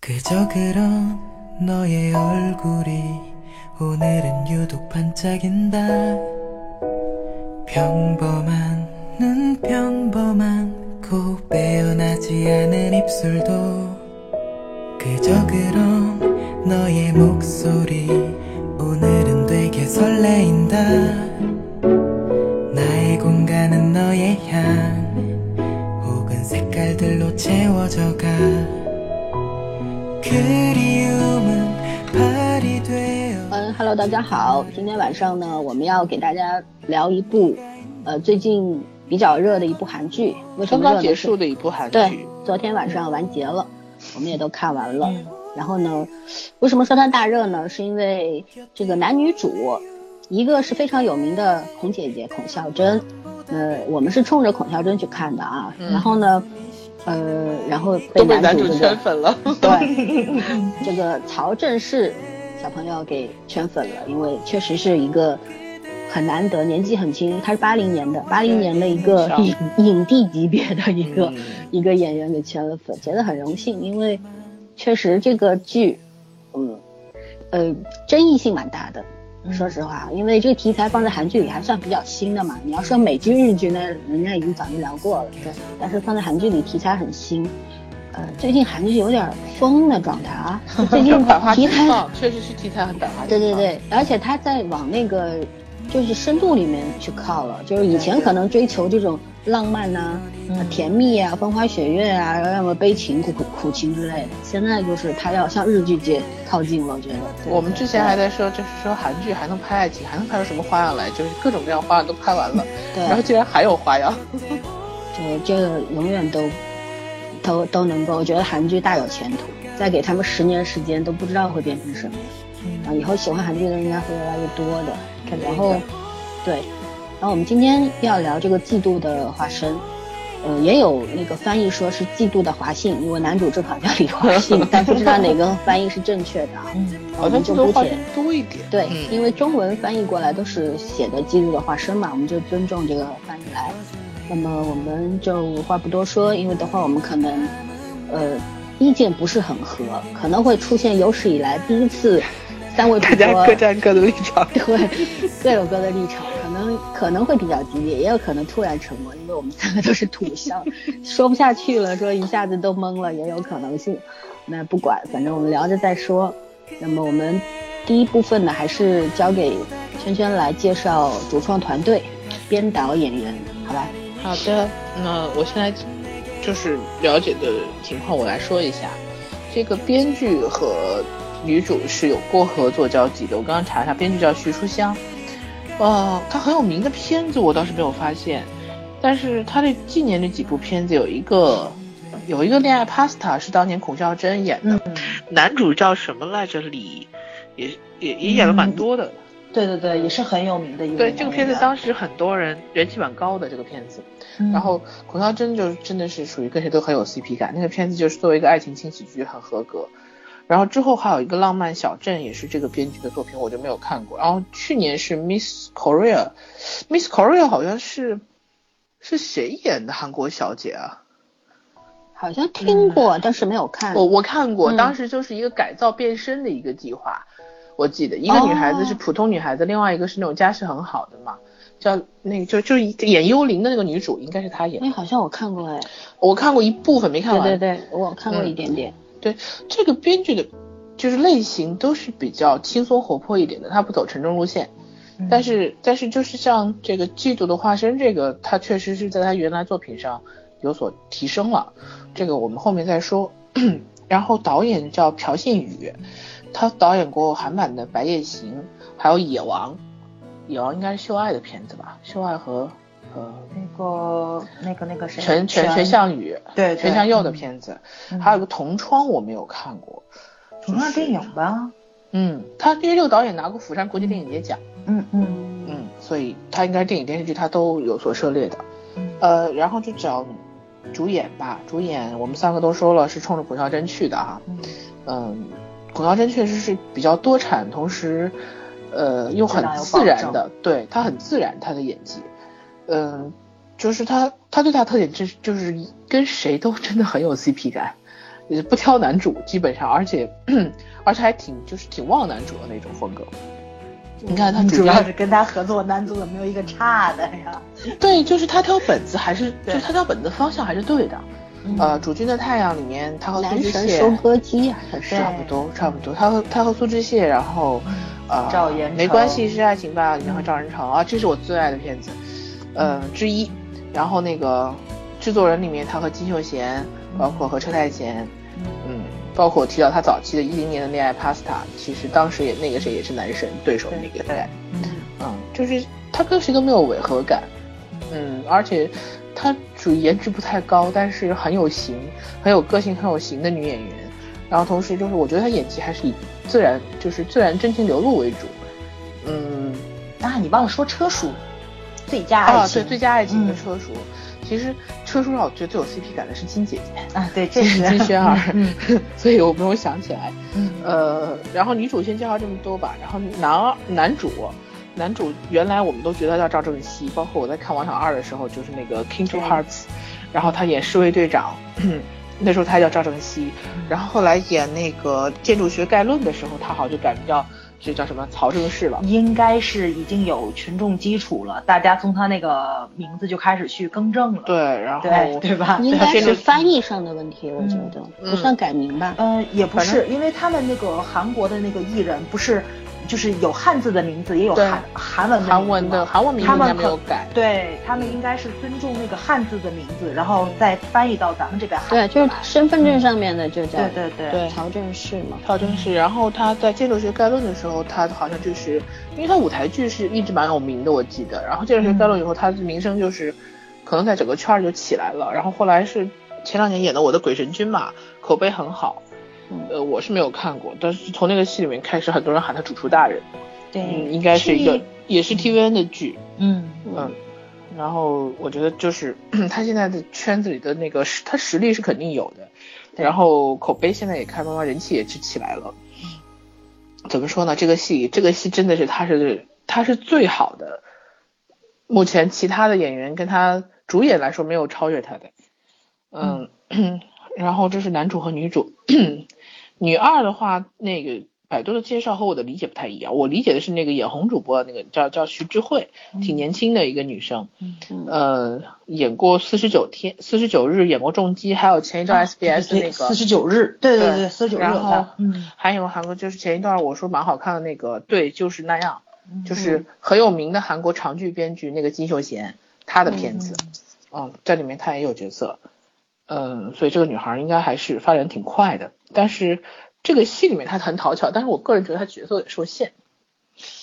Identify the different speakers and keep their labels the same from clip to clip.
Speaker 1: 그저 그런 너의 얼굴이 오늘은 유독 반짝인다 평범한 눈 평범하고 빼어나지 않은 입술도 그저 그런 너의 목소리 오늘은 되게 설레인다 나의 공간은 너의 향 혹은 색깔들로 채워져가 그리움은 발이 되어
Speaker 2: 嗯，Hello，大家好，今天晚上呢，我们要给大家聊一部，呃，最近比较热的一部韩剧，为什
Speaker 3: 刚
Speaker 2: 么热
Speaker 3: 刚
Speaker 2: 呢
Speaker 3: 结
Speaker 2: 是
Speaker 3: 束的一部韩
Speaker 2: 对
Speaker 3: 剧，，
Speaker 2: 昨天晚上完结了，我们也都看完了。
Speaker 1: 嗯
Speaker 2: 然后呢，为什么说它大热呢？是因为这个男女主，一个是非常有名的孔姐姐孔孝真，呃，我们是冲着孔孝真去看的啊。
Speaker 3: 嗯
Speaker 2: 然后呢，呃，然后被
Speaker 3: 都被
Speaker 2: 男
Speaker 3: 男主
Speaker 2: 主这
Speaker 3: 圈
Speaker 2: 个
Speaker 3: 粉了。
Speaker 2: 对这个曹正奭小朋友给圈粉了，因为确实是一个。很难得，年纪很轻，他是八零年的，八零年的一个
Speaker 3: 对
Speaker 2: 影影帝级别的一个、
Speaker 3: 嗯
Speaker 2: 一个演员给圈了粉，觉得很荣幸，因为确实这个剧，嗯，呃，争议性蛮大的。
Speaker 3: 嗯
Speaker 2: 说实话，因为这个题材放在韩剧里还算比较新的嘛。你要说美剧、日剧呢，人家已经早就聊过了。对，但是放在韩剧里题材很新，呃，最近韩剧有点疯的状态 啊。最近
Speaker 3: 正百花齐
Speaker 2: 题材
Speaker 3: 放，确实是题材很百花齐
Speaker 2: 对
Speaker 3: 放。
Speaker 2: 对，对，而且他在往那个就是深度里面去靠了，就是以前可能追求这种浪漫呐、
Speaker 3: 嗯
Speaker 2: 啊甜蜜啊、风花雪月啊，要么悲情、苦苦苦情之类的。现在就是他要向日剧界靠近了，我觉得。对
Speaker 3: 我们之前还在说，就是说韩剧还能拍爱情，还能拍出什么花样来？就是各种各样花样都拍完了，
Speaker 2: 对，
Speaker 3: 然后居然还有花样。
Speaker 2: 就这个永远都都都能够，我觉得韩剧大有前途。再给他们十年时间，都不知道会变成什么。啊，以后喜欢韩剧的人应该会越来越多的。然后，对，然后我们今天要聊这个《嫉妒的化身》，呃，也有那个翻译说是《嫉妒的华信》，因为男主正好叫李华 信，但不知道哪个翻译是正确的啊。我
Speaker 3: 好
Speaker 2: 们
Speaker 3: 像
Speaker 2: 就
Speaker 3: 这
Speaker 2: 姑
Speaker 3: 种花
Speaker 2: 且
Speaker 3: 样多一点。
Speaker 2: 对，
Speaker 3: 嗯
Speaker 2: 因为中文翻译过来都是写的记录的化身嘛，我们就尊重这个翻译来。那么我们就话不多说，因为的话我们可能，呃，意见不是很合，可能会出现有史以来第一次三位主播
Speaker 3: 大家各占各的立场。
Speaker 2: 对各有各的立场，可能可能会比较激烈，也有可能突然沉默，因为我们三个都是土象，说不下去了，说一下子都懵了，也有可能性。那不管，反正我们聊着再说。那么我们第一部分呢，还是交给圈圈来介绍主创团队、编导、演员，好吧？
Speaker 3: 好的，那我现在就是了解的情况，我来说一下。这个编剧和女主是有过合作交集的。我刚刚查一下，编剧叫徐书香，呃，她很有名的片子我倒是没有发现，但是她这近年这几部片子有一个有一个恋爱 pasta 是当年孔孝真演的，男主叫什么来着？李，也也也演了蛮多的。
Speaker 4: 对对对，也是很有名的
Speaker 3: 嗯
Speaker 4: 一个。
Speaker 3: 对，这个片子当时很嗯多人人气蛮高的这个片子。然后
Speaker 2: 嗯
Speaker 3: 孔孝真就是真的是属于跟谁都很有 CP 感，那个片子就是作为一个爱情轻喜剧很合格。然后之后还有一个《浪漫小镇》，也是这个编剧的作品，我就没有看过。然后去年是 Miss Korea，Miss Korea 好像是是谁演的韩国小姐啊？
Speaker 2: 好像听过，但是没有看。
Speaker 3: 我我看过，
Speaker 2: 嗯
Speaker 3: 当时就是一个改造变身的一个计划，我记得一个女孩子是
Speaker 2: 哦
Speaker 3: 普通女孩子，另外一个是那种家世很好的嘛，叫那个就就演幽灵的那个女主应该是她演的
Speaker 2: 哎，。好像我看过哎，
Speaker 3: 我看过一部分，没看
Speaker 2: 对对
Speaker 3: 完。
Speaker 2: 对，我看过一点点。
Speaker 3: 对这个编剧的，就是类型都是比较轻松活泼一点的，他不走沉重路线。
Speaker 2: 嗯
Speaker 4: 嗯
Speaker 3: 但是但是就是像这个《嫉妒的化身》这个，他确实是在他原来作品上有所提升了，这个我们后面再说。 然后导演叫朴信宇，他导演过韩版的《白夜行》，还有《野王》，《野王》应该是秀爱的片子吧？秀爱和呃
Speaker 4: 那个那个那个谁，
Speaker 3: 全全全项羽，
Speaker 4: 对
Speaker 3: 全
Speaker 4: 对
Speaker 3: 项佑的片子，
Speaker 4: 嗯
Speaker 3: 还有一个《同窗》，我没有看过。
Speaker 4: 同样电影吧。
Speaker 3: 嗯，他因为这个导演拿过釜山国际电影节奖，
Speaker 4: 嗯嗯
Speaker 3: 嗯，所以他应该电影电视剧他都有所涉猎的。
Speaker 4: 嗯
Speaker 3: 呃，然后就找主演吧，主演我们三个都说了是冲着孔孝真去的啊。
Speaker 4: 嗯
Speaker 3: 嗯，孔孝真确实是比较多产，同时呃又很
Speaker 4: 质量有
Speaker 3: 自然
Speaker 4: 保
Speaker 3: 的，对他很自然他的演技，嗯，就是他他最大特点就是就是跟谁都真的很有 CP 感，也不挑男主，基本上，而且而且还挺就是挺旺男主的那种风格。你看他主
Speaker 4: 主
Speaker 3: 要
Speaker 4: 要是跟他合作男主怎么没有一个差的呀？
Speaker 3: 对，就是他挑本子还是就
Speaker 4: 对
Speaker 3: 是
Speaker 4: 嗯
Speaker 3: 他挑本子方向还是对的。呃，《主君的太阳》里面他和苏
Speaker 2: 男
Speaker 3: 志
Speaker 2: 神收
Speaker 3: 燮
Speaker 2: 割机啊，他是
Speaker 4: 对
Speaker 3: 差不多差不多，他和他和苏志燮，然后呃，
Speaker 4: 赵寅成
Speaker 3: 没关系是爱情吧，里面和赵仁成啊，这是我最爱的片子，呃之一。然后那个制作人里面他和金秀贤，包括和车太贤，嗯，包括提到他早期的一零年的恋爱 Pasta，其实当时也那个谁也是男神对手那个
Speaker 4: 对
Speaker 3: 代，
Speaker 4: 嗯
Speaker 3: 嗯，就是他跟谁都没有违和感，嗯，而且她属于颜值不太高，但是很有型、很有个性、很有型的女演员。然后同时就是，我觉得她演技还是以自然，就是自然真情流露为主。嗯，
Speaker 4: 啊，你忘了说车叔，最佳爱
Speaker 3: 啊，
Speaker 4: 情
Speaker 3: 对，最佳爱情的
Speaker 4: 嗯
Speaker 3: 车叔，其实车叔让我觉得最有 CP 感的是金姐姐，
Speaker 4: 啊，对，这是
Speaker 3: 金萱儿
Speaker 4: 嗯，
Speaker 3: 啊 所以我没有想起来。
Speaker 4: 嗯
Speaker 3: 呃，然后女主先介绍这么多吧，然后男二男主，男主原来我们都觉得叫赵正熙，包括我在看《王小二》的时候，就是那个《King to
Speaker 4: 对
Speaker 3: Hearts》，然后他演侍卫队长， 那时候他叫赵正熙，
Speaker 4: 嗯
Speaker 3: 然后后来演那个《建筑学概论》的时候，他好像就改名叫就叫什么曹正奭了。
Speaker 4: 应该是已经有群众基础了，大家从他那个名字就开始去更正了，
Speaker 3: 对，然后
Speaker 4: 对对吧？
Speaker 2: 应该
Speaker 3: 这个
Speaker 2: 是翻译上的问题，我觉得
Speaker 3: 嗯
Speaker 2: 不算改名吧。
Speaker 4: 呃，也不
Speaker 3: 反
Speaker 4: 是，因为他们那个韩国的那个艺人不是，就是有汉字的名字，也有
Speaker 3: 对
Speaker 4: 韩韩文的
Speaker 3: 韩文的韩文名字
Speaker 4: 名字嘛他
Speaker 3: 应
Speaker 4: 们
Speaker 3: 该没
Speaker 4: 可
Speaker 3: 有改。
Speaker 4: 对他们应该是尊重那个汉字的名字，然后再翻译到咱们这边
Speaker 2: 对，
Speaker 4: 韩
Speaker 2: 就
Speaker 4: 国
Speaker 2: 是
Speaker 4: 来。
Speaker 2: 身份证上面的就叫
Speaker 4: 对对
Speaker 3: 对
Speaker 2: 曹正奭嘛。
Speaker 3: 赵正是，然后他在《建筑学概论》的时候，他好像就是，因为他舞台剧是一直蛮有名的，我记得。然后《建筑学概论》以后，他的名声就是，可能在整个圈儿就起来了。然后后来是前两年演的《我的鬼神君》嘛，口碑很好。
Speaker 2: 嗯
Speaker 3: 呃，我是没有看过，但是从那个戏里面开始，很多人喊他主厨大人。嗯，应该是一个，也是 TVN 的剧。
Speaker 4: 嗯，
Speaker 3: 嗯，然后我觉得就是 他现在的圈子里的那个实，他实力是肯定有的，
Speaker 4: 对
Speaker 3: 然后口碑现在也开始慢慢人气也是起来了。怎么说呢？这个戏，这个戏真的是他是他是最好的，目前其他的演员跟他主演来说没有超越他的。嗯， 然后这是男主和女主， 女二的话，那个百度的介绍和我的理解不太一样。我理解的是那个眼红主播，那个叫叫徐智慧，挺年轻的一个女生，
Speaker 2: 嗯
Speaker 3: 呃，演过四十九天、四十九日，演过重击，还有前一段 SBS 那个
Speaker 4: 四十九日，对对对，四十九日
Speaker 3: 然
Speaker 4: 有
Speaker 3: 后
Speaker 4: 他，嗯，
Speaker 3: 还有韩国就是前一段我说蛮好看的那个，对，就是那样，
Speaker 4: 嗯
Speaker 3: 就是很有名的韩国长剧编剧那个金秀贤他的片子，嗯，在里面他也有角色，嗯，所以这个女孩应该还是发展挺快的，但是这个戏里面她很讨巧，但是我个人觉得她角色有点受限，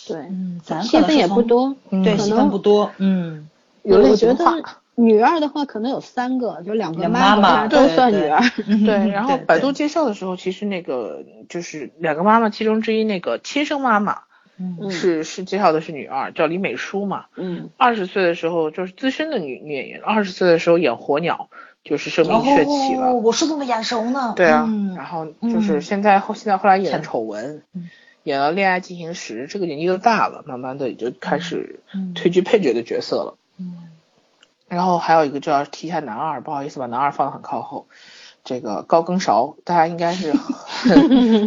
Speaker 2: 对，
Speaker 4: 嗯，咱
Speaker 2: 戏
Speaker 4: 可能
Speaker 2: 份
Speaker 4: 是
Speaker 2: 也
Speaker 4: 从
Speaker 2: 不，多，
Speaker 4: 对，
Speaker 2: 可
Speaker 4: 戏份
Speaker 2: 能
Speaker 4: 不多，嗯，
Speaker 3: 有类
Speaker 2: 我觉
Speaker 3: 型
Speaker 2: 得
Speaker 3: 化。
Speaker 2: 女二的话可能有三个，就两个
Speaker 4: 两妈妈
Speaker 2: 妈都
Speaker 4: 对
Speaker 2: 算
Speaker 4: 对
Speaker 2: 女二。
Speaker 3: 对，然后
Speaker 4: 嗯对
Speaker 3: 百度，介绍的时候，其实那个就是两个妈妈其中之一，那个亲生妈妈
Speaker 4: 嗯
Speaker 2: 嗯
Speaker 3: 是是介绍的是女二，叫李美淑嘛。
Speaker 2: 嗯，
Speaker 3: 二十岁的时候就是资深的女女演员，二十岁的时候演《火鸟》，就是声名鹊起了。
Speaker 4: 哦，我是那么眼熟呢，
Speaker 3: 对啊，
Speaker 4: 嗯
Speaker 3: 然后就是现在后、现在后来演了《丑闻》
Speaker 4: 嗯
Speaker 3: 演了《恋爱进行时》，这个年纪都大了，慢慢的也就开始
Speaker 4: 嗯
Speaker 3: 退居配角的角色了。
Speaker 4: 嗯
Speaker 3: 然后还有一个就要提一下男二，不好意思把男二放得很靠后。这个高跟勺，大家应该是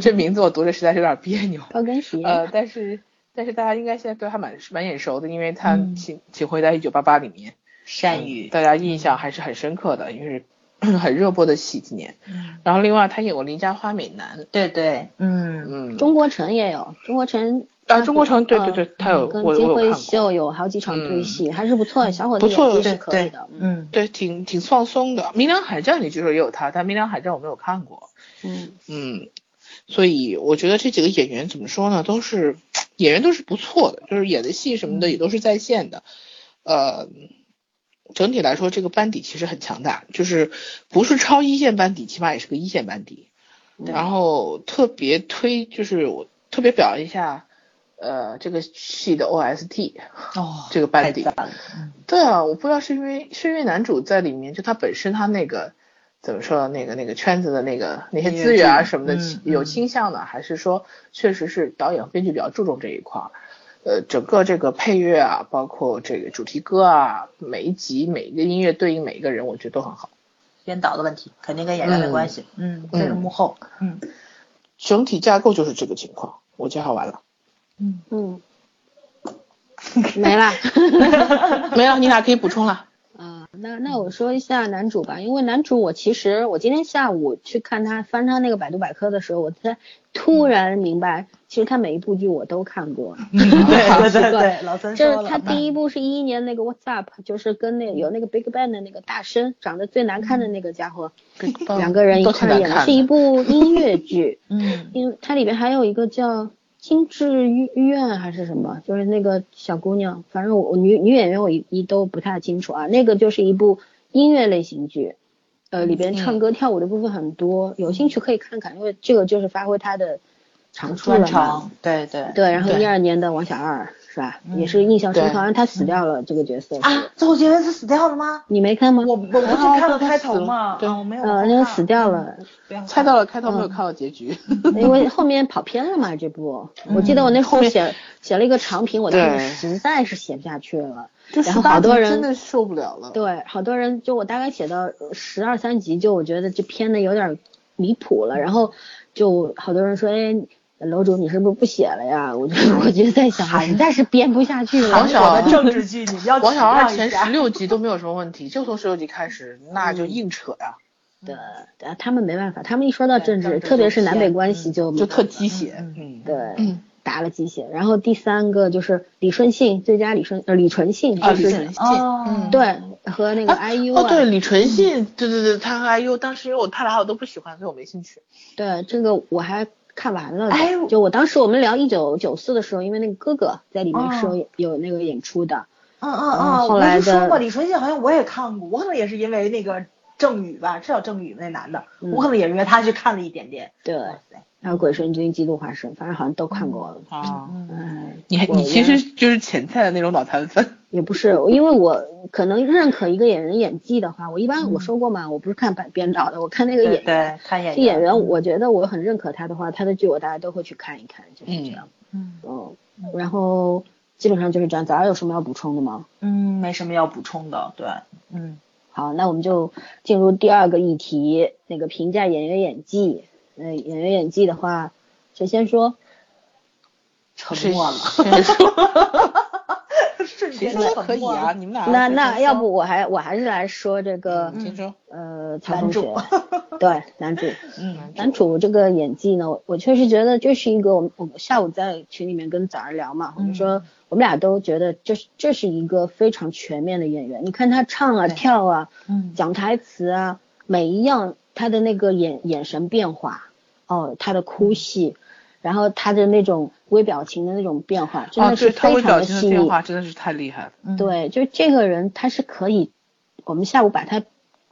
Speaker 3: 这名字我读着实在是有点别扭。
Speaker 2: 高跟鞋。
Speaker 3: 呃，但是但是大家应该现在对他蛮蛮眼熟的，因为他
Speaker 4: 嗯
Speaker 3: 请请回答一九八八里面，嗯
Speaker 4: 善宇，
Speaker 3: 大家印象还是很深刻的，因为是 很热播的戏今年。
Speaker 4: 嗯
Speaker 3: 然后另外他演过《邻家花美男》，
Speaker 4: 对对，嗯
Speaker 3: 嗯，
Speaker 2: 中国城也有，中国城
Speaker 3: 啊，中国城，对对对
Speaker 2: 呃，
Speaker 3: 他有
Speaker 2: 跟
Speaker 3: 我
Speaker 2: 金
Speaker 3: 我有
Speaker 2: 辉
Speaker 3: 看过，嗯
Speaker 2: 秀有好几场对戏，还是不错的，小伙
Speaker 3: 不
Speaker 2: 子
Speaker 3: 错
Speaker 2: 演技
Speaker 3: 对
Speaker 2: 是可以的。嗯
Speaker 4: 嗯，
Speaker 3: 对，挺挺放松的。《明良海战》里据说也有他，但《明良海战》我没有看过。
Speaker 2: 嗯，
Speaker 3: 嗯，所以我觉得这几个演员怎么说呢，都是演员都是不错的，就是演的戏什么的也都是在线的。呃，整体来说这个班底其实很强大，就是不是超一线班底，起码也是个一线班底。然后特别推就是我特别表扬一下，呃，这个戏的 OST，
Speaker 4: 哦，
Speaker 3: 这个班底
Speaker 4: 太赞了嗯
Speaker 3: 对啊，我不知道是因为是因为男主在里面，就他本身他那个怎么说那个那个圈子的那个那些资源啊什么的、
Speaker 4: 嗯嗯
Speaker 3: 有倾向呢，还是说确实是导演和编剧比较注重这一块儿？呃，整个这个配乐啊，包括这个主题歌啊，每一集每一个音乐对应每一个人，我觉得都很好。
Speaker 4: 编导的问题，肯定跟演员没关系。嗯，这是幕后。嗯
Speaker 3: 整体架构就是这个情况。我介绍完了，
Speaker 4: 嗯，
Speaker 2: 嗯，没啦。
Speaker 3: 没有，你俩可以补充了。
Speaker 2: 啊，那那我说一下男主吧，因为男主我其实我今天下午去看他翻他那个百度百科的时候，我才
Speaker 3: 嗯
Speaker 2: 突然明白，其实他每一部剧我都看过。
Speaker 4: 嗯 对对
Speaker 2: 奇怪
Speaker 4: 对对，老曾
Speaker 2: 就
Speaker 4: 说
Speaker 2: 是
Speaker 4: 了，
Speaker 2: 他第一部是一一年那个 What's Up，就是跟那有那个 Big Bang 的那个大生长得最难看的那个家伙，两个人一
Speaker 3: 都挺
Speaker 2: 块
Speaker 3: 难
Speaker 2: 演的，
Speaker 3: 看
Speaker 2: 是一部音乐剧。
Speaker 4: 嗯
Speaker 2: 因为它里边还有一个叫金智医院还是什么，就是那个小姑娘，反正我我女女演员我一一都不太清楚啊。那个就是一部音乐类型剧，呃，里边唱歌跳舞的部分很多，有兴趣可以看看，因为这个就是发挥她的长处了嘛。
Speaker 4: 专长，对对
Speaker 2: 对，然后
Speaker 3: 对
Speaker 2: 一二年的王小二是吧，
Speaker 4: 嗯
Speaker 2: 也是印象深刻，
Speaker 3: 对
Speaker 2: 然后她死掉了这个角色，
Speaker 4: 啊，最后结尾是死掉了吗？
Speaker 2: 你没看吗？
Speaker 4: 我我不是看了开头吗？
Speaker 3: 对
Speaker 4: 啊，我没有。
Speaker 2: 呃，那个死掉 了，
Speaker 4: 不要看，
Speaker 3: 猜到了开头，没
Speaker 4: 嗯
Speaker 3: 有看到结 局。
Speaker 2: 因为后面跑偏了嘛，这部我记得我那时候写写了一个长评，我当
Speaker 3: 嗯对
Speaker 2: 时实在是写不下去了。
Speaker 3: 就
Speaker 2: 然后
Speaker 3: 十八
Speaker 2: 好多
Speaker 3: 集
Speaker 2: 人
Speaker 3: 真的受不了了。
Speaker 2: 对，好多人就我大概写到十二三集，就我觉得这偏的有点离谱了，然后就好多人说，哎，楼主你是不是不写了呀？我就 我就在想，实在是编不下去了。
Speaker 3: 王小
Speaker 4: 的政治剧，你 们要
Speaker 3: 王小二
Speaker 4: 体
Speaker 3: 前
Speaker 4: 谅一
Speaker 3: 十
Speaker 4: 下。
Speaker 3: 六集都没有什么问题，就从十六集开始，那就硬扯呀、
Speaker 2: 对，呃他们没办法，他们一说到
Speaker 4: 对
Speaker 2: 政
Speaker 4: 政
Speaker 2: 治，
Speaker 4: 治
Speaker 2: 特别
Speaker 4: 就是
Speaker 2: 南北
Speaker 4: 偏
Speaker 2: 关系就
Speaker 3: 嗯
Speaker 2: 没
Speaker 3: 就
Speaker 2: 办
Speaker 3: 特
Speaker 2: 法
Speaker 3: 鸡血。
Speaker 4: 嗯
Speaker 3: 嗯，
Speaker 2: 对，打了鸡血。然后第三个就是李顺信，最佳李顺呃李纯信，
Speaker 3: 啊，
Speaker 2: 就
Speaker 3: 李
Speaker 2: 是
Speaker 3: 纯信。
Speaker 4: 哦，
Speaker 2: 对和那个 IU
Speaker 3: 哦，对，
Speaker 2: 啊，
Speaker 3: 李纯信，对对对，他和 IU 当时因为我他俩我都不喜欢，所以我没兴趣。
Speaker 2: 对这个我还看完了的。
Speaker 4: 哎我
Speaker 2: 就我当时我们聊一九九四的时候，因为那个哥哥在里面是有
Speaker 4: 哦
Speaker 2: 有那个演出的。
Speaker 4: 嗯嗯嗯，
Speaker 2: 后来
Speaker 4: 我就说
Speaker 2: 的
Speaker 4: 过李纯信好像我也看过，我可能也是因为那个郑宇吧，是叫郑宇那男的，
Speaker 2: 嗯
Speaker 4: 我可能也是因为他去看了一点点。
Speaker 2: 对，
Speaker 3: 哦
Speaker 4: 哇塞，
Speaker 2: 还有鬼神君、基督化身，反正好像都看过。
Speaker 4: 哦
Speaker 3: 啊，
Speaker 4: 嗯
Speaker 2: 哎，
Speaker 3: 你还
Speaker 2: 我
Speaker 3: 你其实就是前菜的那种脑残粉。
Speaker 2: 也不是，因为我可能认可一个演员演技的话，我一般我说过嘛，我不是看版编导的，我看那个
Speaker 4: 嗯对
Speaker 2: 演
Speaker 4: 对，看演
Speaker 2: 这演员，我觉得我很认可他的话，他的剧我大家都会去看一看，就是这样。
Speaker 4: 嗯
Speaker 2: 嗯，然后基本上就是这样。早上有什么要补充的吗？
Speaker 4: 嗯，没什么要补充的，对，嗯
Speaker 2: 好，那我们就进入第二个议题，那个评价演员演技。呃，演员演技的话，谁先说？
Speaker 4: 沉默了，瞬
Speaker 3: 谁
Speaker 4: 间
Speaker 3: 说
Speaker 4: 沉
Speaker 3: 都可以
Speaker 4: 默了
Speaker 3: 啊？，你们俩
Speaker 2: 那
Speaker 3: 谁
Speaker 2: 那
Speaker 3: 先
Speaker 2: 要
Speaker 3: 说
Speaker 2: 不我还我还是来说这个、
Speaker 3: 先说，
Speaker 2: 呃曹同
Speaker 4: 嗯男主
Speaker 2: 学， 对男主，
Speaker 4: 嗯
Speaker 2: 男主这个演技呢，我我确实觉得这是一个我们我们下午在群里面跟早儿聊嘛，我们
Speaker 3: 嗯
Speaker 2: 说我们俩都觉得这是这是一个非常全面的演员。你看他唱啊、
Speaker 4: 对
Speaker 2: 跳啊、
Speaker 4: 嗯
Speaker 2: 讲台词啊，每一样他的那个眼眼神变化，哦，他的
Speaker 3: 嗯
Speaker 2: 哭戏，然后他的那种微表情的那种变化，真
Speaker 3: 啊，
Speaker 2: 的是
Speaker 3: 对，他
Speaker 2: 非
Speaker 3: 微
Speaker 2: 常
Speaker 3: 表
Speaker 2: 的
Speaker 3: 情的
Speaker 2: 细腻。
Speaker 3: 变化真的是太厉害了。
Speaker 4: 嗯
Speaker 2: 对，就这个人他是可以，我们下午把他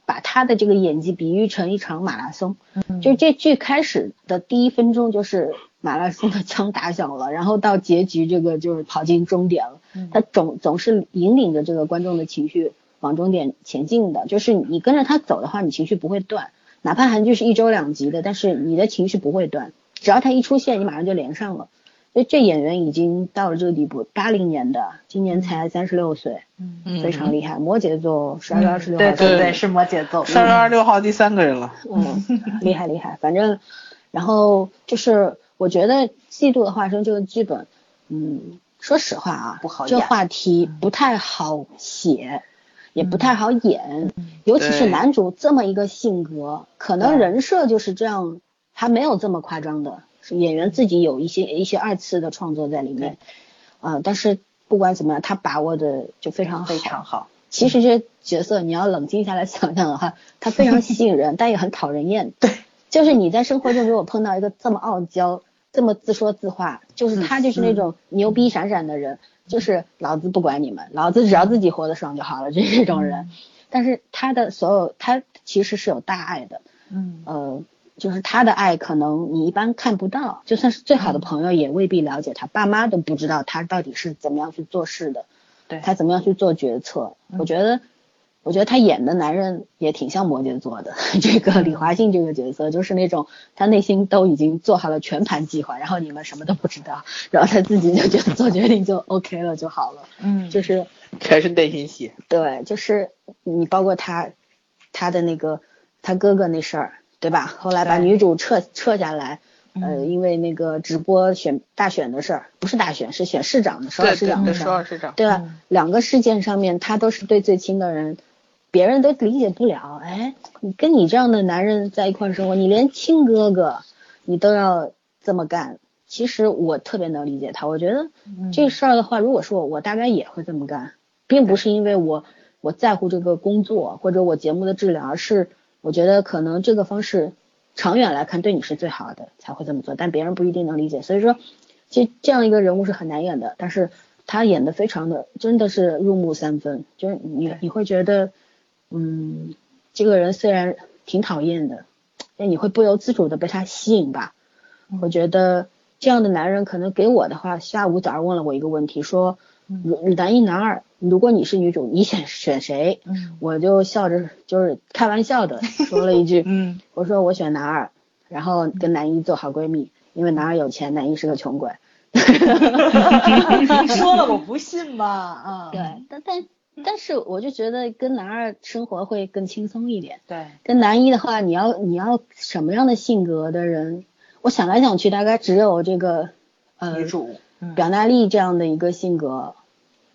Speaker 2: 把他的这个演技比喻成一场马拉松，
Speaker 4: 嗯
Speaker 2: 就是这剧开始的第一分钟就是马拉松的枪打响了，然后到结局这个就是跑进终点了，
Speaker 4: 嗯
Speaker 2: 他总总是引领着这个观众的情绪往终点前进的，就是你跟着他走的话，你情绪不会断，哪怕韩剧是一周两集的，但是你的情绪不会断，只要他一出现，你马上就连上了。所以这演员已经到了这个地步，八零年的，今年才三十六岁，
Speaker 3: 嗯
Speaker 2: 非常厉害。摩羯座十二月二十六号生
Speaker 4: 对嗯对
Speaker 2: 日，
Speaker 4: 对，是摩羯座，
Speaker 3: 嗯三月二十六号第三个人了，
Speaker 2: 嗯，厉害厉害。反正，然后就是我觉得《嫉妒的化身》这个剧本，嗯，说实话啊，
Speaker 4: 不好演
Speaker 2: 这话题不太好写，也不太好演，尤其是
Speaker 3: 对
Speaker 2: 男主这么一个性格，可能
Speaker 4: 嗯对
Speaker 2: 人设就是这样，还没有这么夸张的，是演员自己有一些一些二次的创作在里面，啊、但是不管怎么样，他把握的就非常好，
Speaker 4: 嗯非常好，
Speaker 2: 其实这些角色你要冷静下来想想的话，他非常吸引人，但也很讨人厌。
Speaker 4: 对，
Speaker 2: 就是你在生活中如果碰到一个这么傲娇、这么自说自话，就是他就是那种牛逼闪闪的人，就是老子不管你们，老子只要自己活得爽就好了，就是这种人。但是他的所有，他其实是有大爱的，
Speaker 4: 嗯
Speaker 2: 呃，就是他的爱可能你一般看不到，就算是最好的朋友也未必了解他，爸妈都不知道他到底是怎么样去做事的，
Speaker 4: 对
Speaker 2: 他怎么样去做决策。
Speaker 4: 嗯
Speaker 2: 我觉得，我觉得他演的男人也挺像摩羯座的， 这
Speaker 4: 嗯
Speaker 2: 个李华信这个角色就是那种他内心都已经做好了全盘计划，然后你们什么都不知道，然后他自己就觉得做决定就 OK 了就好了，
Speaker 4: 嗯
Speaker 2: 就是是。
Speaker 3: 全是内心戏。
Speaker 2: 对，就是你包括他他的那个他哥哥那事儿，对吧？后来把
Speaker 4: 对
Speaker 2: 女主撤撤下来，呃，
Speaker 4: 嗯
Speaker 2: 因为那个直播选大选的事儿，不是大选，是选市长的首尔
Speaker 3: 对
Speaker 2: 市
Speaker 3: 对
Speaker 2: 长
Speaker 3: 对，
Speaker 2: 的事
Speaker 3: 首
Speaker 2: 儿，
Speaker 3: 尔市长，
Speaker 2: 对吧
Speaker 4: 嗯？
Speaker 2: 两个事件上面，他都是对最亲的人，别人都理解不了。哎，你跟你这样的男人在一块儿生活，你连亲哥哥你都要这么干。其实我特别能理解他，我觉得
Speaker 4: 嗯
Speaker 2: 这事儿的话，如果是我，我大概也会这么干，并不是因为我我在乎这个工作或者我节目的质量，而是我觉得可能这个方式长远来看对你是最好的，才会这么做。但别人不一定能理解，所以说，其实这样一个人物是很难演的，但是他演的非常的，真的是入木三分，就是你
Speaker 4: 对
Speaker 2: 你会觉得，嗯，这个人虽然挺讨厌的，但你会不由自主的被他吸引吧。我觉得这样的男人可能给我的话，下午早上问了我一个问题，说
Speaker 4: 嗯
Speaker 2: 如男一男二，如果你是女主，你选选谁？
Speaker 4: 嗯
Speaker 2: 我就笑着就是开玩笑 的说了一句，
Speaker 4: 嗯
Speaker 2: 我说我选男二，然后跟男一做好闺蜜，因为男二有钱，男一是个穷鬼。
Speaker 4: 嗯，说了我不信吧啊，
Speaker 2: 对，但但但是我就觉得跟男二生活会更轻松一点。
Speaker 4: 对，
Speaker 2: 跟男一的话，你要你要什么样的性格的人？我想来想去，大概只有这个呃
Speaker 4: 女主，嗯
Speaker 2: 表达力这样的一个性格，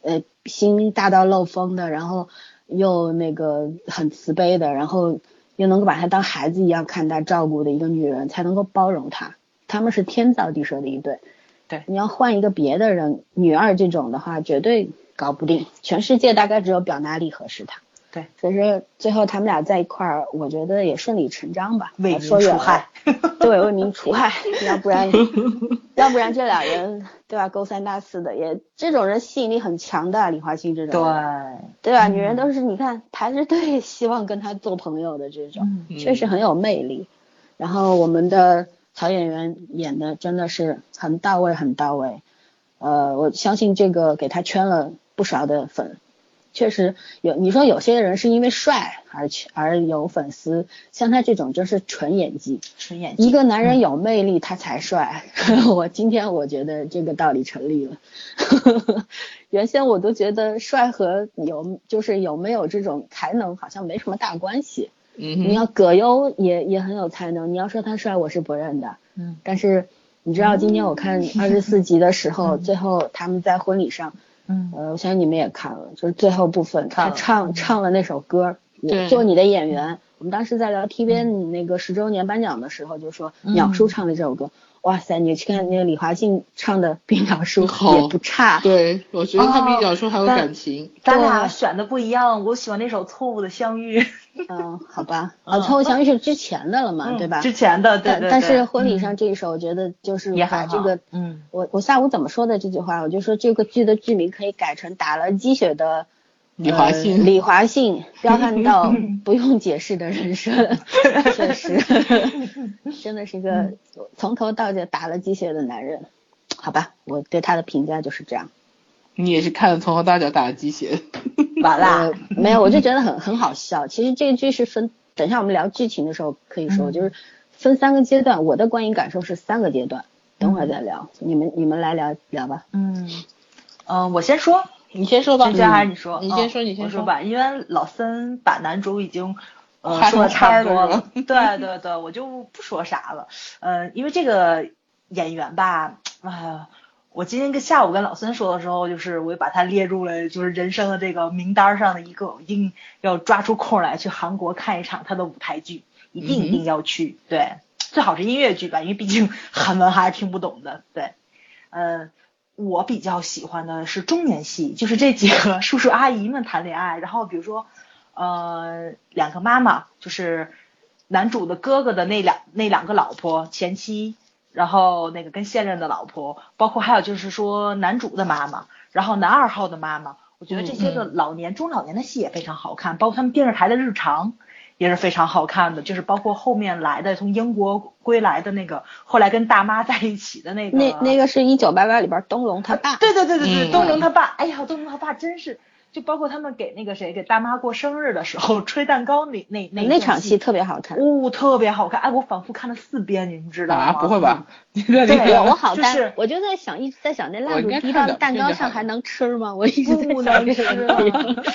Speaker 2: 呃，心大到漏风的，然后又那个很慈悲的，然后又能够把他当孩子一样看待照顾的一个女人，才能够包容他。他们是天造地设的一对。
Speaker 4: 对
Speaker 2: 你要换一个别的人，女二这种的话，绝对搞不定。全世界大概只有表达力合适他。
Speaker 4: 对，
Speaker 2: 所以说最后他们俩在一块儿，我觉得也顺理成章吧。
Speaker 4: 为民
Speaker 2: 说远
Speaker 4: 除
Speaker 2: 了
Speaker 4: 害，
Speaker 2: 对，为民除 害，要不然，要不然这俩人对吧，勾三搭四的，也这种人吸引力很强的，啊李华清这
Speaker 4: 对
Speaker 2: 种人，对吧？
Speaker 4: 嗯
Speaker 2: 女人都是你看排着队希望跟他做朋友的这种，
Speaker 4: 嗯
Speaker 3: 嗯
Speaker 2: 确实很有魅力。然后我们的曹演员演的真的是很到位，很到位。呃，我相信这个给他圈了不少的粉，确实有。你说有些人是因为帅而去而有粉丝，像他这种真是纯演技。
Speaker 4: 纯演
Speaker 2: 一
Speaker 4: 技，
Speaker 2: 个男人有魅力，他才帅。 我今天我觉得这个道理成立了。 原先我都觉得帅和有就是有没有这种才能好像没什么大关系。
Speaker 3: 嗯
Speaker 2: 你
Speaker 3: 哼，
Speaker 2: 要葛优也也很有才能，你要说他帅，我是不认的。
Speaker 4: 嗯
Speaker 2: 但是你知道今天我看二十四集的时候，最后他们在婚礼上，
Speaker 4: 嗯
Speaker 2: 呃，我相信你们也看了，就是最后部分他
Speaker 4: 看了嗯
Speaker 2: 唱唱了那首歌，我
Speaker 3: 对
Speaker 2: 做你的演员。我们当时在
Speaker 4: 嗯
Speaker 2: 聊 TVN 那个十周年颁奖的时候，就说鸟叔唱的这首歌，哇塞，你去看那个李华庆唱的比鸟叔
Speaker 3: 好
Speaker 2: 也不差。
Speaker 3: 对，我觉得他比
Speaker 4: 哦
Speaker 3: 小说还有
Speaker 4: 但
Speaker 3: 感情。
Speaker 4: 咱俩选的不一样，我喜欢那首《错误的相遇》，
Speaker 2: 嗯，好吧，啊，
Speaker 4: 嗯
Speaker 2: 凑合相遇是之前的了嘛，
Speaker 4: 嗯
Speaker 2: 啊对吧？
Speaker 4: 之前的，对
Speaker 2: 但
Speaker 4: 对，
Speaker 2: 但
Speaker 4: 对嗯
Speaker 2: 是婚礼上这一首，我觉得就是
Speaker 4: 也
Speaker 2: 把
Speaker 4: 很
Speaker 2: 这
Speaker 4: 好
Speaker 2: 个，
Speaker 4: 嗯
Speaker 2: 我我下午怎么说的这句话，我就说这个剧的剧名可以改成打了鸡血的。
Speaker 3: 李华信
Speaker 2: 呃李华信彪悍 到不用解释的人生，确实， 真的是一个
Speaker 4: 嗯
Speaker 2: 从头到脚打了鸡血的男人。好吧，我对他的评价就是这样。
Speaker 3: 你也是看了从头到脚打了鸡血，
Speaker 4: 完
Speaker 2: 呃
Speaker 4: 了，，
Speaker 2: 没有，我就觉得很很好笑。其实这个剧是分，等一下我们聊剧情的时候可以说，
Speaker 4: 嗯
Speaker 2: 就是分三个阶段。我的观影感受是三个阶段，等会儿再聊。你们你们来聊聊吧。
Speaker 4: 嗯嗯，我先说，
Speaker 3: 你先说吧
Speaker 4: 先，说还是你说？
Speaker 3: 你
Speaker 4: 嗯
Speaker 3: 先说你先
Speaker 4: 我
Speaker 3: 说
Speaker 4: 说吧，因为老森把男主已经。呃
Speaker 3: 话，
Speaker 4: 说的
Speaker 3: 筒插
Speaker 4: 差不
Speaker 3: 着
Speaker 4: 多
Speaker 3: 了
Speaker 4: 了，对对对，我就不说啥了。呃，因为这个演员吧，啊、我今天跟下午跟老孙说的时候，就是我就把他列入了就是人生的这个名单上的一个，我一定要抓出空来去韩国看一场他的舞台剧，一定一定要去。对，最好是音乐剧吧，因为毕竟韩文还是听不懂的。对，呃，我比较喜欢的是中年戏，就是这几个叔叔阿姨们谈恋爱，然后比如说，呃，两个妈妈，就是男主的哥哥的那两那两个老婆前妻，然后那个跟现任的老婆，包括还有就是说男主的妈妈，然后男二号的妈妈，我觉得这些个老年、中老年的戏也非常好看，包括他们电视台的日常。也是非常好看的，就是包括后面来的从英国归来的那个，后来跟大妈在一起的那个
Speaker 2: 那那个是一九八八里边东龙他爸，
Speaker 4: 对对对对对，
Speaker 3: 嗯
Speaker 4: 东龙他爸，哎呀，东龙他爸真是，就包括他们给那个谁给大妈过生日的时候吹蛋糕那那那
Speaker 2: 那场
Speaker 4: 戏
Speaker 2: 戏特别好看。
Speaker 4: 哦，特别好看，哎，我反复看了四遍，你们知道吗？
Speaker 3: 啊，不会吧？ 你在里
Speaker 4: 对
Speaker 2: 我我
Speaker 3: 面
Speaker 2: 好
Speaker 4: 就
Speaker 2: 担，
Speaker 4: 是
Speaker 2: 我就在想一直在想那
Speaker 3: 我
Speaker 2: 蜡
Speaker 3: 应
Speaker 2: 烛
Speaker 3: 该
Speaker 2: 滴
Speaker 3: 看
Speaker 2: 到
Speaker 3: 两
Speaker 2: 蛋
Speaker 3: 遍
Speaker 2: 糕
Speaker 3: 就
Speaker 2: 上
Speaker 3: 好
Speaker 2: 还
Speaker 3: 了
Speaker 2: 能吃吗？我一直在
Speaker 4: 不
Speaker 2: 想
Speaker 4: 能
Speaker 2: 这
Speaker 4: 吃
Speaker 2: 个
Speaker 4: 啊
Speaker 2: 问题。！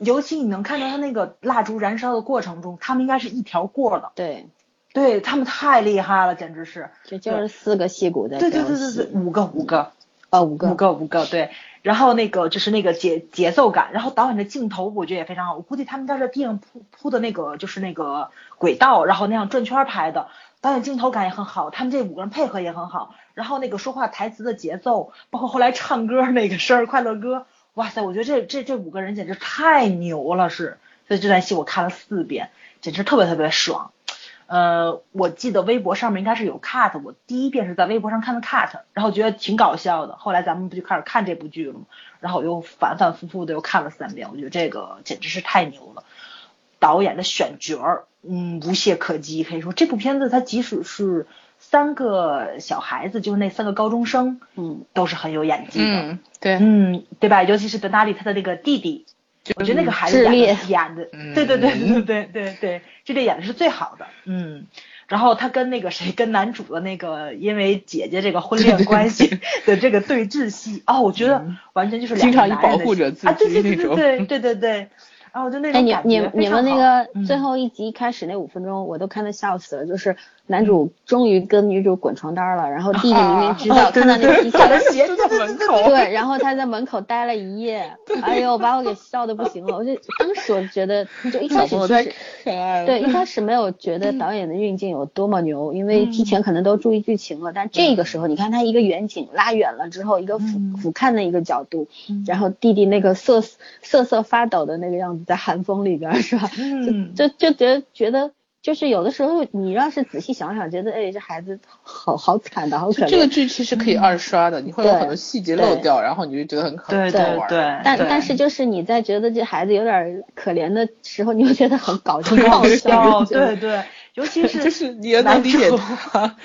Speaker 4: 尤其你能看到它那个蜡烛燃烧的过程中，他们应该是一条过儿的，
Speaker 2: 对，
Speaker 4: 对他们太厉害了，简直是。
Speaker 2: 这就是四个戏骨在
Speaker 4: 对对
Speaker 2: 飙
Speaker 4: 对对
Speaker 2: 戏
Speaker 4: 对，五个五个
Speaker 2: 哦，五个
Speaker 4: 五个五个，对。然后那个就是那个节节奏感，然后导演的镜头我觉得也非常好，我估计他们在这地上铺铺的那个就是那个轨道，然后那样转圈儿拍的，导演镜头感也很好，他们这五个人配合也很好，然后那个说话台词的节奏，包括后来唱歌那个生日快乐歌，哇塞，我觉得这这这五个人简直太牛了，是，所以这段戏我看了四遍，简直特别特别爽。呃，我记得微博上面应该是有 cut，我第一遍是在微博上看的 cut，然后觉得挺搞笑的。后来咱们不就开始看这部剧了吗？然后我又反反复复的又看了三遍，我觉得这个简直是太牛了。导演的选角儿，嗯，无懈可击，可以说这部片子它即使是三个小孩子，就是那三个高中生，
Speaker 2: 嗯，
Speaker 4: 都是很有演技的。
Speaker 3: 嗯，对，
Speaker 4: 嗯，对吧？尤其是德纳利他的那个弟弟，我觉得那个孩子
Speaker 2: 智
Speaker 4: 演
Speaker 2: 力
Speaker 4: 的演的，
Speaker 3: 嗯
Speaker 4: 对对对对对对对，这个演的是最好的，嗯。然后他跟那个谁，跟男主的那个因为姐姐这个婚恋关系的这个对峙戏，哦，我觉得完全就是
Speaker 3: 经
Speaker 4: 两个
Speaker 3: 常以
Speaker 4: 男人
Speaker 3: 保
Speaker 4: 的
Speaker 3: 护
Speaker 4: 戏
Speaker 3: 着自
Speaker 4: 啊，对
Speaker 3: 己
Speaker 4: 对
Speaker 3: 那
Speaker 4: 对
Speaker 3: 种
Speaker 4: 对对对对对，啊，我就那
Speaker 2: 哎，
Speaker 4: 种
Speaker 2: 你
Speaker 4: 感
Speaker 2: 你
Speaker 4: 觉非
Speaker 2: 你
Speaker 4: 常
Speaker 2: 们那
Speaker 4: 好
Speaker 2: 个
Speaker 4: 嗯
Speaker 2: 最后一集一开始那五分钟，我都看的笑死了，就是男
Speaker 4: 嗯
Speaker 2: 主终于跟女主滚床单了，然后弟弟明明知道，看到那皮
Speaker 4: 他
Speaker 2: 笑
Speaker 4: 的
Speaker 2: 的
Speaker 4: 鞋，啊对
Speaker 3: 就在
Speaker 4: 对对
Speaker 3: 门
Speaker 4: 对
Speaker 3: 口
Speaker 2: 对，然后他在门口待了一 夜，哎呦，把我给笑的不行了。我就当时我觉得，就一开
Speaker 3: 小
Speaker 2: 始
Speaker 3: 朋友
Speaker 2: 其
Speaker 3: 太
Speaker 2: 实
Speaker 3: 可爱了。
Speaker 2: 对一开始没 有觉得导演的运镜有多么牛，因
Speaker 4: 嗯
Speaker 2: 为之前可能都注意剧情了，但这个时候你看他一个远景拉远了之后，一个俯
Speaker 4: 嗯
Speaker 2: 俯瞰的一个角度，
Speaker 4: 嗯
Speaker 2: 然后弟弟那个瑟瑟瑟发抖的那个样子，在寒风里边是吧？
Speaker 4: 嗯，
Speaker 2: 就就觉得觉得。就是有的时候，你要是仔细想想，觉得哎，这孩子好好惨的，好可怜。
Speaker 3: 这个剧其实可以二刷的，你会有
Speaker 2: 对
Speaker 3: 很多细节漏
Speaker 2: 对
Speaker 3: 掉，然后你就觉得很可
Speaker 4: 对
Speaker 3: 很好 玩。
Speaker 4: 对对，
Speaker 2: 但
Speaker 4: 对
Speaker 2: 但是就是你在觉得这孩子有点可怜的时候，你又觉得很搞笑，
Speaker 4: 搞 笑，
Speaker 2: 就
Speaker 4: 哦对对，尤其 是
Speaker 3: 就是你也
Speaker 4: 男
Speaker 3: 能理解
Speaker 4: 主
Speaker 3: 他，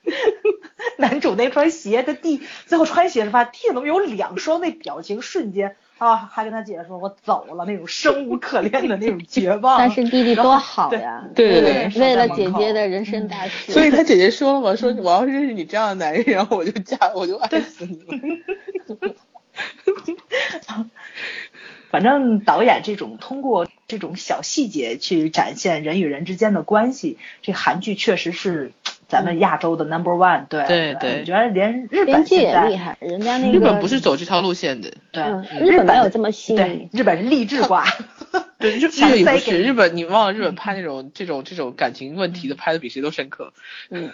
Speaker 4: 男主那双鞋，他弟最后穿鞋时发弟怎么有两双那表情瞬间啊，还跟他姐姐说我走了那种生无可恋的那种绝望。
Speaker 2: 但是弟弟多好呀，
Speaker 3: 对对
Speaker 2: 为
Speaker 4: 对对
Speaker 2: 为了
Speaker 4: 守在
Speaker 2: 姐
Speaker 4: 门口
Speaker 2: 姐的人生大事，
Speaker 3: 所以他姐姐说了嘛，说我要认识你这样的男人，然后我就 嫁，我就爱死你了。
Speaker 4: 反正导演这种通过这种小细节去展现人与人之间的关系，这韩剧确实是咱们亚洲的 number one。对
Speaker 3: 对对
Speaker 4: 我觉得连日
Speaker 2: 编
Speaker 4: 本
Speaker 2: 剧
Speaker 4: 现
Speaker 2: 也厉
Speaker 4: 在
Speaker 2: 害，人家那个
Speaker 3: 日本不是走这条路线的，
Speaker 4: 对
Speaker 2: 嗯
Speaker 4: 日
Speaker 2: 日本没有
Speaker 4: 的
Speaker 2: 这么细
Speaker 4: 对
Speaker 2: 腻，
Speaker 4: 日本是励志挂。
Speaker 3: 对， 日
Speaker 4: 强
Speaker 3: 日也
Speaker 4: 塞
Speaker 3: 不
Speaker 4: 给
Speaker 3: 是日本，你忘了日本拍那种这种这种感情问题的拍的比谁都深刻。
Speaker 2: 嗯，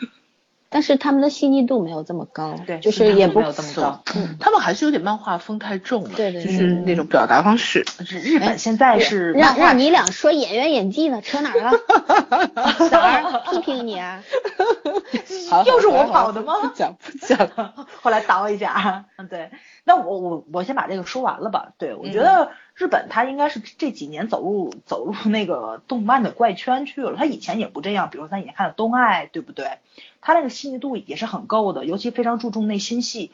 Speaker 2: 但是他们的细腻度没有这么高，
Speaker 4: 对
Speaker 2: 就
Speaker 4: 细腻
Speaker 2: 是
Speaker 4: 度
Speaker 2: 也不
Speaker 4: 没有这么高
Speaker 3: 嗯他们还是有点漫画风太重了，
Speaker 2: 对对
Speaker 3: 就
Speaker 2: 对
Speaker 3: 是那种表达方式。
Speaker 4: 日本现在是漫
Speaker 2: 让
Speaker 4: 画
Speaker 2: 让你俩说演员演技呢，扯哪儿了？早儿批评你 啊，
Speaker 3: 好
Speaker 4: 又是我
Speaker 3: 好好
Speaker 4: 跑的吗
Speaker 3: 不讲不讲。
Speaker 4: 后来倒一下啊，嗯，对。那我我我先把这个说完了吧。对，
Speaker 2: 嗯
Speaker 4: 我觉得日本它应该是这几年走入走入 那个动漫的怪圈去了。它以前也不这样，比如咱以前看的《东爱》，对不对？它那个细腻度也是很够的，尤其非常注重内心戏。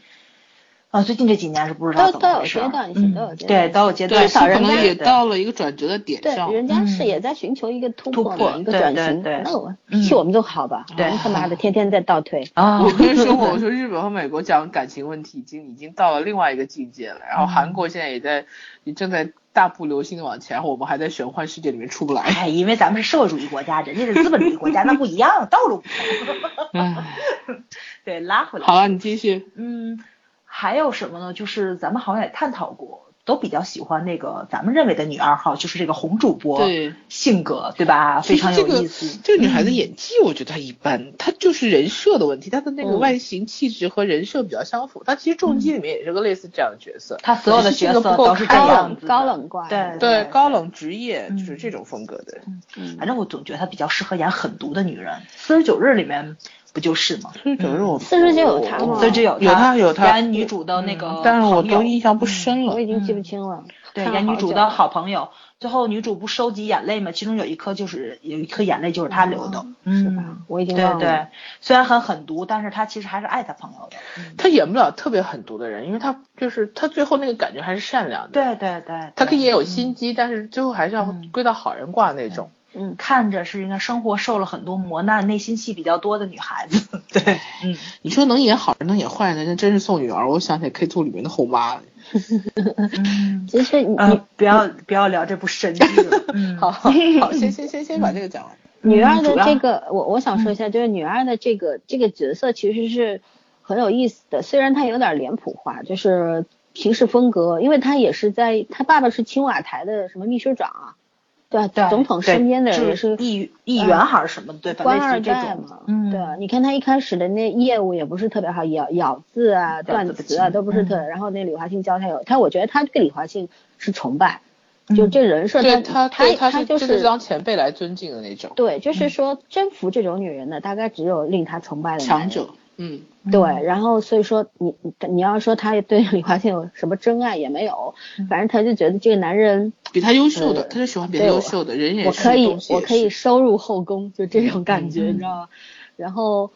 Speaker 4: 啊，最近这几年是不知
Speaker 2: 都
Speaker 4: 道怎
Speaker 2: 都
Speaker 4: 么
Speaker 2: 有
Speaker 4: 回事
Speaker 2: 阶
Speaker 4: 儿，
Speaker 2: 段性，
Speaker 4: 嗯
Speaker 2: 都有阶
Speaker 4: 对，
Speaker 2: 段性，
Speaker 4: 都有阶 段
Speaker 3: 对，
Speaker 2: 至少
Speaker 4: 性，
Speaker 3: 他可
Speaker 2: 人家
Speaker 3: 能也
Speaker 4: 对
Speaker 3: 到了一个转折的点
Speaker 2: 对
Speaker 3: 上，。
Speaker 2: 人家是
Speaker 4: 嗯
Speaker 2: 也在寻求一个突
Speaker 4: 突
Speaker 2: 破
Speaker 4: 破
Speaker 2: 的一个
Speaker 4: 对
Speaker 2: 转
Speaker 4: 对
Speaker 2: 型。
Speaker 4: 对
Speaker 2: 那我
Speaker 4: 嗯
Speaker 2: 替我们就好吧，
Speaker 4: 对嗯
Speaker 2: 我们他妈的天天在倒退。
Speaker 4: 啊，
Speaker 3: 我跟你说过，我说日本和美国讲感情问题已经已经到了另外一个境界了，然后韩国现在也在也正在大步流星的往前，然后我们还在玄幻世界里面出不来。
Speaker 4: 哎，因为咱们是社会主义国家，人家是资本主义国家，那不一样，道路不同。
Speaker 3: 唉，
Speaker 4: 对，拉 回来。
Speaker 3: 好了，你继续。
Speaker 4: 嗯，还有什么呢？就是咱们好像也探讨过，都比较喜欢那个咱们认为的女二号，就是这个红主播
Speaker 3: 对
Speaker 4: 性格，对吧？非常有意
Speaker 3: 其实
Speaker 4: 思。
Speaker 3: 这个这个女孩子演技，我觉得她一般，她就是人设的问题，她的那个
Speaker 2: 嗯
Speaker 3: 外形、气质和人设比较相符。她其实《重击》里面也是个类似这样的角色，
Speaker 4: 她所有的
Speaker 3: 只是
Speaker 4: 角
Speaker 3: 性格
Speaker 4: 色
Speaker 3: 不够
Speaker 4: 都是这
Speaker 3: 开
Speaker 2: 高
Speaker 3: 朗
Speaker 4: 样
Speaker 2: 冷
Speaker 4: 子的
Speaker 2: 高冷挂，
Speaker 4: 嗯对
Speaker 3: 对高冷职业
Speaker 4: 嗯
Speaker 3: 就是这种风格的。
Speaker 2: 嗯
Speaker 4: 反正我总觉得她比较适合演狠毒的女人，《四十九日》里面不就是吗？
Speaker 3: 所以整容我
Speaker 2: 四十九有她吗
Speaker 3: 哦
Speaker 4: 所以就有
Speaker 3: 有她有她
Speaker 4: 演女主的那个
Speaker 3: 但是我
Speaker 4: 朋友
Speaker 3: 都印象不深了
Speaker 2: 我。已经记不清了。
Speaker 4: 嗯对，
Speaker 3: 看了
Speaker 4: 演女
Speaker 3: 好
Speaker 4: 主
Speaker 3: 久
Speaker 4: 的
Speaker 3: 了
Speaker 4: 好朋友，最后女主不收集眼泪嘛，其中有一颗就是有一颗眼泪就是她流
Speaker 3: 哦
Speaker 4: 的，
Speaker 2: 是
Speaker 4: 嗯，
Speaker 2: 吧？我已经
Speaker 4: 对
Speaker 2: 忘
Speaker 4: 对
Speaker 2: 了。，
Speaker 4: 虽然很狠毒，但是她其实还是爱她朋友的。嗯
Speaker 3: 他演不了特别狠毒的人，因为他就是他最后那个感觉还是善良的。
Speaker 4: 对对对，
Speaker 3: 他可以也有
Speaker 4: 嗯
Speaker 3: 心机，但是最后还是要
Speaker 4: 嗯
Speaker 3: 归到好人卦那种。
Speaker 2: 嗯，
Speaker 4: 看着是应该生活受了很多磨难，内心戏比较多的女孩子。 对，嗯，
Speaker 3: 你说能演好人能演坏人，那真是宋雨儿，我想起来可以做里面的后妈。
Speaker 4: 嗯，
Speaker 2: 其实你、
Speaker 4: 呃，不要不要聊这部神剧 了。嗯，
Speaker 3: 好，好，先先先先把这个讲完。
Speaker 2: 女
Speaker 4: 嗯
Speaker 2: 二
Speaker 4: 主
Speaker 2: 的
Speaker 4: 要
Speaker 2: 这个，我我想说一下，就是女二的这个这个角色其实是很有意思的，虽然她有点脸谱化，就是行事风格，因为她也是在她爸爸是青瓦台的什么秘书长啊，对吧？
Speaker 4: 对，
Speaker 2: 总统身边的人也是
Speaker 4: 议议员还是什么，对吧？
Speaker 2: 官
Speaker 4: 类似于
Speaker 2: 二
Speaker 4: 这
Speaker 2: 代
Speaker 4: 种
Speaker 2: 嘛，
Speaker 4: 嗯
Speaker 2: 对，啊你看他一开始的那业务也不是特别好，咬咬字啊、断
Speaker 4: 字不
Speaker 2: 词啊
Speaker 4: 清
Speaker 2: 都不是特，
Speaker 4: 嗯
Speaker 2: 然后那李华庆教他有，他我觉得他对李华庆是崇拜，就
Speaker 4: 嗯
Speaker 2: 这人设
Speaker 3: 对
Speaker 2: 他
Speaker 3: 他对
Speaker 2: 他
Speaker 3: 是
Speaker 2: 就
Speaker 3: 真的
Speaker 2: 是
Speaker 3: 是当前辈来尊敬的那种
Speaker 2: 对，就是说征服这种女人的大概只有令他崇拜的男
Speaker 3: 强
Speaker 2: 人。
Speaker 3: 者。嗯，
Speaker 2: 对，然后所以说你你你要说他对李华庆有什么真爱也没有，反正他就觉得这个男人
Speaker 3: 比他优秀的，
Speaker 2: 呃
Speaker 3: 他就喜欢比他
Speaker 2: 对
Speaker 3: 优
Speaker 2: 我
Speaker 3: 秀的人也是，
Speaker 2: 我可以
Speaker 3: 东西也
Speaker 2: 我可以
Speaker 3: 是
Speaker 2: 收入后宫，就这种感觉，
Speaker 4: 嗯
Speaker 2: 你知道吗？然后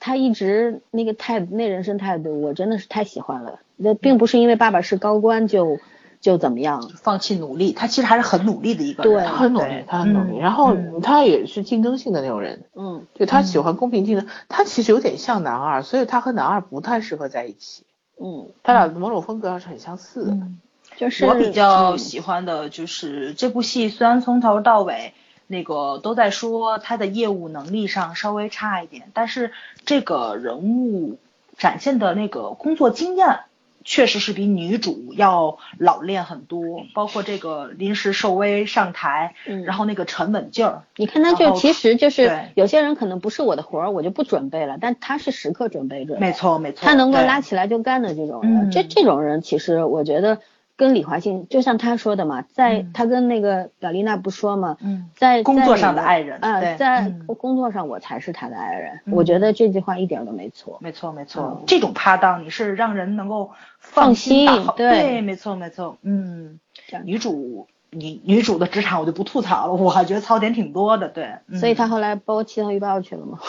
Speaker 2: 他一直那个态那人生态度，我真的是太喜欢了。那并不是因为爸爸是高官就就怎么样，
Speaker 4: 放弃努力，他其实还是很努力的一个人
Speaker 2: 对
Speaker 3: 他
Speaker 4: 啊。
Speaker 3: 很努力，他很努力。然后他也是竞争性的那种人，
Speaker 2: 嗯，
Speaker 3: 就他喜欢公平竞争。他其实有点像男二，所以他和男二不太适合在一起。
Speaker 2: 嗯，
Speaker 3: 他俩某种风格还是很相似的。
Speaker 4: 嗯
Speaker 2: 就是
Speaker 4: 我比较
Speaker 2: 嗯
Speaker 4: 喜欢的就是这部戏，虽然从头到尾那个都在说他的业务能力上稍微差一点，但是这个人物展现的那个工作经验。确实是比女主要老练很多，包括这个临时受威上台，
Speaker 2: 嗯
Speaker 4: 然后那个沉稳劲儿，
Speaker 2: 你看他
Speaker 4: 然
Speaker 2: 就
Speaker 4: 后
Speaker 2: 其实就是
Speaker 4: 对
Speaker 2: 有些人可能不是我的活儿，我就不准备了，但他是时刻准备着的，
Speaker 4: 没错没错，
Speaker 2: 他能够
Speaker 4: 对
Speaker 2: 拉起来就干的这种人，
Speaker 4: 嗯
Speaker 2: 这这种人其实我觉得跟李华庆，就像他说的嘛，在、
Speaker 4: 嗯
Speaker 2: 他跟那个表丽娜不说嘛，
Speaker 4: 嗯
Speaker 2: 在
Speaker 4: 工
Speaker 2: 在
Speaker 4: 作
Speaker 2: 你
Speaker 4: 上的爱人
Speaker 2: 啊、
Speaker 4: 对
Speaker 2: 在
Speaker 4: 嗯
Speaker 2: 工作上我才是他的爱人，
Speaker 4: 嗯
Speaker 2: 我觉得这句话一点都没错。
Speaker 4: 没错没错
Speaker 2: 嗯，
Speaker 4: 这种搭档你是让人能够
Speaker 2: 放
Speaker 4: 心
Speaker 2: 心
Speaker 4: 打好，
Speaker 2: 对
Speaker 4: 对，没错没错，嗯
Speaker 2: 这，样
Speaker 4: 女主女女主的职场我就不吐槽了，我还觉得槽点挺多的，对，嗯
Speaker 2: 所以他后来包气象预报去了嘛，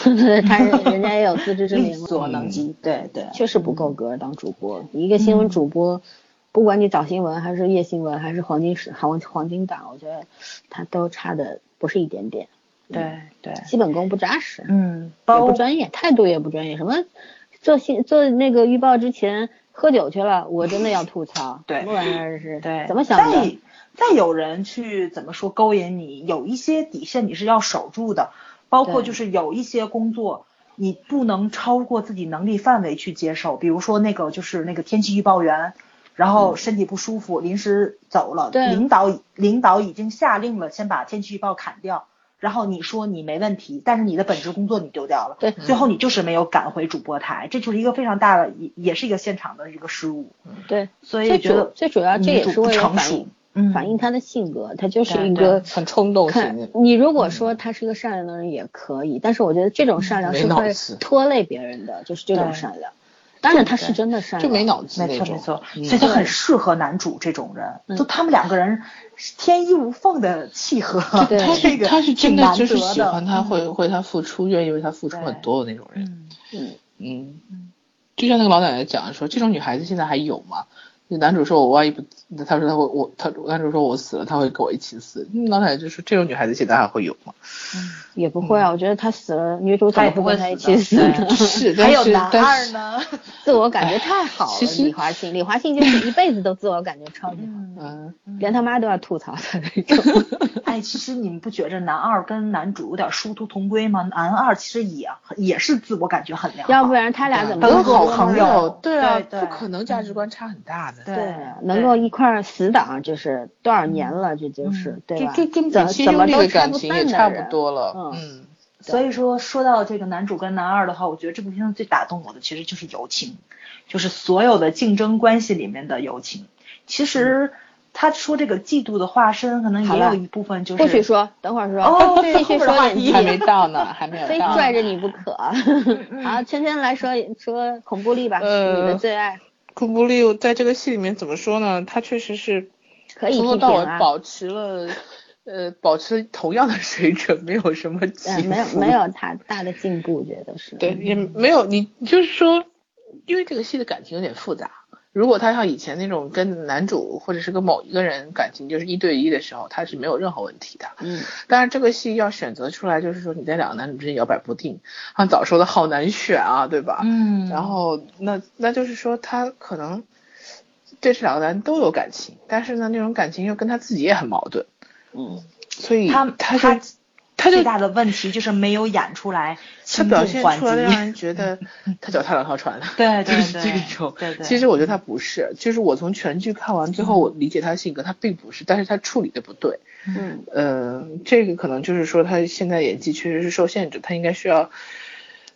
Speaker 2: 他人人家也有自知之
Speaker 4: 力
Speaker 2: 明嘛，
Speaker 4: 所能及，对对，
Speaker 2: 嗯确实不够格当主播。一个
Speaker 4: 嗯
Speaker 2: 新闻主播，不管你早新闻还是夜新闻还是黄金时黄黄金档，我觉得他都差的不是一点点，
Speaker 4: 对对，
Speaker 2: 基本功不扎实。
Speaker 4: 嗯，
Speaker 2: 也
Speaker 4: 包。
Speaker 2: 不专业，态度也不专业。什么做新做那个预报之前喝酒去了，我真的要吐槽
Speaker 4: 对
Speaker 2: 什么玩意儿这是？
Speaker 4: 对，
Speaker 2: 怎么想的
Speaker 4: 再？再有人去怎么说勾引你，有一些底线你是要守住的，包括
Speaker 2: 对
Speaker 4: 就是有一些工作。你不能超过自己能力范围去接受，比如说那个就是那个天气预报员，然后身体不舒服临时走了，
Speaker 2: 嗯对
Speaker 4: 领导领导已经下令了，先把天气预报砍掉，然后你说你没问题，但是你的本职工作你丢掉了，
Speaker 2: 对
Speaker 4: 最后你就是没有赶回主播台，这就是一个非常大的，也也是一个现场的一个失误，
Speaker 2: 对，
Speaker 4: 所
Speaker 2: 最
Speaker 4: 以觉
Speaker 2: 主
Speaker 4: 得
Speaker 2: 最主要这
Speaker 4: 女
Speaker 2: 也
Speaker 4: 主
Speaker 2: 是为
Speaker 4: 不
Speaker 2: 了
Speaker 4: 成
Speaker 2: 反
Speaker 4: 熟
Speaker 2: 映、
Speaker 4: 嗯
Speaker 2: 反映他的性格，他就是
Speaker 4: 对
Speaker 2: 一
Speaker 4: 对
Speaker 2: 个。
Speaker 3: 很冲动型
Speaker 2: 看
Speaker 3: 的，
Speaker 2: 你如果说他是个善良的人也可以，但是我觉得这种善良
Speaker 3: 没
Speaker 2: 是
Speaker 3: 脑
Speaker 2: 会
Speaker 3: 子
Speaker 2: 拖累别人的，就是这
Speaker 4: 对
Speaker 2: 种善良。当然他是真的善
Speaker 3: 就
Speaker 2: 良，
Speaker 3: 没脑子
Speaker 4: 没
Speaker 3: 那
Speaker 4: 错
Speaker 3: 种。
Speaker 4: 没错，
Speaker 3: 嗯
Speaker 4: 所以他很适合男主这种人，
Speaker 2: 嗯
Speaker 4: 就他们两个人是天衣无缝的契合，
Speaker 2: 对
Speaker 3: 他
Speaker 4: 这
Speaker 3: 是
Speaker 4: 个
Speaker 3: 他是真
Speaker 4: 挺
Speaker 3: 的
Speaker 4: 难
Speaker 3: 就是
Speaker 4: 得
Speaker 3: 喜欢
Speaker 4: 的。
Speaker 3: 他，会为他付出，愿意为他付出
Speaker 4: 对
Speaker 3: 很多的那种人。
Speaker 4: 嗯，
Speaker 2: 嗯，
Speaker 3: 嗯，就像那个老奶奶讲的说，这种女孩子现在还有吗？那男主说，我万一不，他说他会我他男主说我死了，他会跟我一起死。嗯老奶奶就说，这种女孩子现在还会有吗？
Speaker 2: 也不会啊，
Speaker 3: 嗯
Speaker 2: 我觉得他死了，女主
Speaker 4: 他
Speaker 2: 怎
Speaker 4: 也
Speaker 2: 么
Speaker 4: 不
Speaker 2: 跟
Speaker 4: 会
Speaker 2: 他一
Speaker 4: 死的
Speaker 2: 起死
Speaker 4: 对
Speaker 2: 呢？
Speaker 3: 是，
Speaker 4: 还
Speaker 3: 但
Speaker 4: 有
Speaker 3: 是
Speaker 4: 男
Speaker 3: 但
Speaker 4: 二
Speaker 3: 是
Speaker 4: 呢，
Speaker 2: 自我感觉太好
Speaker 3: 其
Speaker 2: 了，
Speaker 3: 实
Speaker 2: 李华庆，李华庆就是一辈子都自我感觉超级好，
Speaker 3: 嗯，
Speaker 2: 连他妈都要吐槽他那种。
Speaker 4: 哎，其实你们不觉着男二跟男主有点殊途同归吗？男二其实也也是自我感觉很良好，
Speaker 2: 要不然他俩怎么
Speaker 4: 都
Speaker 3: 都
Speaker 4: 是
Speaker 2: 能
Speaker 3: 好
Speaker 4: 好
Speaker 2: 够
Speaker 3: 朋
Speaker 4: 朋
Speaker 3: 友
Speaker 4: 友，
Speaker 3: 对啊，
Speaker 4: 对对
Speaker 3: 不可能价值观差很大的。
Speaker 4: 对
Speaker 2: 对啊，能够一块儿死党，就是多少年了，这就是
Speaker 4: 嗯
Speaker 2: 对
Speaker 3: 就
Speaker 2: 吧？
Speaker 3: 就跟
Speaker 2: 怎
Speaker 3: 比亲
Speaker 2: 怎么
Speaker 3: 兄弟
Speaker 2: 都
Speaker 3: 的
Speaker 2: 拆
Speaker 3: 感
Speaker 2: 不
Speaker 3: 情也
Speaker 2: 散
Speaker 3: 差
Speaker 2: 的
Speaker 3: 不
Speaker 2: 人。
Speaker 3: 多了，
Speaker 2: 嗯
Speaker 3: 嗯，
Speaker 4: 所以说，说到这个男主跟男二的话，我觉得这部片子最打动我的其实就是友情，就是所有的竞争关系里面的友情。其
Speaker 3: 嗯
Speaker 4: 实他说这个嫉妒的化身，可能
Speaker 2: 好
Speaker 4: 也
Speaker 2: 了
Speaker 4: 有一部分就是
Speaker 2: 不许说，等会儿
Speaker 4: 哦
Speaker 2: 说，
Speaker 4: 对
Speaker 2: 继
Speaker 4: 后
Speaker 2: 续
Speaker 4: 边的话
Speaker 2: 说
Speaker 4: 题
Speaker 2: 演技
Speaker 4: 嗯
Speaker 3: 还。没到呢，还没有
Speaker 2: 非
Speaker 3: 到
Speaker 2: 拽
Speaker 3: 呢。
Speaker 2: 着你不可。好，圈圈来说说恐怖力吧，
Speaker 3: 嗯呃
Speaker 2: 你的最爱。
Speaker 3: 库布利在这个戏里面怎么说呢？他确实是
Speaker 2: 可以
Speaker 3: 从头
Speaker 2: 批评
Speaker 3: 到尾
Speaker 2: 啊，
Speaker 3: 保持了呃保持同样的水准，没有什么起
Speaker 2: 嗯，
Speaker 3: 伏，
Speaker 2: 没有没有太大的进步，觉得是。
Speaker 3: 对，也没有你就是说，因为这个戏的感情有点复杂。如果他像以前那种跟男主或者是跟某一个人感情就是一对一的时候，他是没有任何问题的。
Speaker 2: 嗯，
Speaker 3: 但是这个戏要选择出来，就是说你在两个男女之间摇摆不定，像早说的好难选啊，对吧？
Speaker 4: 嗯
Speaker 3: 然后那那就是说他可能对这两个人都有感情，但是呢，那种感情又跟他自己也很矛盾，
Speaker 2: 嗯，
Speaker 3: 所以
Speaker 4: 他
Speaker 3: 他
Speaker 4: 他
Speaker 3: 就他就
Speaker 4: 最大的问题就是没有演出来
Speaker 3: 他
Speaker 4: 轻重
Speaker 3: 表现
Speaker 4: 缓
Speaker 3: 出来 让
Speaker 4: 急。
Speaker 3: 人觉得他脚踏两条船了。
Speaker 4: 对
Speaker 3: 就
Speaker 4: 对
Speaker 3: 是
Speaker 4: 对，
Speaker 3: 这种。
Speaker 4: 对对，嗯
Speaker 3: 其实我觉得他不是，就是我从全剧看完最后，我理解他的性格，他并不是，但是他处理的不对。
Speaker 2: 嗯，
Speaker 3: 呃，这个可能就是说他现在演技确实是受限制，他应该需要，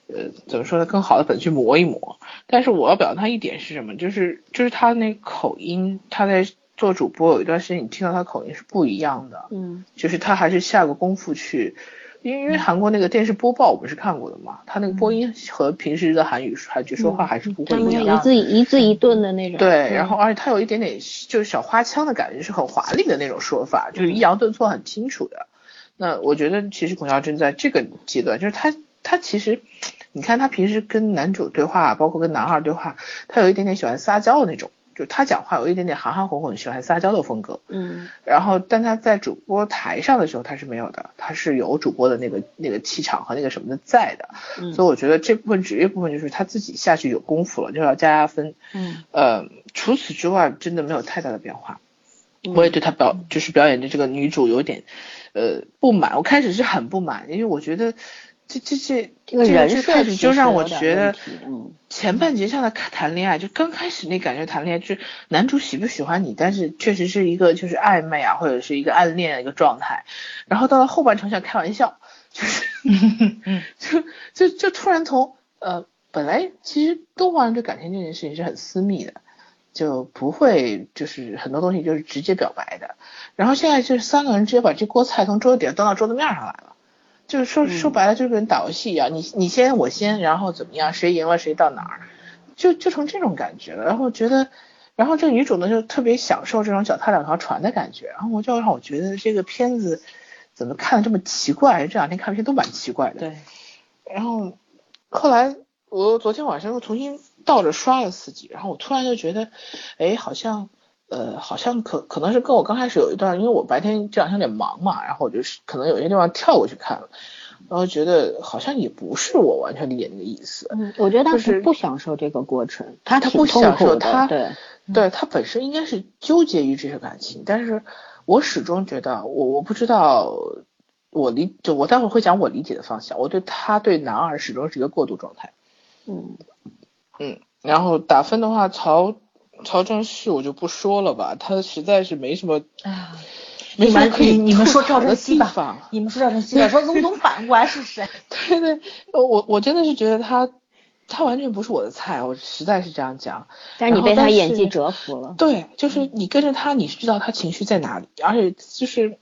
Speaker 3: 呃，怎么说呢，更好的本去磨一磨。但是我要表扬他一点是什么？就是就是他那口音，他在做主播有一段时间，你听到他口音是不一样的。
Speaker 2: 嗯，
Speaker 3: 就是他还是下过功夫去，因为因为韩国那个电视播报我们是看过的嘛，他那个播音和平时的韩语韩剧说话还是不
Speaker 2: 就
Speaker 3: 会
Speaker 2: 没
Speaker 3: 一
Speaker 2: 有
Speaker 3: 样
Speaker 2: 一
Speaker 3: 的。
Speaker 2: 字一字一顿的那种。
Speaker 3: 对，
Speaker 2: 嗯
Speaker 3: 然后而且他有一点点就是小花腔的感觉，是很华丽的那种说法，就是抑扬顿挫很清楚的。那我觉得其实孔孝真在这个阶段，就是他他其实，你看他平时跟男主对话，包括跟男二对话，他有一点点喜欢撒娇的那种，就他讲话有一点点含含混混，喜欢撒娇的风格。
Speaker 2: 嗯
Speaker 3: 然后，但他在主播台上的时候他是没有的，他是有主播的那个那个气场和那个什么的在的，
Speaker 2: 嗯
Speaker 3: 所以我觉得这部分职业部分就是他自己下去有功夫了，就要加加分。
Speaker 2: 嗯，
Speaker 3: 呃，除此之外真的没有太大的变化。我
Speaker 2: 嗯
Speaker 3: 也对她表就是表演的这个女主有点呃不满，我开始是很不满，因为我觉得这这这
Speaker 2: 这个人
Speaker 3: 这
Speaker 2: 设
Speaker 3: 开始
Speaker 2: 其
Speaker 3: 就
Speaker 2: 实
Speaker 3: 让
Speaker 2: 有
Speaker 3: 我
Speaker 2: 点
Speaker 3: 觉
Speaker 2: 问
Speaker 3: 得
Speaker 2: 题嗯
Speaker 3: 前半截像他谈恋爱，就刚开始那感觉谈恋爱，就是男主喜不喜欢你，但是确实是一个就是暧昧啊，或者是一个暗恋的一个状态，然后到了后半程像开玩笑， 就是。嗯就就就突然从呃，本来其实跟华人对感情这件事情是很私密的，就不会就是很多东西就是直接表白的。然后现在就是三个人直接把这锅菜从桌子底下端到桌子面上来了，就是说说白了就是跟打游戏一样，你你先我先，然后怎么样，谁赢了谁到哪儿，就就成这种感觉了。然后觉得。然后这个女主呢，就特别享受这种脚踏两条船的感觉。然后我就让我觉得这个片子怎么看的这么奇怪？这两天看片都蛮奇怪的。
Speaker 4: 对，
Speaker 3: 然后后来我昨天晚上又重新倒着刷了四集，然后我突然就觉得，哎，好像呃，好像可可能是跟我刚开始有一段，因为我白天这两天有点忙嘛，然后我就是可能有些地方跳过去看了，然后觉得好像也不是我完全理解那个意思。
Speaker 2: 嗯，我觉得他
Speaker 3: 就是是
Speaker 2: 不享受这个过程，他
Speaker 3: 他
Speaker 2: 挺
Speaker 3: 不
Speaker 2: 痛
Speaker 3: 享
Speaker 2: 苦
Speaker 3: 受
Speaker 2: 的
Speaker 3: 他
Speaker 2: 对，
Speaker 3: 对他本身应该是纠结于这些感情，但是我始终觉得我我不知道我理就我待会儿会讲我理解的方向，我对他对男二始终是一个过渡状态。
Speaker 2: 嗯
Speaker 3: 嗯，然后打分的话，曹曹正旭我就不说了吧，他实在是没什么，
Speaker 4: 啊，
Speaker 3: 没
Speaker 4: 你
Speaker 3: 什么
Speaker 4: 们
Speaker 3: 可以
Speaker 4: 你你们说
Speaker 3: 吐
Speaker 4: 赵
Speaker 3: 槽
Speaker 4: 晨
Speaker 3: 的
Speaker 4: 曦
Speaker 3: 地
Speaker 4: 吧
Speaker 3: 方，
Speaker 4: 你们说赵晨曦 吧，说龙总反过来是谁？
Speaker 3: 对对，我我真的是觉得他他完全不是我的菜，我实在是这样讲。
Speaker 2: 但是你
Speaker 3: 然后
Speaker 2: 被他
Speaker 3: 但
Speaker 2: 演技
Speaker 3: 是
Speaker 2: 折服 了。嗯
Speaker 3: 对，就是你跟着他，你是知道他情绪在哪里，而且就是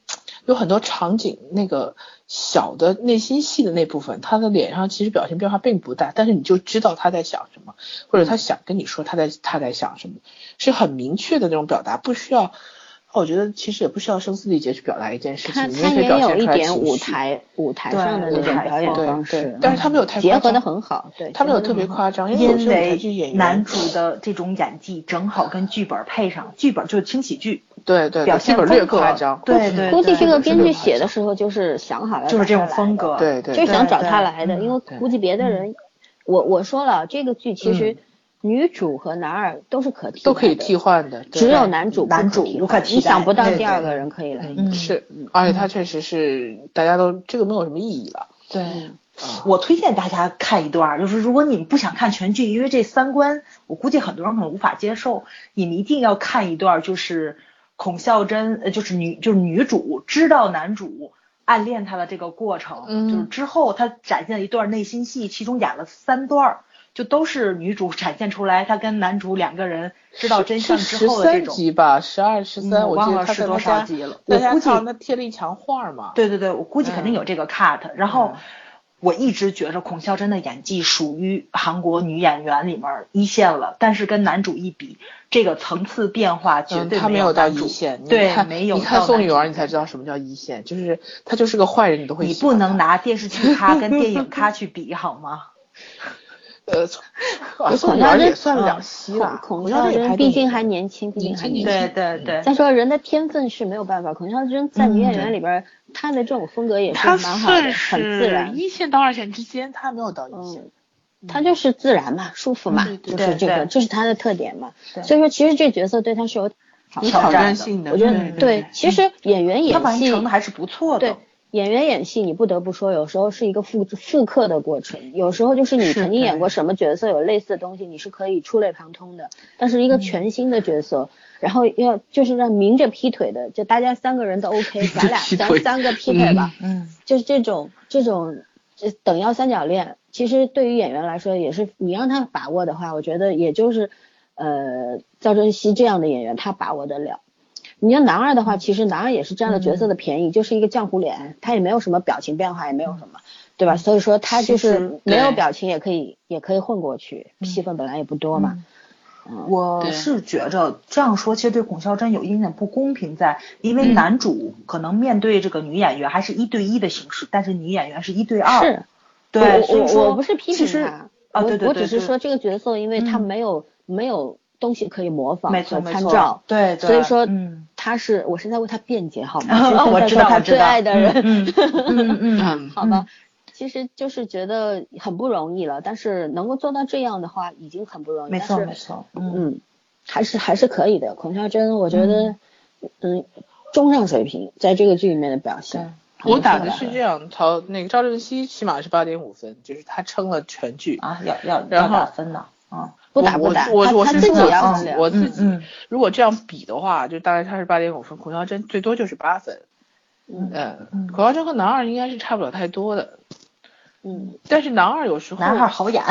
Speaker 3: 有很多场景，那个小的内心戏的那部分，他的脸上其实表情变化并不大，但是你就知道他在想什么，或
Speaker 2: 嗯
Speaker 3: 者他想跟你说他在他在想什么，是很明确的那种表达，不需要。哦我觉得其实也不需要声嘶力竭去表达一件事
Speaker 2: 他
Speaker 3: 情，你
Speaker 2: 他
Speaker 3: 可以
Speaker 2: 也
Speaker 3: 表
Speaker 2: 有
Speaker 3: 现
Speaker 2: 一
Speaker 3: 出来
Speaker 2: 点
Speaker 3: 情
Speaker 2: 舞
Speaker 3: 绪。
Speaker 2: 台舞台
Speaker 4: 对
Speaker 2: 上的那
Speaker 4: 舞
Speaker 2: 种
Speaker 4: 台
Speaker 2: 表演
Speaker 4: 风
Speaker 2: 方
Speaker 3: 对
Speaker 2: 式，嗯
Speaker 3: 但是他没有太
Speaker 2: 结
Speaker 3: 夸
Speaker 2: 合的
Speaker 3: 张
Speaker 2: 很好，对，
Speaker 3: 他没有
Speaker 2: 结合得
Speaker 3: 特别
Speaker 2: 很好
Speaker 3: 夸张，因为有
Speaker 4: 因
Speaker 3: 些舞台剧
Speaker 4: 为
Speaker 3: 演员
Speaker 4: 男主的这种演技正好跟剧本配上，剧本就是轻喜剧，
Speaker 3: 对对
Speaker 4: 表
Speaker 3: 对，基
Speaker 4: 现
Speaker 3: 本略
Speaker 4: 风格
Speaker 3: 夸张，
Speaker 4: 对对
Speaker 2: 估计这个编剧
Speaker 3: 对
Speaker 2: 写的时候就是想好了，
Speaker 4: 就是这种风。格。
Speaker 3: 对对
Speaker 2: 就是想
Speaker 4: 对
Speaker 2: 找
Speaker 4: 对
Speaker 2: 他来的，
Speaker 4: 嗯嗯
Speaker 2: 因为
Speaker 3: 对
Speaker 2: 估计别的人，我我说了，这个剧其实女主和男二都是可替
Speaker 3: 都可以
Speaker 2: 代的
Speaker 3: 替，换的，对
Speaker 2: 只有男主不
Speaker 4: 男主
Speaker 2: 替
Speaker 4: 无
Speaker 2: 换
Speaker 4: 可替
Speaker 2: 你想
Speaker 4: 代
Speaker 2: 不到
Speaker 4: 对
Speaker 2: 第二
Speaker 3: 对
Speaker 2: 个人可以来
Speaker 3: 嗯
Speaker 4: 嗯
Speaker 3: 是，而且它确实是大家都这个没有什么意义了。
Speaker 4: 对，
Speaker 3: 啊
Speaker 4: 我推荐大家看一段儿，就是如果你们不想看全剧，因为这三观我估计很多人可能无法接受，你们一定要看一段儿，就是孔孝真，呃，就是女就是女主知道男主暗恋她的这个过程，
Speaker 3: 嗯
Speaker 4: 就是之后她展现了一段内心戏，其中演了三段儿，就都是女主展现出来她跟男主两个人知道真相之
Speaker 3: 是
Speaker 4: 后的这
Speaker 3: 三
Speaker 4: 种。
Speaker 3: 集吧，十二、十
Speaker 4: 嗯
Speaker 3: 三，
Speaker 4: 我
Speaker 3: 记
Speaker 4: 忘
Speaker 3: 得
Speaker 4: 了
Speaker 3: 他
Speaker 4: 是
Speaker 3: 在
Speaker 4: 多
Speaker 3: 他
Speaker 4: 少
Speaker 3: 家
Speaker 4: 集了
Speaker 3: 大
Speaker 4: 我
Speaker 3: 家
Speaker 4: 估计
Speaker 3: 看那贴了一墙画嘛。嗯
Speaker 4: 对对对，我估计肯定有这个 cut、然后我一直觉着孔孝真的演技属于韩国女演员里面一线了，但是跟男主一比，这个层次变化绝
Speaker 3: 嗯，
Speaker 4: 对
Speaker 3: 他没
Speaker 4: 有
Speaker 3: 到
Speaker 4: 男主。
Speaker 3: 一线。你
Speaker 4: 对
Speaker 3: 看
Speaker 4: 没有
Speaker 3: 你看
Speaker 4: 到
Speaker 3: 宋
Speaker 4: 男
Speaker 3: 雨
Speaker 4: 主
Speaker 3: 儿，你才知道什么叫一线，就是他就是个坏人，你都会
Speaker 4: 你
Speaker 3: 喜
Speaker 4: 不
Speaker 3: 欢
Speaker 4: 能
Speaker 3: 他
Speaker 4: 拿电视剧咖跟电影咖去比好 吗？
Speaker 3: 呃，宋啊宋
Speaker 2: 孔
Speaker 3: 雨
Speaker 2: 孝
Speaker 3: 儿
Speaker 2: 真
Speaker 3: 也算两栖
Speaker 2: 孔
Speaker 3: 了，
Speaker 2: 嗯孔
Speaker 3: 孝
Speaker 2: 孝
Speaker 3: 也
Speaker 2: 真
Speaker 3: 拍
Speaker 2: 毕
Speaker 3: 电
Speaker 2: 竟
Speaker 3: 影
Speaker 2: 还年轻，毕竟还年
Speaker 3: 年轻
Speaker 2: 轻。
Speaker 4: 对对对，
Speaker 2: 再说人的天分是没有办法，孔孝真在女演员里边儿，她的这种风格也是
Speaker 3: 他
Speaker 2: 蛮好的，
Speaker 3: 嗯算
Speaker 2: 很自
Speaker 3: 是
Speaker 2: 然。
Speaker 3: 一线到二线之间，他没有到一线
Speaker 2: 嗯。她就是自然嘛，舒服嘛
Speaker 3: 对，对
Speaker 2: 就是
Speaker 4: 对
Speaker 2: 这个，
Speaker 4: 对
Speaker 2: 这是她的特点嘛。
Speaker 4: 对
Speaker 2: 所以说，其实这角色对她是有挑战
Speaker 3: 有挑
Speaker 2: 的
Speaker 3: 战性的，
Speaker 2: 我觉
Speaker 3: 对
Speaker 2: 得对，其实演员
Speaker 4: 他
Speaker 2: 演
Speaker 4: 完
Speaker 2: 戏
Speaker 4: 成的还是不错的
Speaker 2: 对。演员演戏，你不得不说，有时候是一个复复刻的过程，有时候就是你
Speaker 3: 是
Speaker 2: 曾经
Speaker 3: 的
Speaker 2: 演过什么角色，有类似的东西，你是可以触类旁通的。但是一个全新的角色，然后要就是让明着劈腿的，就大家三个人都 OK，咱俩
Speaker 3: 劈
Speaker 2: 咱
Speaker 3: 腿
Speaker 2: 三个劈腿吧，
Speaker 4: 嗯，
Speaker 2: 就是这种这种这等腰三角恋，其实对于演员来说也是，你让他把握的话，我觉得也就是呃赵正熙这样的演员他把握得了。你像男二的话，其实男二也是占了角色
Speaker 4: 嗯
Speaker 2: 的便宜，就是一个浆糊脸，他也没有什么表情变化，也没有什么，对吧？所以说他就
Speaker 3: 其实
Speaker 2: 是没有
Speaker 3: 对
Speaker 2: 表情也可以也可以混过去，
Speaker 4: 嗯
Speaker 2: 戏份本来也不多嘛。
Speaker 4: 我
Speaker 3: 嗯对
Speaker 4: 是觉着这样说，其实对孔孝真有一点点不公平在，因
Speaker 3: 嗯
Speaker 4: 为男主可能面对这个女演员还是一对一的形式，但是女演员是一对二。
Speaker 2: 是，
Speaker 4: 嗯哦对，
Speaker 2: 我
Speaker 4: 所以
Speaker 2: 我
Speaker 4: 说
Speaker 2: 我不是批
Speaker 4: 其
Speaker 2: 评
Speaker 4: 实
Speaker 2: 他，
Speaker 4: 啊，对对对
Speaker 2: 我我只是
Speaker 4: 对
Speaker 2: 说这个角色，因为他
Speaker 4: 嗯
Speaker 2: 没有、没有东西可以模仿
Speaker 4: 没
Speaker 2: 和
Speaker 4: 错没
Speaker 2: 参
Speaker 4: 错
Speaker 2: 照，
Speaker 4: 对对
Speaker 2: 所以说
Speaker 4: 嗯
Speaker 2: 他是我是在为他辩解，好 吗？
Speaker 4: 啊， 我
Speaker 2: 是在
Speaker 4: 知
Speaker 2: 说
Speaker 4: 道
Speaker 2: 他
Speaker 4: 我知道，
Speaker 2: 最爱的人，
Speaker 4: 嗯嗯嗯嗯，
Speaker 3: 嗯，
Speaker 2: 好吧。其实就是觉得很不容易了，但是能够做到这样的话已经很不容易。
Speaker 4: 没错
Speaker 2: 但
Speaker 4: 没
Speaker 2: 是，
Speaker 4: 错，嗯
Speaker 2: 嗯，还是还是可以的。孔孝真，我觉得，嗯，中上水平，在这个剧里面的表
Speaker 4: 对
Speaker 2: 现，很
Speaker 3: 我
Speaker 2: 不
Speaker 3: 打
Speaker 2: 错
Speaker 3: 的是
Speaker 2: 了
Speaker 3: 这样，曹那个赵正熙起码是八点五分，就是他撑了全剧。
Speaker 4: 啊，要要
Speaker 3: 然
Speaker 4: 要
Speaker 3: 后
Speaker 4: 打分呢，啊，
Speaker 2: 不打不打，
Speaker 3: 我我
Speaker 2: 他
Speaker 3: 我
Speaker 2: 他
Speaker 3: 是
Speaker 2: 自己
Speaker 3: 说
Speaker 2: 要
Speaker 3: 我
Speaker 2: 衡
Speaker 3: 自
Speaker 2: 量
Speaker 3: 我自
Speaker 4: 嗯
Speaker 3: 己
Speaker 4: 嗯
Speaker 3: 如果这样比的话，就大概他是八点五分，孔孝真最多就是八分。
Speaker 2: 嗯
Speaker 3: 嗯，孔孝真和男二应该是差不了太多的，
Speaker 2: 嗯，
Speaker 3: 但是男二有时候
Speaker 4: 男二好演，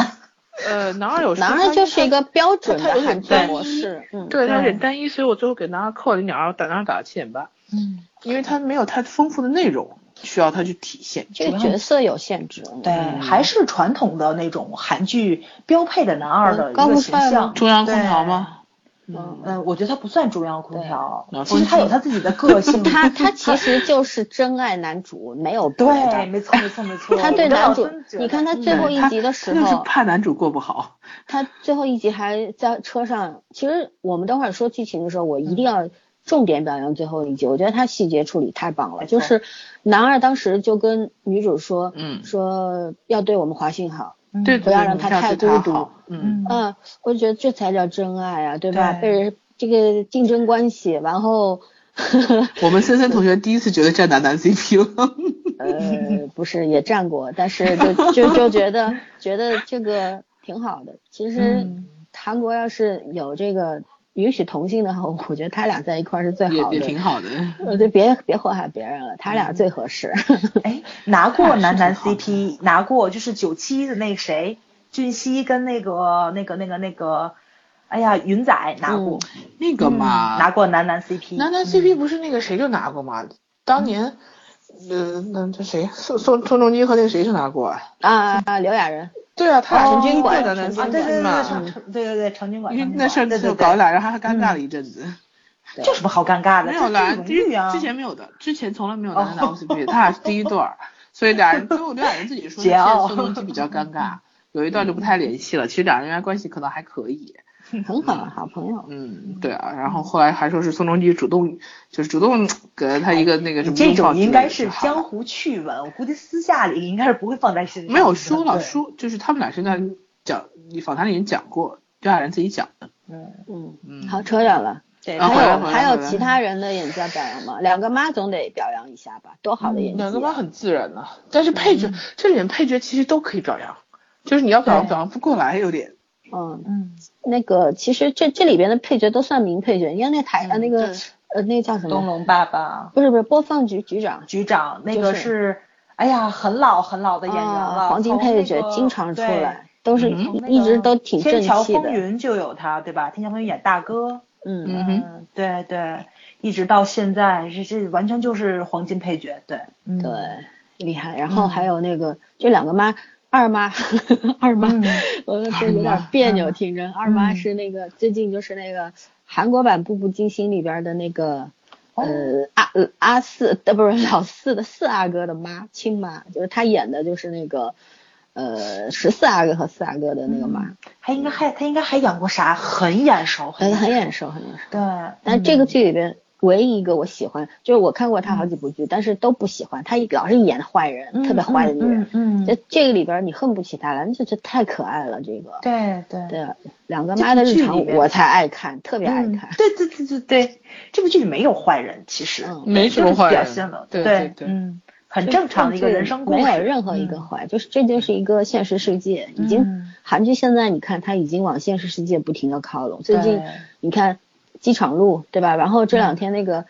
Speaker 3: 呃男二有时候
Speaker 2: 男
Speaker 3: 他
Speaker 2: 二就是一个标准
Speaker 3: 他
Speaker 2: 的
Speaker 3: 有点
Speaker 2: 韩剧
Speaker 3: 单
Speaker 2: 模
Speaker 3: 一
Speaker 2: 式，嗯，
Speaker 3: 对他有点
Speaker 4: 对
Speaker 3: 单一，所以我最后给男二扣了零点二，打男二打了七点八，
Speaker 4: 嗯，
Speaker 3: 因为他没有太丰富的内容需要他去体现。
Speaker 2: 这个角色有限制，嗯
Speaker 4: 对，还是传统的那种韩剧标配的男二的
Speaker 2: 嗯
Speaker 4: 一
Speaker 2: 高
Speaker 4: 个
Speaker 2: 富
Speaker 4: 形
Speaker 2: 帅吗
Speaker 4: 象，
Speaker 3: 中央空
Speaker 4: 对
Speaker 3: 调吗？
Speaker 2: 嗯
Speaker 4: 嗯，我觉得他不算中央空调
Speaker 3: 对，
Speaker 4: 其实他有他自己的个 性。
Speaker 2: 他他其实就是真爱男主，没有别
Speaker 4: 对，
Speaker 2: 的。
Speaker 4: 没错没错没错。
Speaker 2: 他对男主，你看他最后
Speaker 3: 对
Speaker 2: 一
Speaker 3: 他
Speaker 2: 集的时
Speaker 3: 他就是
Speaker 2: 候，
Speaker 3: 怕男主过不好。
Speaker 2: 他最后一集还在车上。其实我们等会儿说剧情的时候，我一定要重点表扬最后一集，我觉得他细节处理太棒了。
Speaker 4: 没
Speaker 2: 就
Speaker 4: 错
Speaker 2: 是男二当时就跟女主说，
Speaker 3: 嗯
Speaker 2: 说要对我们华信好，
Speaker 3: 对，
Speaker 2: 不要让他
Speaker 3: 他
Speaker 2: 太孤独
Speaker 3: 好。嗯，
Speaker 4: 嗯
Speaker 2: 嗯，我觉得这才叫真爱啊，对吧？
Speaker 4: 对
Speaker 2: 被人这个竞争关系，然后
Speaker 3: 我们森森同学第一次觉得站男男 CP 了。
Speaker 2: 呃，不是也站过，但是就就就觉得觉得这个挺好的。其实
Speaker 4: 嗯
Speaker 2: 韩国要是有这个允许同性的话，我觉得他俩在一块儿是最
Speaker 3: 也
Speaker 2: 好
Speaker 3: 也
Speaker 2: 的
Speaker 3: 挺。好的，
Speaker 2: 呃，就别别祸害别人了，他俩
Speaker 3: 嗯
Speaker 2: 最合适。
Speaker 4: 哎，拿过男男 CP，拿过就是九七的那个谁，俊熙跟那个那个那个那个，哎呀，云仔拿过，嗯
Speaker 3: 那个嘛，
Speaker 4: 拿过男男 CP。
Speaker 3: 男男 CP 不是嗯那个谁就拿过嘛？当年，呃，那这谁宋宋宋仲基和那个谁是拿过啊？
Speaker 2: 啊，刘亚仁，
Speaker 3: 对啊，他俩
Speaker 2: 陈
Speaker 3: 是
Speaker 2: 军
Speaker 3: 第一
Speaker 2: 馆
Speaker 3: 对男男
Speaker 2: 陈
Speaker 4: 啊，
Speaker 2: 军
Speaker 3: CP
Speaker 4: 对对对对，
Speaker 3: 嘛
Speaker 4: 成成对对对，成军馆，
Speaker 3: 因为
Speaker 4: 成
Speaker 3: 嗯
Speaker 4: 军
Speaker 3: 那事儿
Speaker 4: 馆对
Speaker 3: 就
Speaker 4: 对
Speaker 3: 搞
Speaker 4: 对，
Speaker 3: 俩人还尴尬了一阵子。
Speaker 4: 这有什么好尴尬的？
Speaker 3: 没有啦，
Speaker 4: 了，这
Speaker 3: 之
Speaker 4: 荣誉啊哦
Speaker 3: 之。前没有的，之前从来没有男的拿过 CP，他俩是第一对儿，所以俩人最后俩人自己 说，
Speaker 4: 桀
Speaker 3: 现在
Speaker 4: 骜
Speaker 3: 宋仲基比较尴尬，有一段
Speaker 4: 嗯
Speaker 3: 就不太联系了。其实俩人原来关系可能还可以，
Speaker 2: 很好，好朋友。
Speaker 3: 嗯，对啊。然后后来还说是宋仲基主动，就是主动给了他一个那个什
Speaker 4: 你
Speaker 3: 么
Speaker 4: 哎这
Speaker 3: 拥抱
Speaker 4: 种
Speaker 3: 之
Speaker 4: 应
Speaker 3: 类
Speaker 4: 该
Speaker 3: 的
Speaker 4: 是
Speaker 3: 就好了
Speaker 4: 江湖趣闻，我估计私下里应该是不会放在心上。
Speaker 3: 没有说了，
Speaker 4: 对，
Speaker 3: 说就是他们俩现在讲，你访谈里人讲过，对俩人自己讲的。
Speaker 4: 嗯，
Speaker 2: 嗯，
Speaker 3: 嗯
Speaker 2: 好，扯远了。
Speaker 4: 对，
Speaker 3: 啊回
Speaker 4: 他
Speaker 2: 还
Speaker 3: 来
Speaker 2: 有
Speaker 3: 回来
Speaker 2: 还
Speaker 3: 回
Speaker 2: 有
Speaker 3: 来
Speaker 2: 其他人的演技要表扬吗？两个妈总得表扬一下吧，多好的演技啊！
Speaker 3: 嗯两个妈很自然呢，但是配角、这里面配角其实都可以表扬，就是你要表扬
Speaker 4: 嗯对
Speaker 3: 表扬不过来有点。
Speaker 2: 嗯，
Speaker 4: 嗯，
Speaker 2: 那个其实这这里边的配角都算名配角，你看那台、呃那个
Speaker 3: 嗯对
Speaker 2: 呃那个叫什
Speaker 4: 东
Speaker 2: 么？
Speaker 4: 龙爸爸
Speaker 2: 不是不是，播放局局长
Speaker 4: 局长那个
Speaker 2: 就是
Speaker 4: 是，哎呀，很老很老的演员了，
Speaker 2: 啊，黄金配角
Speaker 4: 从那个
Speaker 2: 经常出。来
Speaker 4: 对，
Speaker 2: 都是
Speaker 3: 嗯
Speaker 2: 一
Speaker 4: 从那个
Speaker 2: 一直都挺正
Speaker 4: 天桥
Speaker 2: 气
Speaker 4: 风
Speaker 2: 的，
Speaker 4: 云就有他，对吧？天桥风云演大哥，
Speaker 2: 嗯，
Speaker 3: 嗯哼，
Speaker 4: 嗯，对对，一直到现在，这这完全就是黄金配角，对，嗯
Speaker 2: 对，厉害。然后还有那个，就两个妈，二妈， 二妈，我就有点别扭听着。二妈是那个最近就是那个韩国版《步步惊心》里边的那个。呃，阿呃阿四呃不是老四的四阿哥的妈亲妈，就是她演的就是那个呃十四阿哥和四阿哥的那个妈，
Speaker 4: 还应该还他应该还演过啥，很眼熟，
Speaker 2: 很
Speaker 4: 眼
Speaker 2: 很眼熟很眼熟。
Speaker 4: 对。嗯
Speaker 2: 但这个剧里边唯一一个我喜欢，就是我看过她好几部剧，但是都不喜欢她，老是演坏人，
Speaker 4: 嗯
Speaker 2: 特别坏的女人。
Speaker 4: 嗯，嗯嗯
Speaker 2: 这这个里边你恨不起她来，这这太可爱了，这个。
Speaker 4: 对对
Speaker 2: 对，两个妈的日
Speaker 4: 这部剧里
Speaker 2: 常
Speaker 4: 边
Speaker 2: 我才爱看，特别爱
Speaker 4: 嗯
Speaker 2: 看。
Speaker 4: 对对对对对，这部剧里没有坏人，其实
Speaker 2: 嗯
Speaker 3: 没什
Speaker 4: 就
Speaker 3: 么
Speaker 4: 是
Speaker 3: 坏
Speaker 4: 表
Speaker 3: 人
Speaker 4: 现了，，
Speaker 3: 对对，
Speaker 4: 嗯，很正常的一个人生故事，
Speaker 2: 没有任何一个
Speaker 4: 嗯
Speaker 2: 坏，就是这就是一个现实世界，已经、
Speaker 4: 嗯
Speaker 2: 韩剧现在你看它已经往现实世界不停的靠拢，最近
Speaker 4: 对嗯
Speaker 2: 你看机场路对吧？然后这两天那个、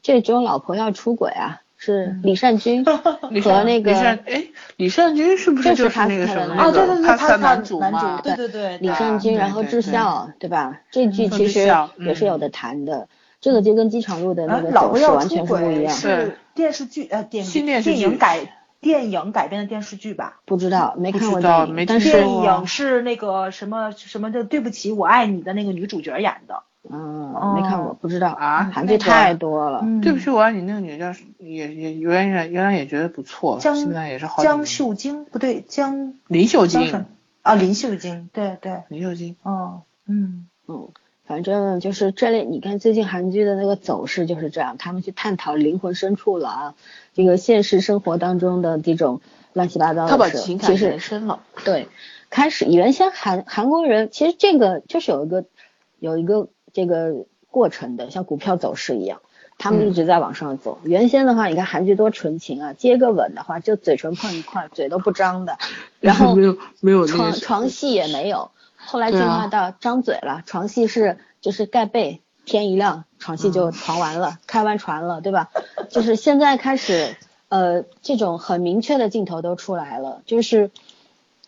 Speaker 2: 这周老婆要出轨啊，
Speaker 4: 嗯
Speaker 2: 是李善 均
Speaker 3: 李
Speaker 2: 和
Speaker 3: 善
Speaker 2: 那
Speaker 3: 李善
Speaker 2: 个。
Speaker 3: 哎，李善均是不
Speaker 2: 就是是
Speaker 3: 就
Speaker 2: 他
Speaker 3: 那个
Speaker 2: 他
Speaker 3: 什
Speaker 2: 的
Speaker 3: 么
Speaker 2: 那
Speaker 3: 那
Speaker 4: 哦，
Speaker 2: 个
Speaker 4: 对
Speaker 3: 个
Speaker 4: 对对，
Speaker 3: 他
Speaker 4: 他
Speaker 3: 三
Speaker 4: 男
Speaker 3: 主
Speaker 4: 男
Speaker 3: 嘛
Speaker 4: 主，？对对对，
Speaker 2: 李
Speaker 4: 啊对嗯
Speaker 2: 善均，
Speaker 3: 对
Speaker 2: 然后
Speaker 3: 对
Speaker 2: 智
Speaker 3: 对
Speaker 2: 孝，对吧？这剧
Speaker 3: 和
Speaker 2: 其
Speaker 3: 智
Speaker 2: 实
Speaker 3: 孝
Speaker 2: 也是有
Speaker 3: 嗯
Speaker 2: 的谈的，这个就跟机场路的那
Speaker 4: 啊
Speaker 2: 个
Speaker 4: 老
Speaker 2: 走
Speaker 4: 婆
Speaker 2: 势
Speaker 4: 要
Speaker 2: 完
Speaker 4: 出
Speaker 2: 全是不一
Speaker 4: 轨
Speaker 2: 样。
Speaker 3: 对
Speaker 4: 是电视剧呃电
Speaker 3: 新电视
Speaker 4: 电
Speaker 3: 剧
Speaker 4: 影改电影改编的电视剧吧？
Speaker 2: 不知道，没
Speaker 3: 不
Speaker 2: 看
Speaker 3: 知
Speaker 2: 过
Speaker 3: 道
Speaker 2: 电影，
Speaker 3: 没
Speaker 2: 但
Speaker 3: 听
Speaker 2: 是
Speaker 4: 电
Speaker 3: 说
Speaker 4: 影是那个什么什么的，对不起，我爱你的那个女主角演的。
Speaker 2: 嗯，没看过，
Speaker 4: 哦
Speaker 2: 不知道
Speaker 3: 啊
Speaker 2: 韩
Speaker 3: 那
Speaker 2: 剧
Speaker 3: 个
Speaker 2: 太多了。
Speaker 4: 嗯
Speaker 3: 对不起，我爱你那个女的叫什也也原来原来也觉得不错，
Speaker 4: 江
Speaker 3: 现在也是好几
Speaker 4: 江
Speaker 3: 年
Speaker 4: 秀晶不对，江
Speaker 3: 林秀
Speaker 4: 江什
Speaker 3: 晶
Speaker 4: 么，啊？林秀晶，对对，
Speaker 3: 林秀晶，
Speaker 4: 哦，嗯，
Speaker 2: 嗯，反正就是这类，你看最近韩剧的那个走势就是这样，他们去探讨灵魂深处了啊，这个现实生活当中的这种乱七八糟
Speaker 3: 她把
Speaker 2: 的事，
Speaker 3: 情感
Speaker 2: 哦其
Speaker 3: 延
Speaker 2: 实
Speaker 3: 伸了，
Speaker 2: 对，开始原先韩韩国人其实这个就是有一个有一个这个过程的，像股票走势一样。他们
Speaker 3: 嗯
Speaker 2: 一直在往上走。原先的话，你看韩剧多纯情啊，接个吻的话就嘴唇碰一块，嘴都不张的，然后
Speaker 3: 没有没有那
Speaker 2: 床
Speaker 3: 个
Speaker 2: 床戏也没有，后来进
Speaker 3: 对啊
Speaker 2: 化到张嘴了，床戏是就是盖被，天一亮，床戏
Speaker 3: 嗯
Speaker 2: 就床完了，开完船了，对吧？就是现在开始，呃，这种很明确的镜头都出来了，就是，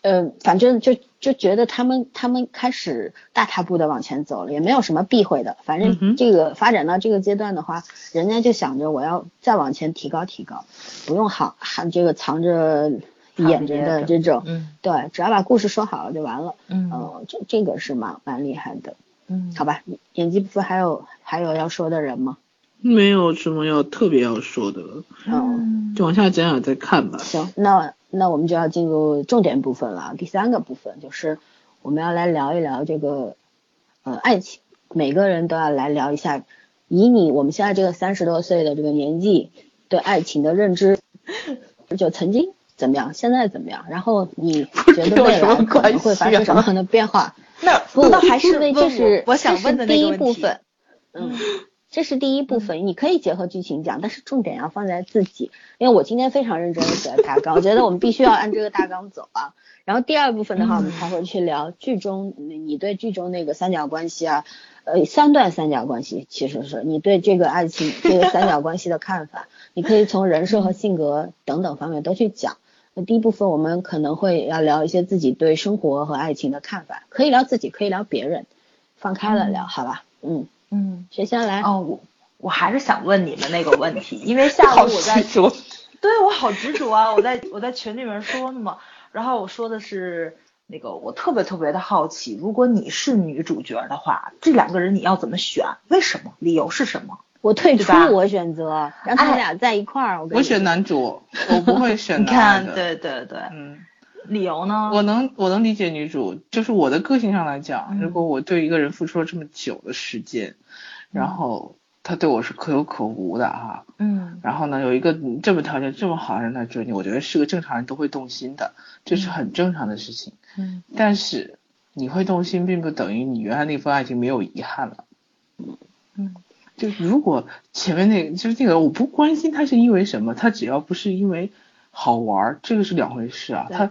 Speaker 2: 呃，反正就就觉得他们他们开始大踏步的往前走了，也没有什么避讳的，反
Speaker 3: 嗯哼
Speaker 2: 正这个发展到这个阶段的话，人家就想着我要再往前提高提高，不用好含这个藏着掩着的这种，
Speaker 4: 嗯
Speaker 2: 对，只要把故事说好了就完了。
Speaker 4: 嗯
Speaker 3: 哦
Speaker 2: 呃这这个是蛮蛮厉害的，
Speaker 4: 嗯，
Speaker 2: 好吧？演技部分还有还有要说的人吗？
Speaker 3: 没有什么要特别要说的了，
Speaker 2: 嗯，
Speaker 4: 嗯，
Speaker 3: 就往下讲讲再看吧。
Speaker 2: 行，那那我们就要进入重点部分了。啊第三个部分就是我们要来聊一聊这个呃爱情，每个人都要来聊一下，以你我们现在这个三十多岁的这个年纪对爱情的认知，就曾经怎么样，现在怎么样，然后你 觉得
Speaker 3: 有
Speaker 2: 未
Speaker 3: 什么
Speaker 2: 来可能会发生
Speaker 3: 关系
Speaker 2: 什
Speaker 3: 啊
Speaker 2: 么样的变化？
Speaker 4: 那
Speaker 2: 不，
Speaker 4: 那还是
Speaker 2: 因为
Speaker 4: 问
Speaker 2: 这是
Speaker 4: 我我想问的
Speaker 2: 这
Speaker 4: 那
Speaker 2: 是第
Speaker 4: 个
Speaker 2: 一
Speaker 4: 问
Speaker 2: 部
Speaker 4: 题嗯
Speaker 2: 分，嗯，这是第一部分，你可以结合剧情讲，但是重点要放在自己，因为我今天非常认真的写了大纲，我觉得我们必须要按这个大纲走啊。然后第二部分的话，我们才会去聊剧中你对剧中那个三角关系啊，呃，三段三角关系其实是你对这个爱情这个三角关系的看法，你可以从人设和性格等等方面都去讲。那第一部分我们可能会要聊一些自己对生活和爱情的看法，可以聊自己，可以聊别人，放开了聊，好吧？嗯，
Speaker 4: 嗯，
Speaker 2: 谁先来？
Speaker 4: 哦，我我还是想问你们那个问题，因 为下午我在
Speaker 3: 说，
Speaker 4: 对我好执着啊！我在我在群里面说呢嘛，然后我说的是那个我特别特别的好奇，如果你是女主角的话，这两个人你要怎么选？为什么？理由是什么？
Speaker 2: 我退
Speaker 4: 对
Speaker 2: 出
Speaker 4: 吧，
Speaker 2: 我选择让他们俩在一块儿。我跟
Speaker 3: 哎我
Speaker 2: 你
Speaker 3: 选
Speaker 2: 说
Speaker 3: 男主，我不会选
Speaker 4: 你
Speaker 3: 男
Speaker 4: 看，
Speaker 3: 的。，
Speaker 4: 对对对，
Speaker 3: 嗯，
Speaker 4: 理由呢？
Speaker 3: 我能我能理解女主，就是我的个性上来讲，
Speaker 4: 嗯
Speaker 3: 如果我对一个人付出了这么久的时间，然后他对我是可有可无的啊，
Speaker 4: 嗯
Speaker 3: 然后呢有一个这么条件这么好的人来追你，我觉得是个正常人都会动心的，这是很正常的事情。
Speaker 4: 嗯
Speaker 3: 但是你会动心，并不等于你原来那份爱情没有遗憾了。
Speaker 4: 嗯
Speaker 3: 就如果前面那个就是那个，我不关心他是因为什么，他只要不是因为好玩儿，这个是两回事啊。
Speaker 2: 对
Speaker 3: 他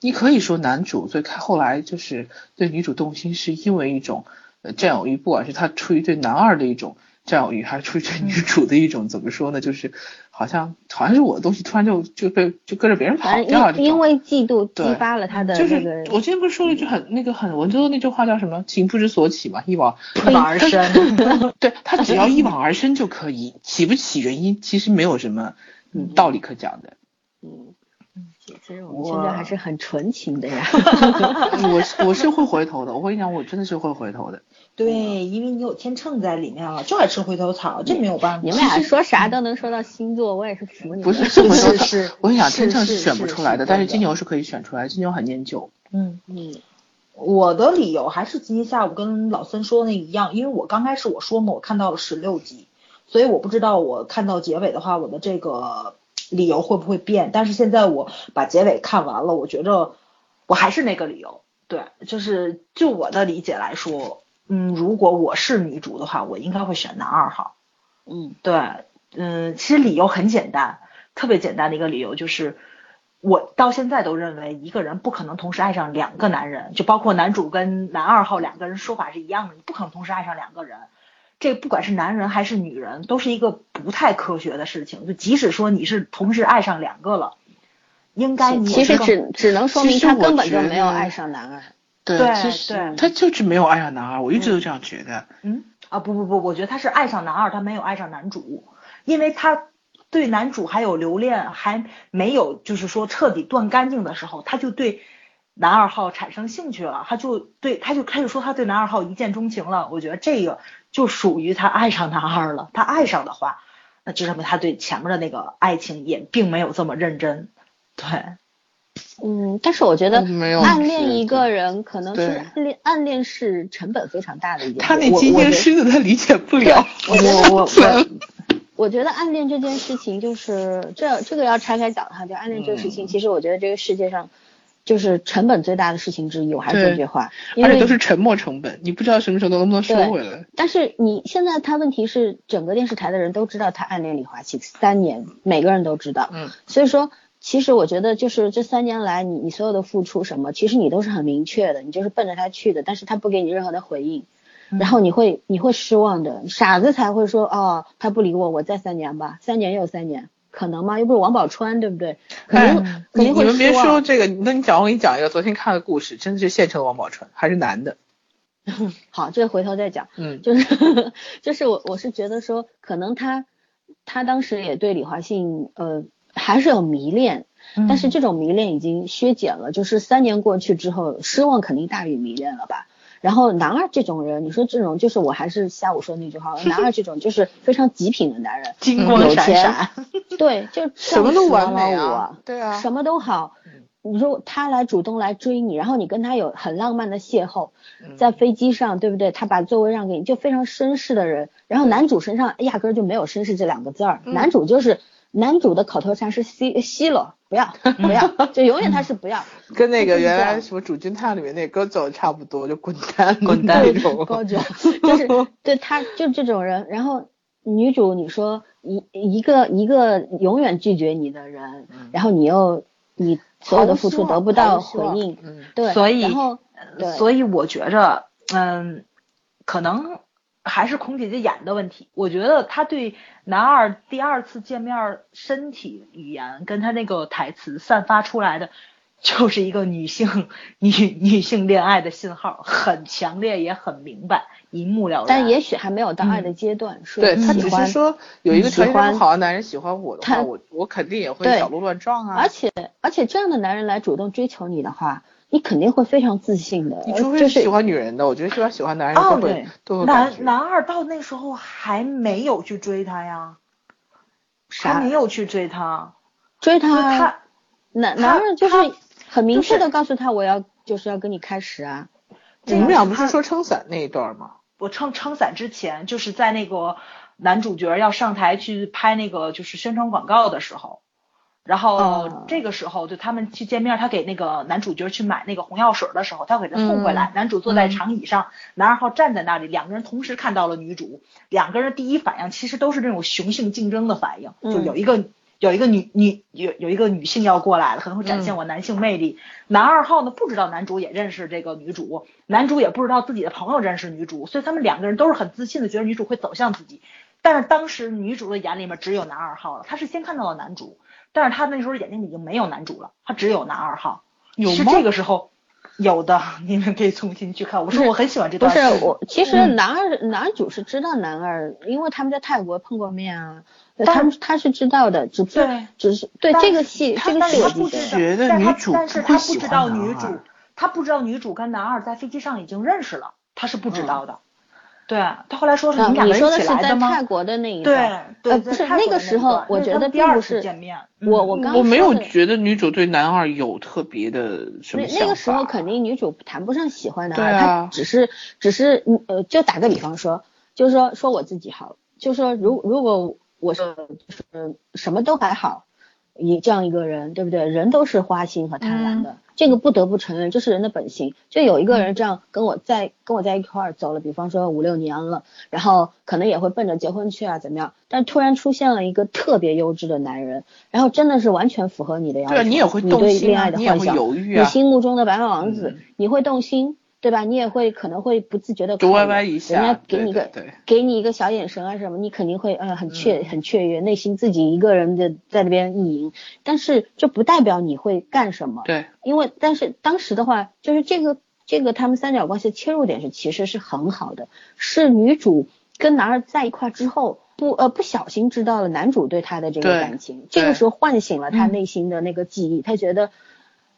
Speaker 3: 你可以说男主最开后来就是对女主动心，是因为一种呃占有欲，不管是他出于对男二的一种占有欲，还是出于对女主的一种、怎么说呢，就是好像好像是我的东西突然就就被就跟着别人跑
Speaker 2: 反
Speaker 3: 掉了
Speaker 2: 正
Speaker 3: 这
Speaker 2: 因
Speaker 3: 种
Speaker 2: 因。为嫉妒
Speaker 3: 对
Speaker 2: 激发了他的
Speaker 3: 就
Speaker 2: 那
Speaker 3: 是
Speaker 2: 个
Speaker 3: 我之前不是说了一句很那个很文绉的那句话叫什么“情不知所起”嘛，一往
Speaker 4: 一往而深。
Speaker 3: 对他只要一往而深就可以，起不起原因其实没有什么嗯道理可讲的。
Speaker 2: 嗯
Speaker 4: 嗯，
Speaker 2: 其其实我们现在还是很纯情的呀。 嗯
Speaker 3: 我是我是会回头的，我跟你讲，我真的是会回头的。
Speaker 4: 对，因为你有天秤在里面了，就爱吃回头草，这没有办法。
Speaker 2: 你们俩说啥都能说到星座，我也是服你们。
Speaker 3: 不是是回头
Speaker 4: 是
Speaker 3: 草
Speaker 4: 是
Speaker 3: 我跟你讲，天
Speaker 2: 是
Speaker 3: 秤
Speaker 2: 是
Speaker 3: 选不
Speaker 2: 是
Speaker 3: 出来
Speaker 2: 是
Speaker 3: 的，但是
Speaker 2: 对的
Speaker 3: 金牛是可以选出来，金牛很念旧。
Speaker 4: 嗯，
Speaker 2: 嗯，
Speaker 4: 我的理由还是今天下午跟老孙说的那一样，因为我刚开始我说嘛，我看到了十六集，所以我不知道我看到结尾的话，我的这个理由会不会变。但是现在我把结尾看完了，我觉着我还是那个理由。对，就是就我的理解来说，嗯，如果我是女主的话，我应该会选男二号。
Speaker 2: 嗯
Speaker 4: 对，嗯，其实理由很简单，特别简单的一个理由就是，我到现在都认为一个人不可能同时爱上两个男人，就包括男主跟男二号两个人说法是一样的，你不可能同时爱上两个人。这不管是男人还是女人，都是一个不太科学的事情。就即使说你是同时爱上两个了，应该你也
Speaker 2: 其
Speaker 4: 是
Speaker 2: 实
Speaker 4: 更
Speaker 2: 只只能说明
Speaker 3: 其实
Speaker 2: 他
Speaker 3: 我
Speaker 2: 根本就
Speaker 3: 觉
Speaker 2: 没有
Speaker 3: 得
Speaker 2: 爱上男二。
Speaker 3: 对
Speaker 4: 对
Speaker 3: 其实
Speaker 4: 对
Speaker 3: 他就是没有哎爱上男二，我一直都这样觉得。
Speaker 4: 嗯啊不不不，我觉得他是爱上男二，他没有爱上男主，因为他对男主还有留恋，还没有就是说彻底断干净的时候，他就对男二号产生兴趣了，他就对他就开始说他对男二号一见钟情了。我觉得这个就属于他爱上男二了，他爱上的话，那就证明他对前面的那个爱情也并没有这么认真。对，
Speaker 2: 嗯，但是我觉得
Speaker 3: 我没有
Speaker 2: 暗恋
Speaker 3: 觉
Speaker 2: 一
Speaker 3: 得
Speaker 2: 个人，可能是
Speaker 3: 对
Speaker 2: 暗恋暗恋是成本非常大的一件事。
Speaker 3: 他那
Speaker 2: 我
Speaker 3: 今
Speaker 2: 我觉
Speaker 3: 天
Speaker 2: 得
Speaker 3: 狮子他理解不了。
Speaker 4: 我我 我
Speaker 2: 我觉得暗恋这件事情，就是这这个要拆开讲哈，就暗恋这个
Speaker 3: 嗯
Speaker 2: 事情，其实我觉得这个世界上就是成本最大的事情之一。我还是
Speaker 3: 对
Speaker 2: 这句话，因
Speaker 3: 而且
Speaker 2: 为
Speaker 3: 都是沉没成本，你不知道什么时候能不能收回来。
Speaker 2: 但是你现在他问题是，整个电视台的人都知道他暗恋李华庆三年，每个人都知道。
Speaker 3: 嗯，
Speaker 2: 所以说，其实我觉得就是这三年来你，你所有的付出什么，其实你都是很明确的，你就是奔着他去的，但是他不给你任何的回应，
Speaker 4: 嗯
Speaker 2: 然后你会你会失望的，傻子才会说哦，他不理我，我再三年吧，三年又三年，可能吗？又不是王宝钏，对不对？肯定、
Speaker 3: 哎
Speaker 2: 肯定
Speaker 3: 你你
Speaker 2: 会啊
Speaker 3: 们别
Speaker 2: 失望
Speaker 3: 说这个，那你讲我给你讲一个，昨天看的故事，真的是现成王宝钏，还是男的。
Speaker 2: 好，这个回头再讲。
Speaker 3: 嗯，
Speaker 2: 就是就是我我是觉得说，可能他他当时也对李华信呃还是有迷恋，
Speaker 4: 嗯
Speaker 2: 但是这种迷恋已经削减了，就是三年过去之后，失望肯定大于迷恋了吧。然后男二这种人，你说这种就是我还是下午说那句话，男二这种就是非常极品的男人，
Speaker 4: 金
Speaker 2: 有
Speaker 4: 光闪
Speaker 2: 钱
Speaker 4: 闪，，
Speaker 2: 对，就
Speaker 3: 什么都
Speaker 2: 仗
Speaker 3: 完
Speaker 2: 势
Speaker 3: 美
Speaker 2: 老五
Speaker 3: 啊，对啊，
Speaker 2: 什么都好。你说他来主动来追你，然后你跟他有很浪漫的邂逅，
Speaker 3: 嗯
Speaker 2: 在飞机上，对不对？他把座位让给你，就非常绅士的人。然后男主身上压根儿就没有绅士这两个字儿，
Speaker 3: 嗯
Speaker 2: 男主就是男主的口头禅是吸吸了，不要不 要，就永远他是不要。
Speaker 3: 跟那个
Speaker 2: 就是这
Speaker 3: 原
Speaker 2: 样
Speaker 3: 来什么《主君探》里面那歌走的差不多，就滚蛋
Speaker 4: 滚蛋
Speaker 3: 那
Speaker 2: 对，
Speaker 3: 种。
Speaker 2: 高脚， 就是对他就这种人。然后女主，你说一一个一个永远拒绝你的人，然后你又你所有的付出得不到回应，
Speaker 3: 嗯，
Speaker 2: 对，
Speaker 4: 所以
Speaker 2: 然后对
Speaker 4: 所以我觉着，嗯，可能还是孔姐姐演的问题。我觉得她对男二第二次见面身体语言跟她那个台词散发出来的，就是一个女性女女性恋爱的信号，很强烈也很明白，一目了然。
Speaker 2: 但也许还没有到爱的阶段，说
Speaker 3: 对他
Speaker 2: 喜
Speaker 3: 只是
Speaker 2: 欢
Speaker 3: 说有一个
Speaker 2: 喜
Speaker 3: 条件这么
Speaker 2: 欢
Speaker 3: 好的男人喜欢我的话，
Speaker 2: 他
Speaker 3: 我我肯定也会
Speaker 2: 对
Speaker 3: 小鹿乱撞啊
Speaker 2: 而。且而且这样的男人来主动追求你的话，你肯定会非常自信的，
Speaker 3: 你
Speaker 2: 而
Speaker 3: 除非
Speaker 2: 就是
Speaker 3: 喜
Speaker 2: 是
Speaker 3: 欢女人的，我觉得喜欢喜欢男人都
Speaker 4: 哦
Speaker 3: 会
Speaker 4: 对
Speaker 3: 都会感
Speaker 4: 男
Speaker 3: 觉。
Speaker 4: 男二到那时候还没有去追她呀，他
Speaker 2: 啥啊
Speaker 4: 没有去追她，
Speaker 2: 追
Speaker 4: 就是
Speaker 2: 他，
Speaker 4: 他
Speaker 2: 男
Speaker 4: 他
Speaker 2: 男人就是
Speaker 4: 他
Speaker 2: 很明确
Speaker 4: 就
Speaker 2: 的告诉他我要就是要跟你开始啊，
Speaker 4: 这
Speaker 3: 你们
Speaker 4: 样
Speaker 3: 俩不
Speaker 4: 是他
Speaker 3: 是说撑伞那一段吗？
Speaker 4: 我撑撑伞之前，就是在那个男主角要上台去拍那个就是宣传广告的时候，然
Speaker 2: 哦
Speaker 4: 后这个时候就他们去见面，他给那个男主角去买那个红药水的时候，他要给他送回
Speaker 2: 嗯
Speaker 4: 来，男主坐在长椅上，男二号站在那里，两个人同时看到了女主，两个人第一反应其实都是那种雄性竞争的反应，就
Speaker 2: 嗯
Speaker 4: 有一个。有一个女女有有一个女性要过来了，可能会展现我男性魅力。男二号呢不知道男主也认识这个女主，男主也不知道自己的朋友认识女主，所以他们两个人都是很自信的，觉得女主会走向自己。但是当时女主的眼里面只有男二号了，她是先看到了男主，但是她那时候眼睛里已经没有男主了，她只有男二号。
Speaker 3: 有
Speaker 4: 是
Speaker 3: 吗
Speaker 4: 这个时候，有的，你们可以重新去看。我说我很喜欢这
Speaker 2: 不
Speaker 4: 段嗯
Speaker 2: 是
Speaker 4: 戏，
Speaker 2: 我，其实男二、男主是知道男二，因为他们在泰国碰过面啊，
Speaker 4: 但
Speaker 2: 他们他是知道的，只是
Speaker 4: 对
Speaker 2: 只是对
Speaker 4: 但
Speaker 2: 这个戏
Speaker 4: 他
Speaker 2: 这个
Speaker 4: 但
Speaker 2: 戏
Speaker 4: 是
Speaker 2: 我
Speaker 4: 他
Speaker 2: 记
Speaker 4: 不
Speaker 2: 得
Speaker 4: 知
Speaker 3: 觉得
Speaker 4: 但
Speaker 3: 女
Speaker 4: 他
Speaker 3: 主
Speaker 4: 但是
Speaker 3: 不会
Speaker 4: 他不
Speaker 3: 喜
Speaker 4: 知
Speaker 3: 欢
Speaker 4: 道
Speaker 3: 男
Speaker 4: 女
Speaker 3: 二
Speaker 4: 主，他不知道女主跟男二在飞机上已经认识了，他是不知
Speaker 3: 嗯
Speaker 4: 道的。对他后来说是
Speaker 2: 嗯
Speaker 4: 们两
Speaker 2: 你
Speaker 4: 个人
Speaker 2: 说
Speaker 4: 一
Speaker 2: 的
Speaker 4: 起
Speaker 2: 是
Speaker 4: 来
Speaker 2: 在
Speaker 4: 吗？
Speaker 2: 泰国的那一
Speaker 4: 对
Speaker 2: 段，
Speaker 4: 对，
Speaker 2: 呃不
Speaker 4: 在
Speaker 2: 是
Speaker 4: 泰
Speaker 2: 那
Speaker 4: 国
Speaker 2: 个
Speaker 4: 的
Speaker 2: 时
Speaker 4: 一
Speaker 2: 候
Speaker 4: 段
Speaker 2: 我
Speaker 4: 那
Speaker 2: 觉
Speaker 4: 他
Speaker 2: 得
Speaker 4: 们第
Speaker 2: 并
Speaker 4: 二
Speaker 2: 不
Speaker 4: 次
Speaker 2: 是
Speaker 4: 见面，
Speaker 2: 我
Speaker 4: 嗯
Speaker 2: 我刚
Speaker 3: 我没有
Speaker 2: 说的
Speaker 3: 觉得女主对男二有特别的什
Speaker 2: 那
Speaker 3: 么想法。
Speaker 2: 那个时候肯定女主谈不上喜欢男二，
Speaker 3: 对啊
Speaker 2: 她只是只是嗯呃，就打个比方说，就是说说我自己好了，就说如如果我是就是什么都还好，你这样一个人，对不对？人都是花心和贪婪的，
Speaker 3: 嗯
Speaker 2: 这个不得不承认，这是人的本性。就有一个人这样跟我在跟我在一块儿走了，比方说五六年了，然后可能也会奔着结婚去啊，怎么样？但突然出现了一个特别优质的男人，然后真的是完全符合你的要求，
Speaker 3: 对啊，你也会
Speaker 2: 你
Speaker 3: 动
Speaker 2: 对
Speaker 3: 心
Speaker 2: 恋
Speaker 3: 啊，
Speaker 2: 爱的
Speaker 3: 你也
Speaker 2: 幻
Speaker 3: 会
Speaker 2: 想，
Speaker 3: 犹豫
Speaker 2: 你
Speaker 3: 啊，
Speaker 2: 心目中的白马王子，
Speaker 3: 嗯
Speaker 2: 你会动心，对吧？你也会可能会不自觉的
Speaker 3: 就歪歪一下
Speaker 2: 人家给你个
Speaker 3: 对对对
Speaker 2: 给你一个小眼神啊什么，你肯定会嗯很雀、很雀跃，内心自己一个人的在那边意淫，但是这不代表你会干什么，
Speaker 3: 对，
Speaker 2: 因为但是当时的话，就是这个这个他们三角关系的切入点是其实是很好的，是女主跟男二在一块之后。不呃，不小心知道了男主对她的这个
Speaker 3: 对
Speaker 2: 感情，这个
Speaker 3: 对
Speaker 2: 时候唤醒了她
Speaker 4: 嗯
Speaker 2: 内心的那个记忆，她觉得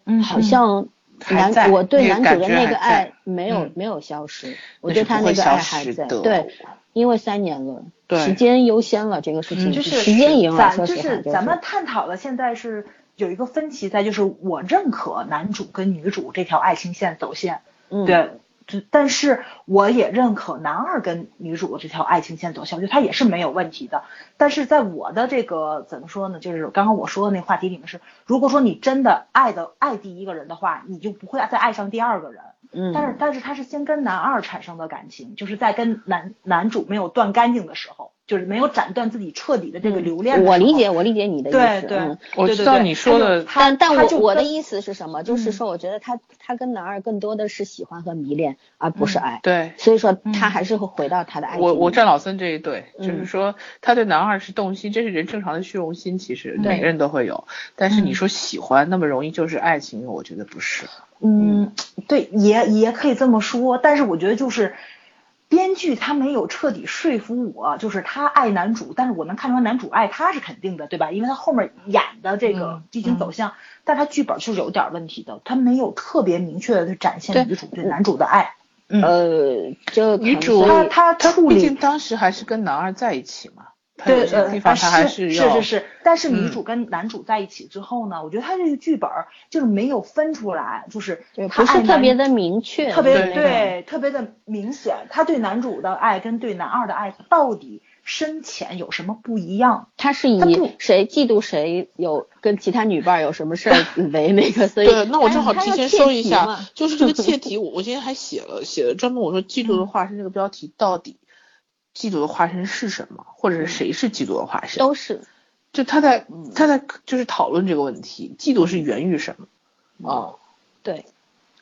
Speaker 4: 嗯，
Speaker 2: 好像
Speaker 3: 还在
Speaker 2: 男我对
Speaker 3: 那
Speaker 2: 男
Speaker 3: 个
Speaker 2: 主
Speaker 3: 感
Speaker 2: 的
Speaker 3: 觉
Speaker 2: 那
Speaker 3: 还
Speaker 2: 个
Speaker 3: 在
Speaker 2: 爱没有
Speaker 3: 嗯
Speaker 2: 没有消失，我
Speaker 3: 那
Speaker 2: 对
Speaker 3: 是不
Speaker 2: 他那
Speaker 3: 会
Speaker 2: 个
Speaker 3: 消
Speaker 2: 爱还
Speaker 3: 失
Speaker 2: 在。
Speaker 3: 的哦
Speaker 4: 哦
Speaker 2: 对，因为三年了，
Speaker 3: 对
Speaker 2: 时间优先了这个事情，
Speaker 3: 嗯
Speaker 4: 就是
Speaker 2: 时间赢了。
Speaker 4: 咱
Speaker 2: 说
Speaker 4: 就
Speaker 2: 实话，
Speaker 4: 是
Speaker 2: 就
Speaker 4: 咱们
Speaker 2: 是
Speaker 4: 探讨的现在是有一个分歧在，就是我认可男主跟女主这条爱情线走线，
Speaker 2: 嗯，
Speaker 4: 对，就但是我也认可男二跟女主这条爱情线走线，我觉得他也是没有问题的。但是在我的这个怎么说呢，就是刚刚我说的那话题里面是，如果说你真的爱的爱第一个人的话，你就不会再爱上第二个人。
Speaker 2: 嗯，
Speaker 4: 但是但是他是先跟男二产生的感情，就是在跟男男主没有断干净的时候，就是没有斩断自己彻底的这个留恋的时
Speaker 2: 嗯
Speaker 4: 候。
Speaker 2: 我理解，我理解你的意
Speaker 4: 对
Speaker 2: 思。
Speaker 4: 对
Speaker 2: 嗯，
Speaker 3: 我
Speaker 4: 对
Speaker 3: 知
Speaker 4: 对
Speaker 3: 道
Speaker 4: 对
Speaker 3: 你
Speaker 4: 他
Speaker 3: 说
Speaker 4: 就
Speaker 3: 的
Speaker 4: 他
Speaker 2: 但但
Speaker 4: 他就
Speaker 2: 我我的
Speaker 4: 跟
Speaker 2: 意思是什么？
Speaker 3: 嗯
Speaker 2: 就是说，我觉得他他跟男二更多的是喜欢和迷恋，而不是
Speaker 4: 嗯
Speaker 2: 爱。
Speaker 3: 对。
Speaker 2: 所以说，他
Speaker 4: 嗯
Speaker 2: 还是会回到他的爱情里。
Speaker 3: 我我站老森这一队，就是
Speaker 2: 嗯
Speaker 3: 说他对男二是动心，这是人正常的虚荣心，其实
Speaker 4: 对
Speaker 3: 每个人都会有。但是
Speaker 4: 嗯
Speaker 3: 你说喜欢那么容易就是爱情，我觉得不是。
Speaker 4: 嗯，对，也也可以这么说，但是我觉得就是编剧他没有彻底说服我，就是他爱男主，但是我能看出来男主爱他是肯定的，对吧？因为他后面演的这个
Speaker 3: 嗯
Speaker 4: 剧情走向，但他剧本是有点问题的，他没有特别明确的去展
Speaker 2: 对
Speaker 4: 现女主对男主的爱。嗯
Speaker 2: 呃，就可
Speaker 3: 女
Speaker 2: 能
Speaker 3: 主
Speaker 2: 所以
Speaker 4: 他他
Speaker 3: 他
Speaker 4: 处
Speaker 3: 毕
Speaker 4: 理
Speaker 3: 竟当时还是跟男二在一起嘛，他有
Speaker 4: 对，
Speaker 3: 些
Speaker 4: 呃，
Speaker 3: 地方
Speaker 4: 啊
Speaker 3: 他还
Speaker 4: 是
Speaker 3: 要
Speaker 4: 是是是，但是女
Speaker 3: 嗯
Speaker 4: 主跟男主在一起之后呢，我觉得他这个剧本儿就是没有分出来，就是
Speaker 2: 对
Speaker 4: 他
Speaker 2: 不
Speaker 4: 爱
Speaker 2: 是特
Speaker 4: 男
Speaker 2: 别的明确，
Speaker 4: 特别
Speaker 2: 就是那种
Speaker 4: 对，特别的明显，他对男主的爱跟对男二的爱到底深浅有什么不一样？
Speaker 2: 他是
Speaker 4: 他不
Speaker 2: 以谁嫉妒谁有跟其他女伴儿有什么事 儿为那个，所以
Speaker 3: 对，那我
Speaker 2: 他
Speaker 3: 正好
Speaker 2: 他
Speaker 3: 提
Speaker 2: 要
Speaker 3: 前
Speaker 2: 窃
Speaker 3: 说一
Speaker 2: 喜
Speaker 3: 下
Speaker 2: 嘛，
Speaker 3: 就 是这个窃题，我我今天还写了写了专门我说嫉
Speaker 2: 嗯
Speaker 3: 妒的化身这个标题到底嫉妒的化身是什么，或者是谁是嫉妒的化
Speaker 2: 嗯
Speaker 3: 身？
Speaker 2: 都嗯是
Speaker 3: 就他在他在就是讨论这个问题，嫉妒是源于什么？
Speaker 2: 嗯
Speaker 3: 啊，
Speaker 2: 对，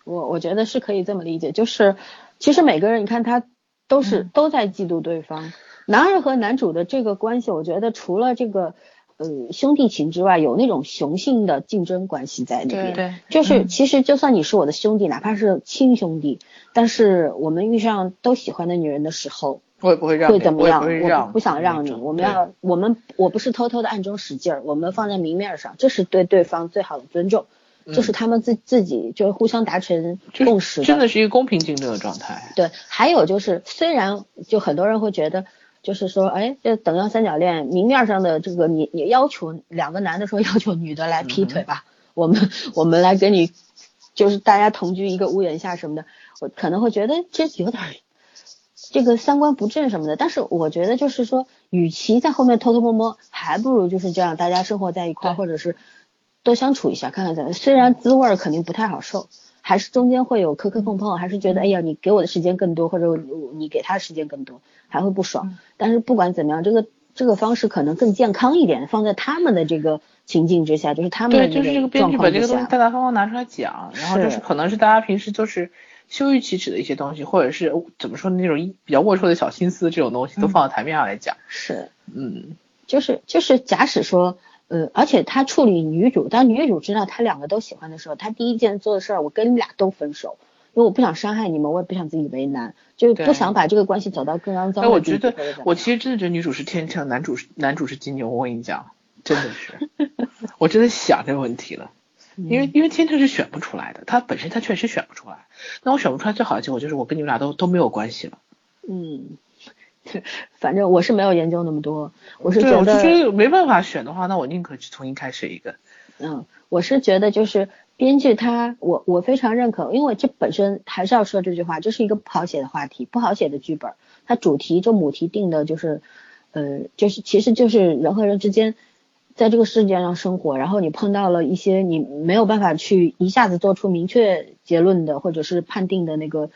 Speaker 2: 我我觉得是可以这么理解，就是其实每个人你看他都是、都在嫉妒对方，男二和男主的这个关系，我觉得除了这个呃兄弟情之外，有那种雄性的竞争关系在里面。
Speaker 3: 对，
Speaker 2: 就是其实就算你是我的兄弟，哪怕是亲兄弟，但是我们遇上都喜欢的女人的时候，
Speaker 3: 我也不会让
Speaker 2: 会
Speaker 3: 别人，
Speaker 2: 怎么
Speaker 3: 我也
Speaker 2: 样？
Speaker 3: 不会让，
Speaker 2: 不不想让你，我们要我们我不是偷偷的暗中使劲儿，我们放在明面上，这是对对方最好的尊重，这是他们自自己就是互相达成
Speaker 3: 对
Speaker 2: 共
Speaker 3: 嗯就
Speaker 2: 识
Speaker 3: 真的是一个公平竞争的状态。啊
Speaker 2: 对，还有就是，虽然就很多人会觉得，就是说，哎，这等腰三角恋，明面上的这个你你要求两个男的说要求女的来
Speaker 3: 嗯
Speaker 2: 劈腿吧，我们我们来跟你，就是大家同居一个屋檐下什么的，我可能会觉得这有点儿这个三观不正什么的。但是我觉得就是说，与其在后面偷偷摸摸，还不如就是这样，大家生活在一块儿，
Speaker 3: 对
Speaker 2: 或者是多相处一下，看看怎么。虽然滋味儿肯定不太好受，还是中间会有磕磕碰碰，还是觉
Speaker 3: 嗯
Speaker 2: 得哎呀，你给我的时间更多，或者我你给他的时间更多，还会不爽。
Speaker 3: 嗯
Speaker 2: 但是不管怎么样，这个这个方式可能更健康一点，放在他们的这个情境之下，就是他们的
Speaker 3: 对，就是
Speaker 2: 这
Speaker 3: 这
Speaker 2: 个
Speaker 3: 个编
Speaker 2: 状
Speaker 3: 剧把
Speaker 2: 况
Speaker 3: 这个
Speaker 2: 之
Speaker 3: 东西
Speaker 2: 下
Speaker 3: 大大方方拿出来讲，然后就是
Speaker 2: 是
Speaker 3: 可能是大家平时就是羞于启齿的一些东西，或者是怎么说那种比较龌龊的小
Speaker 2: 嗯
Speaker 3: 心思这种东西，都放到台面上来讲。
Speaker 2: 是
Speaker 3: 嗯，
Speaker 2: 就是就是，假使说呃，而且他处理女主，当女主知道他两个都喜欢的时候，他第一件做的事儿，我跟你们俩都分手，因为我不想伤害你们，我也不想自己为难，就是
Speaker 3: 对
Speaker 2: 不想把这个关系走到更肮脏
Speaker 3: 哎，
Speaker 2: 的
Speaker 3: 我
Speaker 2: 地
Speaker 3: 觉
Speaker 2: 步
Speaker 3: 得
Speaker 2: 或者怎么
Speaker 3: 我
Speaker 2: 样
Speaker 3: 其实真的觉得女主是天秤，男主是男主是金牛。我跟你讲，真的 是，我真的想这个问题了，
Speaker 2: 嗯
Speaker 3: 因为因为天秤是选不出来的，他本身他确实选不出来。那我选不出来最好的结果就是我跟你们俩都都没有关系了。
Speaker 2: 嗯， 反正我是没有研究那么多，我是
Speaker 3: 对，
Speaker 2: 觉
Speaker 3: 我就
Speaker 2: 得
Speaker 3: 觉得没办法选的话，那我宁可去重新开始一个。
Speaker 2: 嗯，我是觉得就是编剧他，我我非常认可，因为这本身还是要说这句话，这是一个不好写的话题，不好写的剧本，它主题就母题定的就是，呃，就是其实就是人和人之间在这个世界上生活，然后你碰到了一些你没有办法去一下子做出明确结论的或者是判定的那个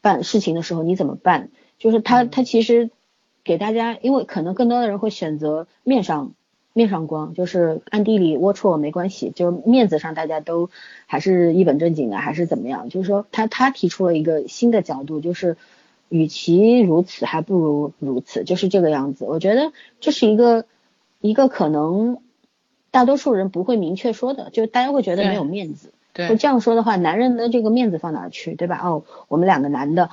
Speaker 2: 办事情的时候，你怎么办？就是他他其实给大家，因为可能更多的人会选择面上面上光，就是暗地里龌龊没关系，就是面子上大家都还是一本正经的，还是怎么样？就是说他他提出了一个新的角度，就是与其如此，还不如如此，就是这个样子。我觉得这是一个一个可能大多数人不会明确说的，就大家会觉得
Speaker 3: 对
Speaker 2: 没有面子。
Speaker 3: 对
Speaker 2: 就，这样说的话，男人的这个面子放哪儿去，对吧？哦，我们两个男的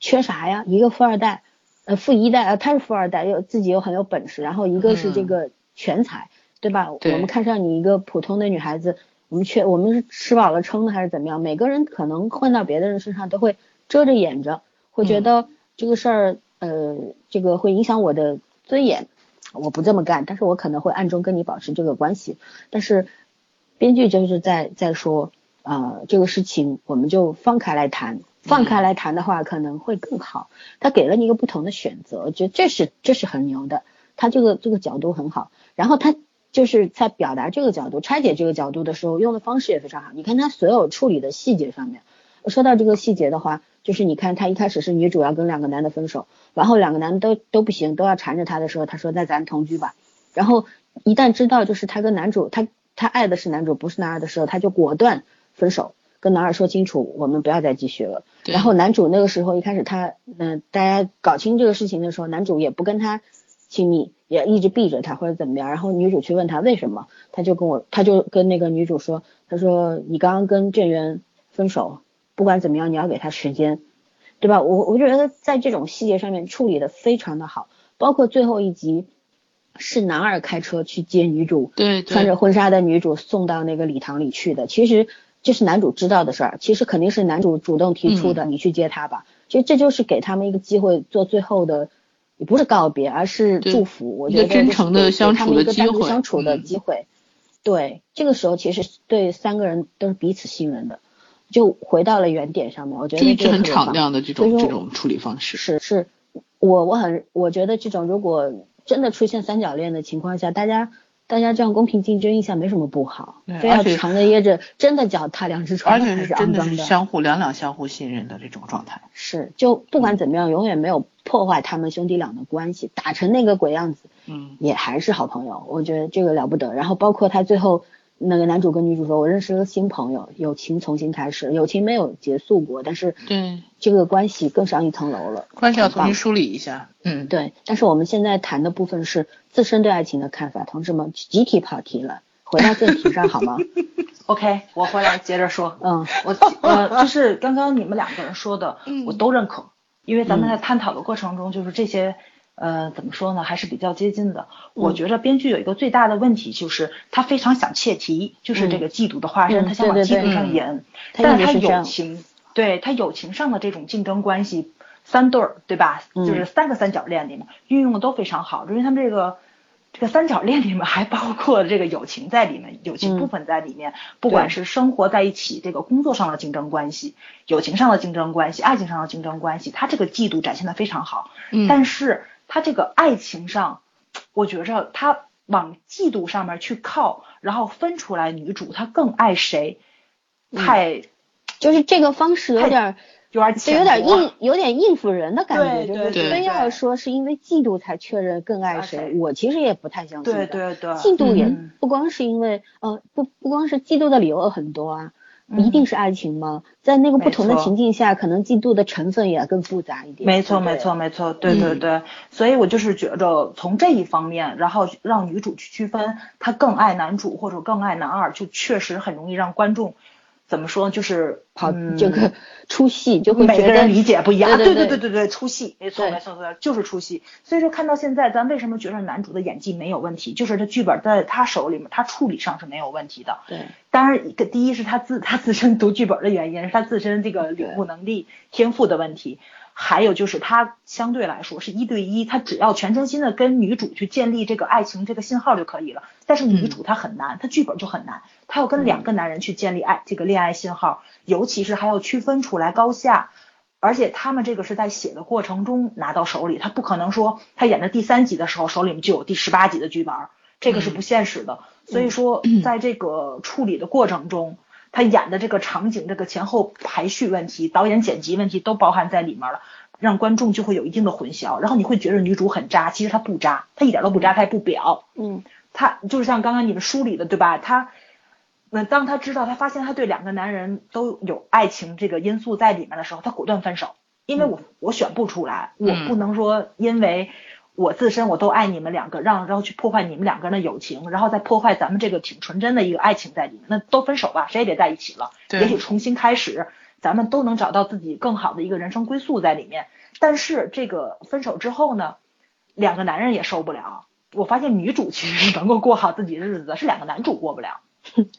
Speaker 2: 缺啥呀？一个富二代，呃，富一代，呃，他是富二代，又自己又很有本事，然后一个是这
Speaker 3: 嗯
Speaker 2: 个全才，对吧？
Speaker 3: 对
Speaker 2: 我们看上你一个普通的女孩子，我们缺我们是吃饱了撑的还是怎么样？每个人可能换到别的人身上都会遮着掩着，会觉
Speaker 3: 嗯
Speaker 2: 得这个事儿，呃，这个会影响我的尊严，我不这么干，但是我可能会暗中跟你保持这个关系。但是编剧就是在在说，呃，这个事情我们就放开来谈，放开来谈的话可能会更好。他给了你一个不同的选择，我觉得这是这是很牛的，他这个这个角度很好。然后他就是在表达这个角度、拆解这个角度的时候，用的方式也非常好。你看他所有处理的细节上面，说到这个细节的话，就是你看他一开始是女主要跟两个男的分手，然后两个男的都都不行，都要缠着他的时候，他说那咱同居吧。然后一旦知道就是他跟男主，他他爱的是男主，不是男二的时候，他就果断分手，跟男二说清楚，我们不要再继续了。
Speaker 3: 对
Speaker 2: 然后男主那个时候一开始他，嗯、大家搞清这个事情的时候，男主也不跟他亲密，也一直避着他或者怎么样。然后女主去问他为什么，他就跟我，他就跟那个女主说，他说你刚刚跟郑源分手，不管怎么样，你要给他时间，对吧？我我觉得在这种细节上面处理的非常的好，包括最后一集是男二开车去接女主，
Speaker 3: 对
Speaker 2: 穿着婚纱的女主送到那个礼堂里去的，其实这是男主知道的事儿，其实肯定是男主主动提出
Speaker 3: 嗯
Speaker 2: 的，你去接她吧。其实这就是给他们一个机会做最后的，也不是告别，而是
Speaker 3: 对
Speaker 2: 祝福。我
Speaker 3: 一
Speaker 2: 觉
Speaker 3: 个
Speaker 2: 得
Speaker 3: 真
Speaker 2: 就是
Speaker 3: 诚的
Speaker 2: 给给他
Speaker 3: 相处
Speaker 2: 们一
Speaker 3: 的
Speaker 2: 个
Speaker 3: 机
Speaker 2: 单独
Speaker 3: 会
Speaker 2: 相处的
Speaker 3: 嗯
Speaker 2: 机会。对，这个时候其实是对三个人都是彼此信任的，就回到了原点上面。我觉得
Speaker 3: 就一
Speaker 2: 这
Speaker 3: 直
Speaker 2: 个
Speaker 3: 很
Speaker 2: 特别
Speaker 3: 敞
Speaker 2: 棒
Speaker 3: 亮的这
Speaker 2: 所以
Speaker 3: 种这
Speaker 2: 说
Speaker 3: 种处理方式。
Speaker 2: 是是，我我很我觉得这种如果真的出现三角恋的情况下，大家大家这样公平竞争一下没什么不好
Speaker 3: 对，
Speaker 2: 非
Speaker 3: 而
Speaker 2: 要
Speaker 3: 且
Speaker 2: 藏着掖着，真的脚踏两只
Speaker 3: 而
Speaker 2: 船
Speaker 3: 且
Speaker 2: 还
Speaker 3: 是
Speaker 2: 是
Speaker 3: 真
Speaker 2: 肮
Speaker 3: 的
Speaker 2: 脏
Speaker 3: 是
Speaker 2: 的。
Speaker 3: 相互两两相互信任的这种状态。
Speaker 2: 是，就不管怎么样，永远没有破坏他们兄弟俩的关系，打成那个鬼样子，
Speaker 3: 嗯，
Speaker 2: 也还是好朋友，我觉得这个了不得。然后包括他最后那个男主跟女主说，我认识了新朋友，友情重新开始，友情没有结束过，但是
Speaker 3: 对，
Speaker 2: 这个关系更上一层楼了。
Speaker 3: 关系要
Speaker 2: 很
Speaker 3: 重
Speaker 2: 棒
Speaker 3: 新梳理一下。嗯，
Speaker 2: 对，但是我们现在谈的部分是自身对爱情的看法，同志们集体跑题了，回到正题上好 吗？
Speaker 4: OK，我回来接着说。
Speaker 2: 嗯，
Speaker 4: 我呃，就是刚刚你们两个人说的，我都认可，因为咱
Speaker 2: 嗯
Speaker 4: 们在探讨的过程中，就是这些呃，怎么说呢，还是比较接近的。
Speaker 2: 嗯
Speaker 4: 我觉得编剧有一个最大的问题，就是他非常想切题，就是这个嫉妒的化身，
Speaker 2: 嗯
Speaker 4: 他想往
Speaker 2: 对对
Speaker 4: 嫉
Speaker 2: 对
Speaker 4: 妒上引，
Speaker 2: 他
Speaker 4: 但
Speaker 2: 一直
Speaker 4: 他
Speaker 2: 是这
Speaker 4: 友
Speaker 2: 样
Speaker 4: 情，对他友情上的这种竞争关系，三对儿对吧？
Speaker 2: 嗯
Speaker 4: 就是三个三角恋里面运用的都非常好，因为他们这个。这个三角恋里面还包括这个友情在里面，友
Speaker 2: 嗯
Speaker 4: 情部分在里面，不管是生活在一起，这个工作上的竞争关系、友情上的竞争关系、爱情上的竞争关系，他这个嫉妒展现的非常好。
Speaker 3: 嗯
Speaker 4: 但是他这个爱情上，我觉着他往嫉妒上面去靠，然后分出来女主她更爱谁，
Speaker 2: 嗯
Speaker 4: 太、
Speaker 2: 就是这个方式有点儿，
Speaker 4: 有点
Speaker 2: 就有
Speaker 4: 浅薄
Speaker 2: 点应有点应付人的感
Speaker 4: 对
Speaker 2: 觉，
Speaker 4: 对
Speaker 2: 就是
Speaker 3: 对
Speaker 2: 非要
Speaker 4: 对
Speaker 2: 说是因为嫉妒才确认更爱
Speaker 4: 爱
Speaker 2: 谁
Speaker 4: 谁，
Speaker 2: 我其实也不太相信的。
Speaker 4: 对对对，
Speaker 2: 嫉妒也
Speaker 4: 嗯
Speaker 2: 不光是因为、呃不不光是嫉妒的理由有很多啊，
Speaker 4: 嗯
Speaker 2: 一定是爱情吗？在那个不同的
Speaker 4: 没错
Speaker 2: 情境下，可能嫉妒的成分也更复杂一点。
Speaker 4: 没错，
Speaker 2: 对不对
Speaker 4: 没错，。没错，对对
Speaker 3: 嗯
Speaker 4: 对，所以我就是觉着从这一方面，然后让女主去区分她更爱男主或者更爱男二，就确实很容易让观众怎么说，就是
Speaker 2: 好，
Speaker 4: 嗯、
Speaker 2: 这个出戏就会
Speaker 4: 每
Speaker 2: 觉
Speaker 4: 个
Speaker 2: 得
Speaker 4: 人理解不一样，
Speaker 2: 对
Speaker 4: 对
Speaker 2: 对
Speaker 4: 对对对，出戏，没错
Speaker 2: 对
Speaker 4: 没错没错，就是出戏。所以说看到现在，咱为什么觉得男主的演技没有问题，就是这剧本在他手里面，他处理上是没有问题的。
Speaker 2: 对
Speaker 4: 当然，一个第一是他自他自身读剧本的原因，是他自身这个领悟能力、天赋的问题，还有就是他相对来说是一对一，他只要全身心的跟女主去建立这个爱情这个信号就可以了。但是女主她很难，她剧本就很难，她要跟两个男人去建立爱、这个恋爱信号，尤其是还要区分出来高下。而且他们这个是在写的过程中拿到手里，他不可能说他演到第三集的时候手里面就有第十八集的剧本儿，这个是不现实的。所以说，在这个处理的过程中，他演的这个场景、这个前后排序问题、导演剪辑问题都包含在里面了，让观众就会有一定的混淆，然后你会觉得女主很渣，其实她不渣，她一点都不渣，她也不婊，
Speaker 2: 嗯
Speaker 4: 她就是像刚刚你们梳理的，对吧？她，那当她知道她发现她对两个男人都有爱情这个因素在里面的时候，她果断分手，因为我、我选不出来，我
Speaker 3: 嗯
Speaker 4: 不能说因为我自身我都爱你们两个，让然后去破坏你们两个人的友情，然后再破坏咱们这个挺纯真的一个爱情在里面，那都分手吧，谁也别在一起了，
Speaker 3: 对
Speaker 4: 也许重新开始，咱们都能找到自己更好的一个人生归宿在里面。但是这个分手之后呢，两个男人也受不了。我发现女主其实是能够过好自己日子的，是两个男主过不了，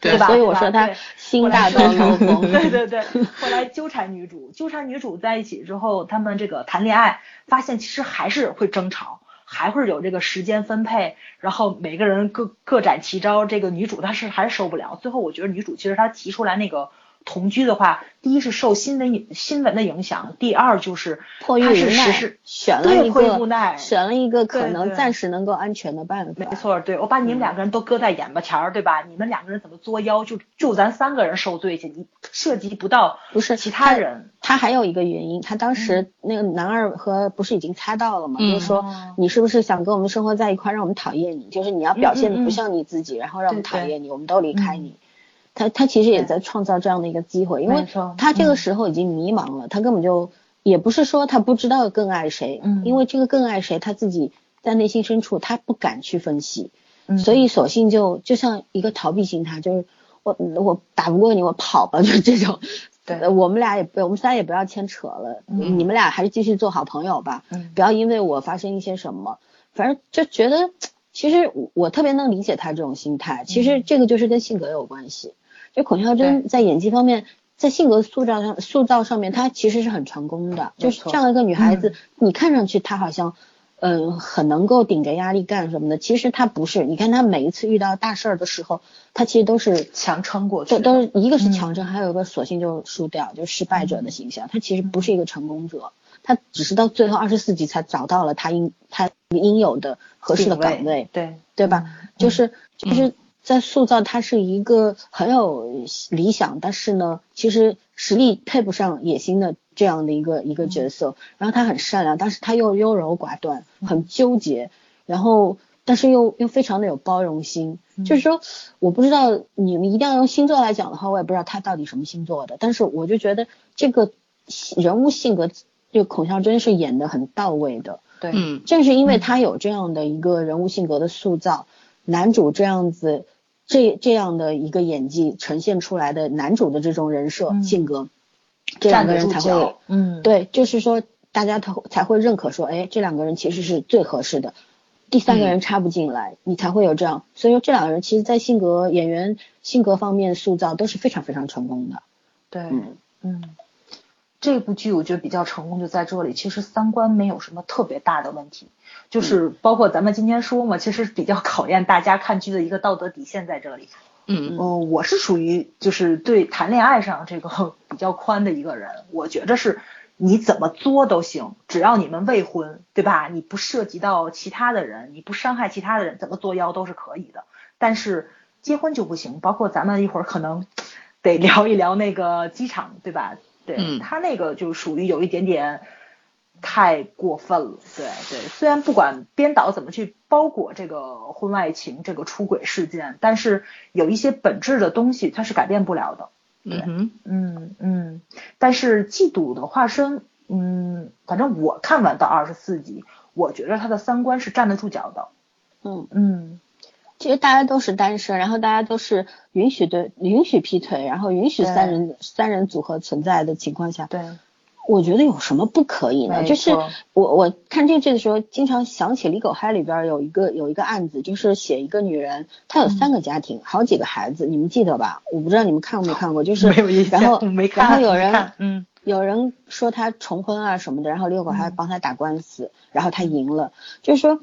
Speaker 3: 对
Speaker 4: 吧？
Speaker 2: 所以
Speaker 4: 对
Speaker 2: 我
Speaker 4: 吧
Speaker 2: 说他
Speaker 4: 对
Speaker 2: 心大到漏风。
Speaker 4: 对对对，后来纠缠女主，纠缠女主在一起之后，他们这个谈恋爱，发现其实还是会争吵，还会有这个时间分配，然后每个人各各展奇招。这个女主她是还是受不了，最后我觉得女主其实她提出来那个同居的话，第一是受新闻影新闻的影响，第二就是
Speaker 2: 迫于
Speaker 4: 她
Speaker 2: 无
Speaker 4: 是实
Speaker 2: 奈
Speaker 4: 施，
Speaker 2: 选了
Speaker 4: 对
Speaker 2: 一
Speaker 4: 迫于无
Speaker 2: 个
Speaker 4: 奈，
Speaker 2: 选了一个可
Speaker 4: 对
Speaker 2: 能
Speaker 4: 对
Speaker 2: 暂时能够安全的办法
Speaker 4: 没。错，对我把你们两个人都搁在眼巴前儿，对吧？你们两个人怎么作妖，就就咱三个人受罪去，你涉及不到
Speaker 2: 不是
Speaker 4: 其他
Speaker 2: 他
Speaker 4: 人。
Speaker 2: 他还有一个原因，他当时那个男二和不是已经猜到了吗？
Speaker 3: 嗯
Speaker 2: 就是说
Speaker 4: 嗯哦
Speaker 2: 你是不是想跟我们生活在一块儿，让我们讨厌你？就是你要表现的
Speaker 4: 嗯嗯
Speaker 2: 不
Speaker 4: 嗯
Speaker 2: 像你自己，然后让我们
Speaker 4: 对
Speaker 2: 讨
Speaker 4: 对嗯
Speaker 2: 厌你，我们都离开你。他他其实也在创造这样的一个机会，因为
Speaker 4: 没错
Speaker 2: 他这个
Speaker 4: 嗯
Speaker 2: 时候已经迷茫了，他根本就也不是说他不知道更爱谁，
Speaker 4: 嗯
Speaker 2: 因为这个更爱谁，他自己在内心深处他不敢去分析，
Speaker 4: 嗯
Speaker 2: 所以索性就就像一个逃避心态，就是我我打不过你，我跑吧，就是这种。
Speaker 4: 对
Speaker 2: 呃我们俩也不，我们仨也不要牵扯了，
Speaker 4: 嗯
Speaker 2: 你们俩还是继续做好朋友吧，
Speaker 4: 嗯
Speaker 2: 不要因为我发生一些什么，反正就觉得，其实我我特别能理解他这种心态，其
Speaker 4: 嗯
Speaker 2: 实这个就是跟性格有关系。就孔孝真在演技方面，在性格塑造上塑造上面，她其实是很成功的。
Speaker 4: 没错嗯
Speaker 2: 就是这样一个女孩子，你看上去她好像，嗯、很能够顶着压力干什么的，其实她不是。你看她每一次遇到大事儿的时候，她其实都是
Speaker 4: 强撑过
Speaker 2: 都
Speaker 4: 去的，
Speaker 2: 都是一个是
Speaker 4: 嗯
Speaker 2: 强争，还有一个索性就输掉，就是失败者的形象。他其实不是一个成功者，他只是到最后二十四集才找到了他应他应有的合适的岗
Speaker 4: 定
Speaker 2: 位，
Speaker 4: 对
Speaker 2: 对吧？就是就是在塑造他是一个很有理想，但是呢，其实实力配不上野心的这样的一个一个角色。然后他很善良，但是他又优柔寡断，很纠结，然后但是又又非常的有包容心。就是说，我不知道你们一定要用星座来讲的话，我也不知道他到底什么星座的，但是我就觉得这个人物性格，就孔孝真是演的很到位的。
Speaker 4: 对，
Speaker 3: 嗯，
Speaker 2: 正是因为他有这样的一个人物性格的塑造，男主这样子这这样的一个演技呈现出来的男主的这种人设、
Speaker 4: 嗯
Speaker 2: 性格，这两
Speaker 4: 站
Speaker 2: 个
Speaker 4: 得
Speaker 2: 人
Speaker 4: 住
Speaker 2: 才会
Speaker 4: 脚，嗯，
Speaker 2: 对，就是说大家才才会认可说，哎，这两个人其实是最合适的，第三
Speaker 4: 嗯
Speaker 2: 个人插不进来，你才会有这样。所以说这两个人其实，在性格演员性格方面塑造都是非常非常成功的。
Speaker 4: 对，
Speaker 2: 嗯
Speaker 4: 嗯，这部剧我觉得比较成功就在这里，其实三观没有什么特别大的问题，就是
Speaker 2: 嗯
Speaker 4: 包括咱们今天说嘛，其实比较考验大家看剧的一个道德底线在这里。
Speaker 3: 嗯，
Speaker 4: 嗯、我是属于就是对谈恋爱上这个 比较宽的一个人，我觉着是你怎么作都行，只要你们未婚，对吧？你不涉及到其他的人，你不伤害其他的人，怎么作妖都是可以的。但是结婚就不行，包括咱们一会儿可能得 聊一聊那个机场，对吧？对、
Speaker 3: 嗯
Speaker 4: 他那个就属于有一点点。太过分了，对对。虽然不管编导怎么去包裹这个婚外情、这个出轨事件，但是有一些本质的东西它是改变不了的。
Speaker 3: 嗯哼，
Speaker 4: 嗯嗯，但是嫉妒的化身，嗯，反正我看完到二十四集，我觉得他的三观是站得住脚的。
Speaker 2: 嗯，
Speaker 4: 嗯
Speaker 2: 其实大家都是单身，然后大家都是允许对允许劈腿，然后允许
Speaker 4: 对
Speaker 2: 三人三人组合存在的情况下，
Speaker 4: 对，
Speaker 2: 我觉得有什么不可以呢？
Speaker 4: 没
Speaker 2: 就是
Speaker 4: 错
Speaker 2: 我我看这剧的时候，经常想起《李狗嗨》里边有一个有一个案子，就是写一个女人，她
Speaker 4: 嗯
Speaker 2: 有三个家庭，好几个孩子，你们记得吧？我不知道你们看过没看过，就是
Speaker 4: 没有印象
Speaker 2: 然后
Speaker 4: 没看
Speaker 2: 然后有
Speaker 4: 没
Speaker 2: 人
Speaker 4: 看嗯
Speaker 2: 有人说她重婚啊什么的，然后李狗还帮她打官司，然后她赢了，就是说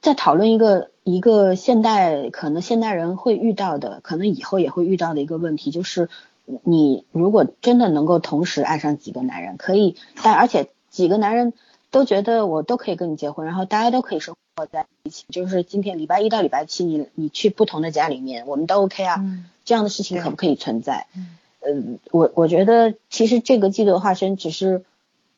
Speaker 2: 在讨论一个一个现代可能现代人会遇到的，可能以后也会遇到的一个问题，就是你如果真的能够同时爱上几个男人，可以，但而且几个男人都觉得我都可以跟你结婚，然后大家都可以生活在一起，就是今天礼拜一到礼拜七你你去不同的家里面，我们都 OK 啊，
Speaker 4: 嗯
Speaker 2: 这样的事情
Speaker 4: 对
Speaker 2: 可不可以存在？
Speaker 4: 嗯
Speaker 2: 嗯，我我觉得其实这个嫉妒的化身只是，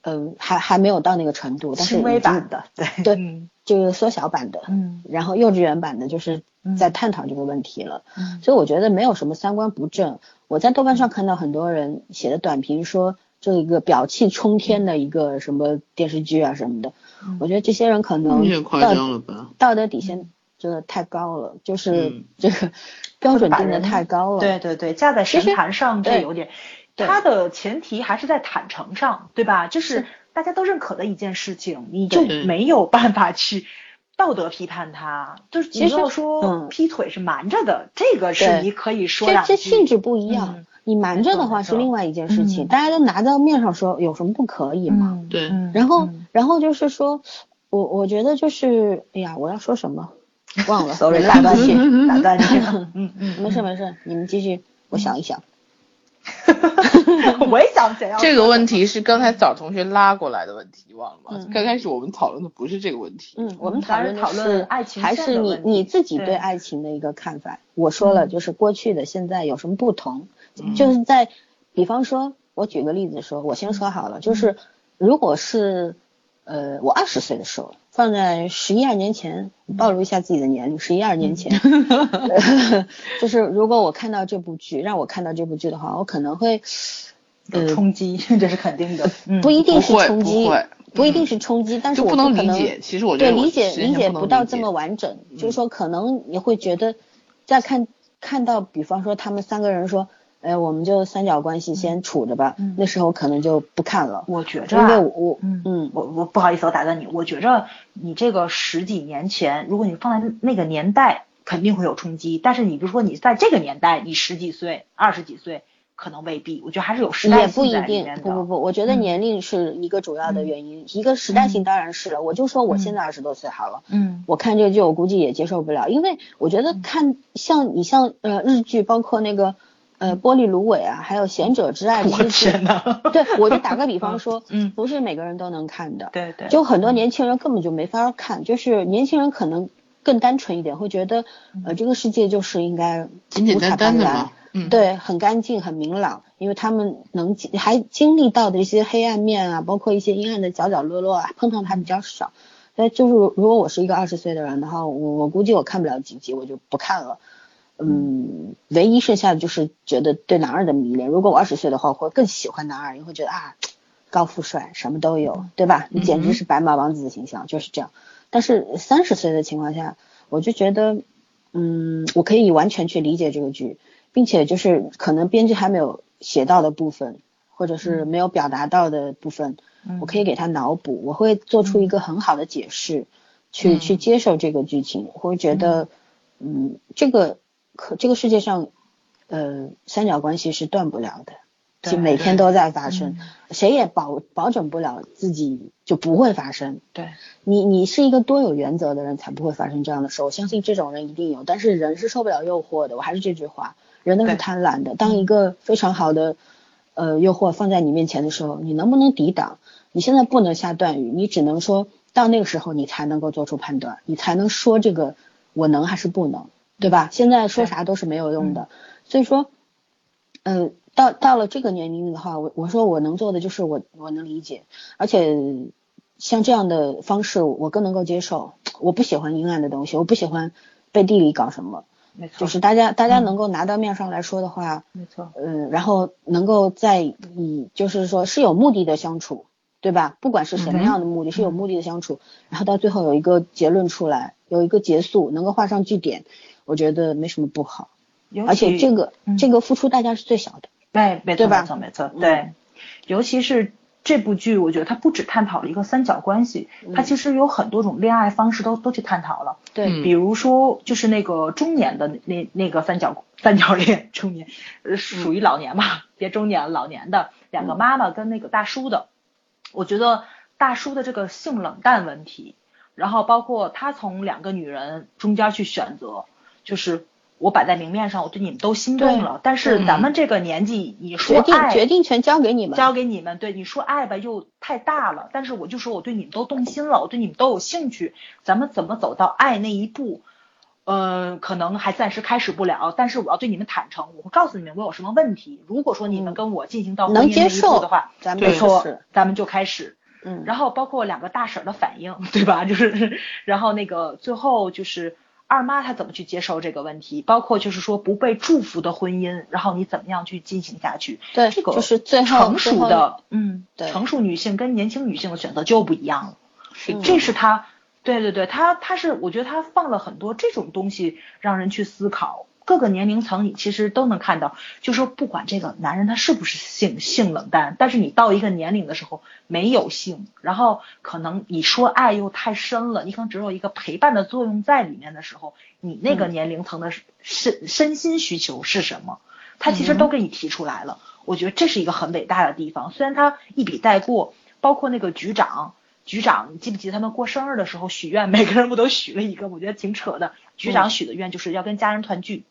Speaker 2: 嗯，还还没有到那个程度，但是
Speaker 4: 轻微
Speaker 2: 已经
Speaker 4: 版的，对
Speaker 2: 对
Speaker 4: 嗯
Speaker 2: 就是缩小版的，
Speaker 4: 嗯
Speaker 2: 然后幼稚园版的就是在探讨这个问题了。
Speaker 4: 嗯
Speaker 2: 所以我觉得没有什么三观不正。我在豆瓣上看到很多人写的短评说这一个表气冲天的一个什么电视剧啊什么的，
Speaker 4: 嗯
Speaker 2: 我觉得这些人可
Speaker 3: 有
Speaker 2: 能
Speaker 3: 点夸张了吧？
Speaker 2: 道德底线真的太高了，就是
Speaker 3: 嗯
Speaker 2: 这个标准
Speaker 4: 把
Speaker 2: 定的
Speaker 4: 人
Speaker 2: 太高了。
Speaker 4: 对对对，架在神
Speaker 2: 其实
Speaker 4: 坛上这
Speaker 2: 对
Speaker 4: 有点，
Speaker 2: 对
Speaker 4: 它的前提还是在坦诚上，对吧？就是
Speaker 2: 是
Speaker 4: 大家都认可的一件事情，你就
Speaker 3: 对
Speaker 4: 没有办法去道德批判它。就是
Speaker 2: 其
Speaker 4: 你
Speaker 2: 实
Speaker 4: 要说
Speaker 2: 嗯
Speaker 4: 劈腿是瞒着的，这个是
Speaker 2: 对
Speaker 4: 你可以说
Speaker 2: 这
Speaker 4: 两
Speaker 2: 这性
Speaker 4: 句。
Speaker 2: 质不一样，
Speaker 4: 嗯
Speaker 2: 你瞒着的话
Speaker 4: 没
Speaker 2: 是
Speaker 4: 错
Speaker 2: 另外一件事情，
Speaker 4: 嗯
Speaker 2: 大家都拿到面上说有什么不可以嘛？
Speaker 4: 嗯
Speaker 3: 对
Speaker 4: 嗯
Speaker 2: 然后
Speaker 4: 嗯，
Speaker 2: 然后就是说，我我觉得就是，哎呀，我要说什么忘了
Speaker 4: sorry，
Speaker 2: 打
Speaker 4: 打
Speaker 2: 断
Speaker 4: 断
Speaker 2: 你，
Speaker 4: 你，打断你了，嗯嗯，
Speaker 2: 没事没事，你们继续，我想一想。
Speaker 4: 我也想想要
Speaker 3: 这个问题是刚才早同学拉过来的问题，忘了吗？
Speaker 2: 嗯
Speaker 3: 刚开始我们讨论的不是这个问题。
Speaker 2: 嗯，我们
Speaker 4: 当
Speaker 2: 讨
Speaker 4: 然
Speaker 2: 论的
Speaker 4: 讨论
Speaker 2: 是
Speaker 4: 爱情
Speaker 2: 还
Speaker 4: 线
Speaker 2: 是
Speaker 4: 的
Speaker 2: 你
Speaker 4: 问题
Speaker 2: 你自己
Speaker 4: 对
Speaker 2: 对爱情的一个看法。我说了，
Speaker 4: 嗯
Speaker 2: 就是过去的、现在有什么不同，就是在比方说，我举个例子说，我先说好了，就是如果是呃我二十岁的时候，放在十一二年前，暴露一下自己的年龄，十一二年前， 就是如果我看到这部剧，让我看到这部剧的话，我可能会
Speaker 4: 有冲击，这是肯定的，嗯
Speaker 2: 不一定是
Speaker 3: 不会
Speaker 2: 冲
Speaker 3: 不
Speaker 2: 击
Speaker 3: 会，
Speaker 2: 不一定是冲击，但是
Speaker 3: 就
Speaker 2: 我
Speaker 3: 不能
Speaker 2: 可
Speaker 3: 理
Speaker 2: 能
Speaker 3: 解其实我觉
Speaker 2: 对
Speaker 3: 得我
Speaker 2: 理解
Speaker 3: 之前
Speaker 2: 理解
Speaker 3: 不能
Speaker 2: 不到
Speaker 3: 理
Speaker 2: 这
Speaker 3: 解
Speaker 2: 么完整，
Speaker 4: 嗯
Speaker 2: 就是说可能你会觉得，再看看到比方说他们三个人说，哎，我们就三角关系先处着吧，
Speaker 4: 嗯
Speaker 2: 那时候可能就不看了，
Speaker 4: 我觉着
Speaker 2: 因
Speaker 4: 啊
Speaker 2: 为我
Speaker 4: 嗯
Speaker 2: 嗯
Speaker 4: 我我不好意思，我打断你。我觉着你这个十几年前，如果你放在那个年代，肯定会有冲击。但是你比如说你在这个年代，你十几岁、二十几岁，可能未必。我觉得还是有时代
Speaker 2: 也不
Speaker 4: 性
Speaker 2: 一
Speaker 4: 在里
Speaker 2: 定
Speaker 4: 面，的。
Speaker 2: 不不不，我觉得
Speaker 4: 嗯
Speaker 2: 年龄是一个主要的原因，一个时代性当然是了，我就说我现在二十多岁好了。
Speaker 4: 嗯
Speaker 2: 我看这个剧，我估计也接受不了，因为我觉得看像你像呃日剧，包括那个呃《玻璃芦苇》啊，还有《贤者之爱》
Speaker 4: 嗯我
Speaker 2: 这些
Speaker 4: 天
Speaker 2: 剧，
Speaker 4: 哪！
Speaker 2: 对我就打个比方说，
Speaker 4: 嗯嗯
Speaker 2: 不是每个人都能看的，
Speaker 4: 对对，
Speaker 2: 就很多年轻人根本就没法看，就是年轻人可能更单纯一点，会觉得呃
Speaker 4: 嗯
Speaker 2: 这个世界就是应该
Speaker 3: 简简
Speaker 2: 五彩
Speaker 3: 单
Speaker 2: 斑
Speaker 3: 单的
Speaker 2: 斓
Speaker 3: 嘛嗯
Speaker 2: 对，很干净，很明朗，因为他们能经还经历到的一些黑暗面啊，包括一些阴暗的角角落落啊，碰到的还比较少。所以就是如果我是一个二十岁的人的话，我我估计我看不了几集，我就不看了。嗯，唯一剩下的就是觉得对男二的迷恋。如果我二十岁的话，我会更喜欢男二，因为会觉得啊，高富帅什么都有，对吧？你简直是白马王子的形象，就是这样。但是三十岁的情况下，我就觉得，嗯，我可以完全去理解这个剧，并且就是可能编剧还没有写到的部分，或者是没有表达到的部分，
Speaker 4: 嗯
Speaker 2: 我可以给他脑补，我会做出一个很好的解释，
Speaker 4: 嗯
Speaker 2: 去去接受这个剧情，我会觉得，嗯，这个可这个世界上，呃，三角关系是断不了的。
Speaker 4: 对嗯
Speaker 2: 就每天都在发生，谁也保保准不了自己就不会发生。
Speaker 4: 对，
Speaker 2: 你你是一个多有原则的人，才不会发生这样的事。我相信这种人一定有，但是人是受不了诱惑的。我还是这句话，人都是
Speaker 4: 对嗯
Speaker 2: 贪婪的。当一个非常好的呃诱惑放在你面前的时候，你能不能抵挡？你现在不能下断语，你只能说到那个时候你才能够做出判断，你才能说这个我能还是不能，对吧？现在说
Speaker 4: 对嗯
Speaker 2: 啥都是没有用的，所以说，呃，到到了这个年龄的话，我我说我能做的就是我我能理解，而且像这样的方式我更能够接受。我不喜欢阴暗的东西，我不喜欢背地里搞什么，
Speaker 3: 没错，
Speaker 2: 就是大家大
Speaker 4: 嗯
Speaker 2: 家能够拿到面上来说的话，
Speaker 3: 没错，
Speaker 2: 嗯，然后能够在以就是说是有目的的相处，对吧？不
Speaker 4: 嗯
Speaker 2: 管是什么样的目的，是有目的的相处，然后到最后有一个结论出来，有一个结束，能够画上句点，我觉得没什么不好。
Speaker 4: 尤
Speaker 2: 而且
Speaker 4: 其
Speaker 2: 这个、
Speaker 4: 嗯
Speaker 2: 这个付出代价是最小的。
Speaker 4: 对，没
Speaker 2: 对
Speaker 4: 错，
Speaker 2: 吧嗯
Speaker 4: 没错，没错，对。尤其是这部剧，我觉得它不只探讨了一个三角关系，它
Speaker 2: 嗯
Speaker 4: 其实有很多种恋爱方式都都去探讨了。
Speaker 2: 对
Speaker 3: 嗯
Speaker 4: 比如说，就是那个中年的那那那个三角 三角恋，中年，呃，属
Speaker 2: 嗯
Speaker 4: 于老年吧，别中年了，老年的两个妈妈跟那个大叔的，我觉得大叔的这个性冷淡问题，然后包括他从两个女人中间去选择，就是我摆在明面上，我对你们都心动
Speaker 2: 对
Speaker 4: 了，但是
Speaker 3: 嗯
Speaker 4: 咱们这个年纪，你说
Speaker 2: 决定
Speaker 4: 爱
Speaker 2: 决定权交给你们。
Speaker 4: 交给你们，对你说爱吧又太大了，但是我就说我对你们都动心了，我对你们都有兴趣，咱们怎么走到爱那一步？呃，可能还暂时开始不了，但是我要对你们坦诚，我会告诉你们我有什么问题。如果说你
Speaker 2: 嗯
Speaker 4: 们跟我进行到婚
Speaker 2: 能
Speaker 4: 姻那
Speaker 2: 接
Speaker 4: 一步
Speaker 2: 受
Speaker 4: 的话，
Speaker 2: 咱们
Speaker 4: 没
Speaker 2: 就
Speaker 4: 错
Speaker 2: 是，
Speaker 4: 咱们就开始。
Speaker 2: 嗯，
Speaker 4: 然后包括两个大婶儿的反应， 对吧？就是，然后那个最后就是二妈她怎么去接受这个问题，包括就是说不被祝福的婚姻，然后你怎么样去进行下去？
Speaker 2: 对，
Speaker 4: 这个
Speaker 2: 就是最后
Speaker 4: 成熟，
Speaker 2: 最后
Speaker 4: 的，嗯，
Speaker 2: 对
Speaker 4: 成熟女性跟年轻女性的选择就不一样了。
Speaker 3: 是
Speaker 2: 嗯
Speaker 4: 这是她，对对对，她她是，我觉得她放了很多这种东西让人去思考。各个年龄层你其实都能看到，就说不管这个男人他是不是性性冷淡，但是你到一个年龄的时候没有性，然后可能你说爱又太深了，你可能只有一个陪伴的作用在里面的时候，你那
Speaker 2: 嗯
Speaker 4: 个年龄层的身身心需求是什么？他其实都给你提出来了。我觉得这是一个很伟大的地方，虽然他一笔带过，包括那个局长。局长，你记不记得他们过生日的时候许愿，每个人不都许了一个？我觉得挺扯的。局长许的愿就是要跟家人团聚，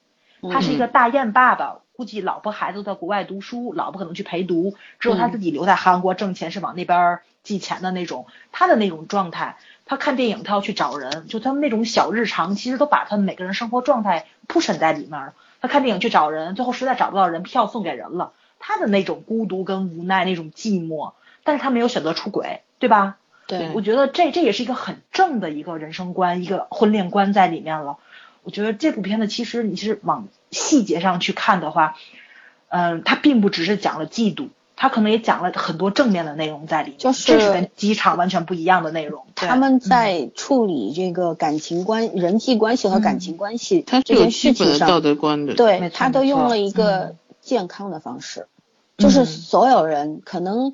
Speaker 4: 他是一个大雁爸爸，估计老婆孩子都在国外读书，老婆可能去陪读，只有他自己留在韩国挣钱，是往那边儿寄钱的那种。他的那种状态，他看电影他要去找人，就他们那种小日常，其实都把他们每个人生活状态铺陈在里面了。他看电影去找人，最后实在找不到人，票送给人了。他的那种孤独跟无奈，那种寂寞，但是他没有选择出轨，对吧？
Speaker 2: 对
Speaker 4: 我觉得这这也是一个很正的一个人生观，一个婚恋观在里面了。我觉得这部片子其实你是往细节上去看的话，嗯、它并不只是讲了嫉妒，它可能也讲了很多正面的内容在里面，
Speaker 2: 就是
Speaker 4: 这是跟机场完全不一样的内容。对嗯
Speaker 2: 他们在处理这个感情关、人际关系和感
Speaker 4: 嗯
Speaker 2: 情关系
Speaker 3: 它是
Speaker 2: 这
Speaker 3: 有
Speaker 2: 件
Speaker 3: 基
Speaker 2: 事
Speaker 3: 本
Speaker 2: 情
Speaker 3: 的
Speaker 2: 上，
Speaker 3: 道德观的，嗯
Speaker 4: 没
Speaker 2: 对，
Speaker 4: 错
Speaker 2: 他都
Speaker 4: 没错
Speaker 2: 用了一个
Speaker 4: 嗯
Speaker 2: 健康的方式，就是
Speaker 4: 嗯
Speaker 2: 所有人可能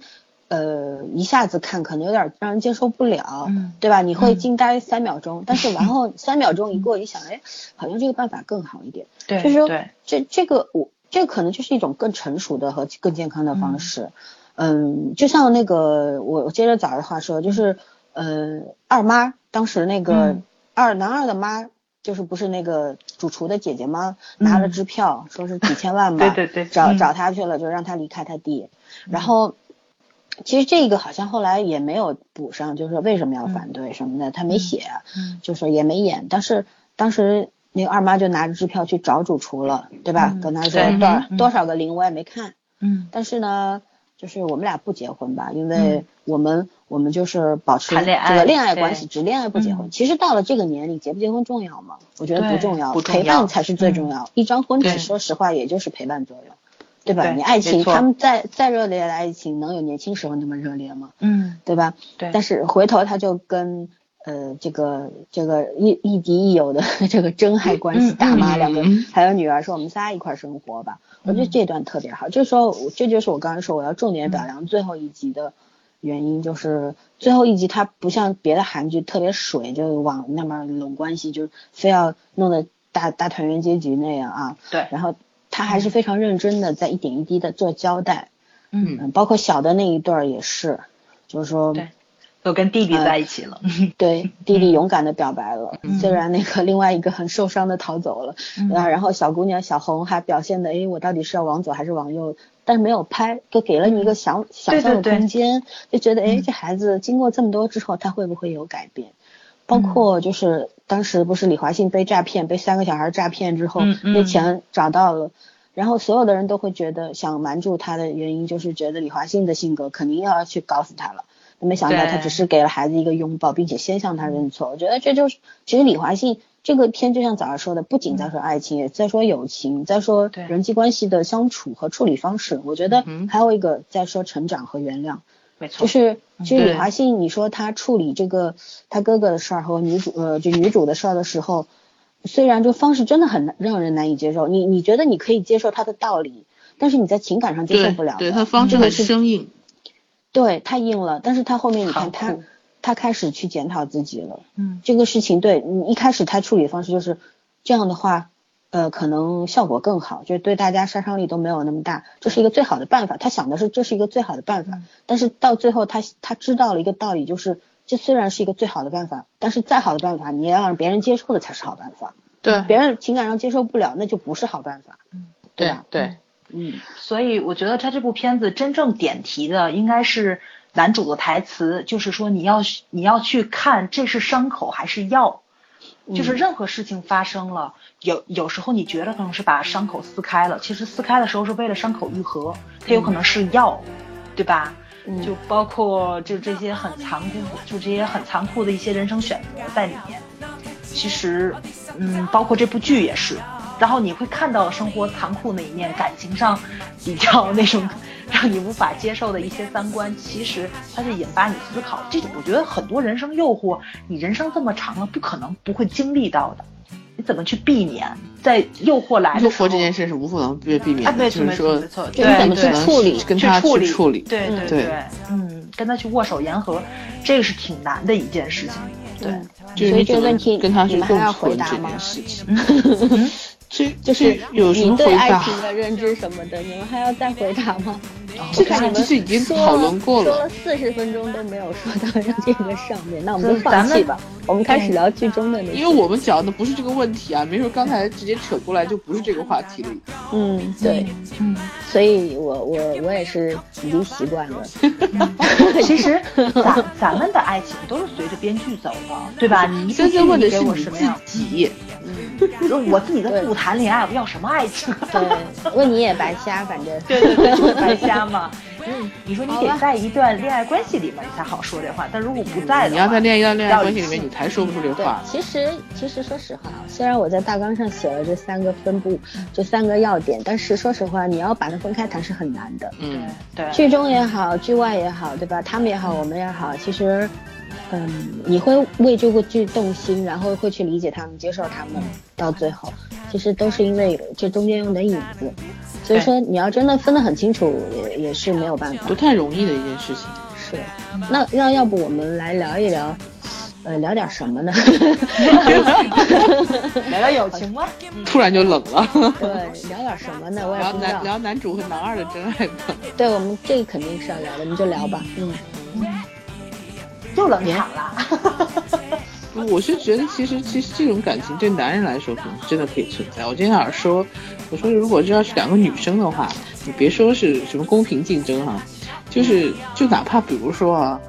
Speaker 2: 呃一下子看可能有点让人接受不了，
Speaker 4: 嗯
Speaker 2: 对吧？你会
Speaker 4: 嗯
Speaker 2: 惊呆三秒钟，但 是然后三秒钟一过，你想，哎，好像这个办法更好一点。
Speaker 4: 对
Speaker 2: 就是说
Speaker 4: 对，
Speaker 2: 这这个我这可能就是一种更成熟的和更健康的方式。嗯，就像那个我我接着早儿的话说，就是呃二妈当时那个
Speaker 4: 嗯
Speaker 2: 二、男二的妈。就是不是那个主厨的姐姐吗？拿了
Speaker 4: 嗯
Speaker 2: 支票，说是几千万吧，
Speaker 4: 对对对
Speaker 2: 找
Speaker 4: 嗯
Speaker 2: 找他去了，就让他离开他弟。然后，其实这个好像后来也没有补上，就是说为什么要反对什么的，他没写。啊
Speaker 4: 嗯
Speaker 2: 就是也没演，但是当时那个二妈就拿着支票去找主厨了，对吧？
Speaker 4: 嗯
Speaker 2: 跟他说
Speaker 4: 对
Speaker 2: 多少、
Speaker 4: 嗯
Speaker 2: 多少个零我也没看，
Speaker 4: 嗯，
Speaker 2: 但是呢，就是我们俩不结婚吧，因为我们、我们就是保持
Speaker 4: 谈恋爱
Speaker 2: 这个恋爱关系，
Speaker 4: 对
Speaker 2: 只恋爱不结婚。
Speaker 4: 嗯
Speaker 2: 其实到了这个年龄，结不结婚重要吗？我觉得不
Speaker 4: 对
Speaker 2: 重要，
Speaker 4: 不重要嗯
Speaker 2: 陪伴才是最重要。一张婚纸，
Speaker 3: 对
Speaker 2: 说实话也就是陪伴作用。对吧？
Speaker 4: 对
Speaker 2: 你爱情，
Speaker 4: 没错
Speaker 2: 他们再再热烈的爱情，能有年轻时候那么热烈吗？
Speaker 4: 嗯，
Speaker 2: 对吧？
Speaker 4: 对，
Speaker 2: 但是回头他就跟呃这个这个亦亦敌亦友的 这个真爱关系，
Speaker 4: 嗯
Speaker 2: 大妈
Speaker 3: 嗯
Speaker 2: 两个
Speaker 3: 嗯
Speaker 2: 还有女儿说我们仨一块儿生活吧。我觉得这段特别好，这时候我这就是我刚才说我要重点表扬最后一集的原因，就是最后一集它不像别的韩剧特别水，就往那边拢关系，就是非要弄得大大团圆结局那样啊。
Speaker 4: 对，
Speaker 2: 然后他还是非常认真的在一点一滴的做交代，
Speaker 4: 嗯，
Speaker 2: 嗯，包括小的那一段儿也是，就是说。
Speaker 4: 对都跟弟弟
Speaker 2: 嗯
Speaker 4: 在一起了。
Speaker 2: 对，弟弟勇敢的表白了，
Speaker 4: 嗯
Speaker 2: 虽然那个另外一个很受伤的逃走了，
Speaker 4: 嗯
Speaker 2: 啊，然后小姑娘小红还表现的，诶，我到底是要往左还是往右？但是没有拍，就给了你一个想、想象的
Speaker 4: 嗯对对对
Speaker 2: 空间，就觉得，诶，
Speaker 4: 嗯
Speaker 2: 这孩子经过这么多之后，他会不会有改变？
Speaker 4: 嗯
Speaker 2: 包括就是当时不是李华信被诈骗，被三个小孩诈骗之后，
Speaker 4: 嗯嗯
Speaker 2: 那钱找到了。然后所有的人都会觉得想瞒住他的原因，就是觉得李华信的性格肯定要去搞死他了。没想到
Speaker 4: 对
Speaker 2: 他只是给了孩子一个拥抱，并且先向他认错。我觉得这就是，其实李华信这个片就像早上说的，不仅
Speaker 3: 嗯
Speaker 2: 在说爱情，也在说友情，在说
Speaker 4: 对
Speaker 2: 人际关系的相处和处理方式。我觉得
Speaker 3: 嗯哼
Speaker 2: 还有一个在说成长和原谅。
Speaker 4: 没错，
Speaker 2: 就是其实
Speaker 3: 嗯对
Speaker 2: 李华信，你说他处理这个他哥哥的事儿和女主呃就女主的事儿的时候，虽然这个方式真的很难让人难以接受，你你觉得你可以接受他的道理，但是你在情感上接受
Speaker 3: 对
Speaker 2: 不了的。
Speaker 3: 对，他方式
Speaker 2: 这个
Speaker 3: 很
Speaker 2: 是
Speaker 3: 生硬，
Speaker 2: 对太硬了，但是他后面你
Speaker 4: 好
Speaker 2: 看他
Speaker 4: 酷
Speaker 2: 他开始去检讨自己了，
Speaker 4: 嗯，
Speaker 2: 这个事情对你一开始他处理的方式就是这样的话。呃，可能效果更好，就是对大家杀伤力都没有那么大，这是一个最好的办法。他想的是这是一个最好的办法，
Speaker 4: 嗯
Speaker 2: 但是到最后他他知道了一个道理，就是这虽然是一个最好的办法，但是再好的办法你也要让别人接受的才是好办法，
Speaker 3: 对
Speaker 2: 别人情感上接受不了，那就不是好办法，对
Speaker 3: 对
Speaker 2: 吧？
Speaker 3: 对，
Speaker 2: 嗯，
Speaker 4: 所以我觉得他这部片子真正点题的应该是男主的台词，就是说你要你要去看这是伤口还是药，
Speaker 2: 嗯
Speaker 4: 就是任何事情发生了，有有时候你觉得可能是把伤口撕开了，其实撕开的时候是为了伤口愈合，它有可能是药，对吧？
Speaker 2: 嗯
Speaker 4: 就包括就这些很残酷，就这些很残酷的一些人生选择在里面。其实，嗯，包括这部剧也是，然后你会看到生活残酷那一面，感情上比较 那种让你无法接受的一些三观，其实它是引发你思考。这种我觉得很多人生诱惑，你人生这么长了，不可能不会经历到的，你怎么去避免在诱惑来
Speaker 3: 诱
Speaker 4: 的时
Speaker 3: 惑
Speaker 4: 候？
Speaker 3: 这件事是无可能避避免
Speaker 4: 嗯啊，
Speaker 3: 的，
Speaker 4: 对，
Speaker 3: 就
Speaker 4: 没
Speaker 3: 是
Speaker 4: 错
Speaker 3: 说
Speaker 4: 没错，
Speaker 2: 就
Speaker 4: 对
Speaker 2: 是怎么去
Speaker 4: 对
Speaker 3: 只能
Speaker 2: 处理
Speaker 3: 去跟他
Speaker 4: 处
Speaker 3: 去
Speaker 4: 理，
Speaker 3: 处理，
Speaker 4: 对对
Speaker 3: 对
Speaker 4: 嗯，跟他去握手言和，这个是挺难的一 件事情。对，
Speaker 3: 就
Speaker 2: 所
Speaker 3: 是
Speaker 2: 以
Speaker 3: 你
Speaker 2: 这个
Speaker 3: 只能
Speaker 2: 问题
Speaker 3: 跟他
Speaker 2: 你
Speaker 3: 去
Speaker 2: 们还
Speaker 3: 共
Speaker 2: 要
Speaker 3: 存
Speaker 2: 回答
Speaker 3: 这
Speaker 2: 吗
Speaker 3: 件事情。
Speaker 4: 嗯
Speaker 3: 这
Speaker 2: 就是
Speaker 3: 这有什么
Speaker 2: 你对
Speaker 3: 回
Speaker 2: 爱
Speaker 3: 答？
Speaker 2: 情的认知什么的，你们还要再回答吗？
Speaker 3: 哦这
Speaker 2: 看你
Speaker 3: 个
Speaker 2: 们
Speaker 3: 这是已经
Speaker 2: 说
Speaker 3: 讨论过
Speaker 2: 说
Speaker 3: 了，
Speaker 2: 了四十分钟都没有说到这个上面，那我们
Speaker 3: 嗯
Speaker 4: 就
Speaker 2: 就是放
Speaker 4: 咱
Speaker 2: 弃
Speaker 4: 们
Speaker 2: 吧，我们开始聊剧中的那
Speaker 3: 因
Speaker 2: 些。
Speaker 3: 为我们讲的不是这个问题啊，没准刚才直接扯过来就不是这个话题了。
Speaker 2: 嗯，对，
Speaker 4: 嗯，
Speaker 2: 所以我我我也是已经习惯 了。
Speaker 4: 其实咱咱们的爱情都是随着编剧走的，对吧？你
Speaker 3: 森森问的是
Speaker 4: 我
Speaker 3: 你
Speaker 4: 什么样？
Speaker 3: 自己，
Speaker 4: 我自己都不谈恋爱，我要什么爱情？
Speaker 2: 对，呃问你也白瞎，反正
Speaker 4: 对 对对， 就是白瞎嘛。嗯，你说你
Speaker 2: 好吧
Speaker 4: 得在一段恋爱关系里面，你才好说这话。但如果不在
Speaker 3: 你
Speaker 4: 的话，
Speaker 3: 要在恋爱一段恋爱关系里面，
Speaker 4: 要理性
Speaker 3: 你才说不出这
Speaker 2: 对
Speaker 3: 话，。
Speaker 2: 其实其实说实话，啊虽然我在大纲上写了这三个分布，这三个要点，但是说实话，你要把它分开谈是很难的。
Speaker 3: 嗯，
Speaker 4: 对对
Speaker 2: 剧中也好，剧外也好，对吧？他们也好，我们也好，其实，嗯，你会为这个剧动心，然后会去理解他们，接受他们，到最后，
Speaker 3: 嗯
Speaker 2: 其实都是因为这中间用的影子。所以说，你要真的分得很清楚，也也是没有办法
Speaker 3: 不。太容易的一件事情。
Speaker 2: 是，那那要不我们来聊一聊，呃，聊点什 么呢？对，
Speaker 4: 聊聊友情吧。
Speaker 3: 突然就冷
Speaker 4: 嗯
Speaker 3: 了。
Speaker 2: 聊点什么呢？我也
Speaker 3: 聊
Speaker 2: 不知
Speaker 3: 男
Speaker 2: 道。
Speaker 3: 聊男主和男二的真爱吧。
Speaker 2: 对我们这个肯定是要聊的，你就聊吧。嗯，
Speaker 4: 又冷场了。
Speaker 3: 嗯我是觉得，其实其实这种感情对男人来说，可能是真的可以存在。我今天早上说，我说如果这要是两个女生的话，你别说是什么公平竞争哈、就是就哪怕比如说啊，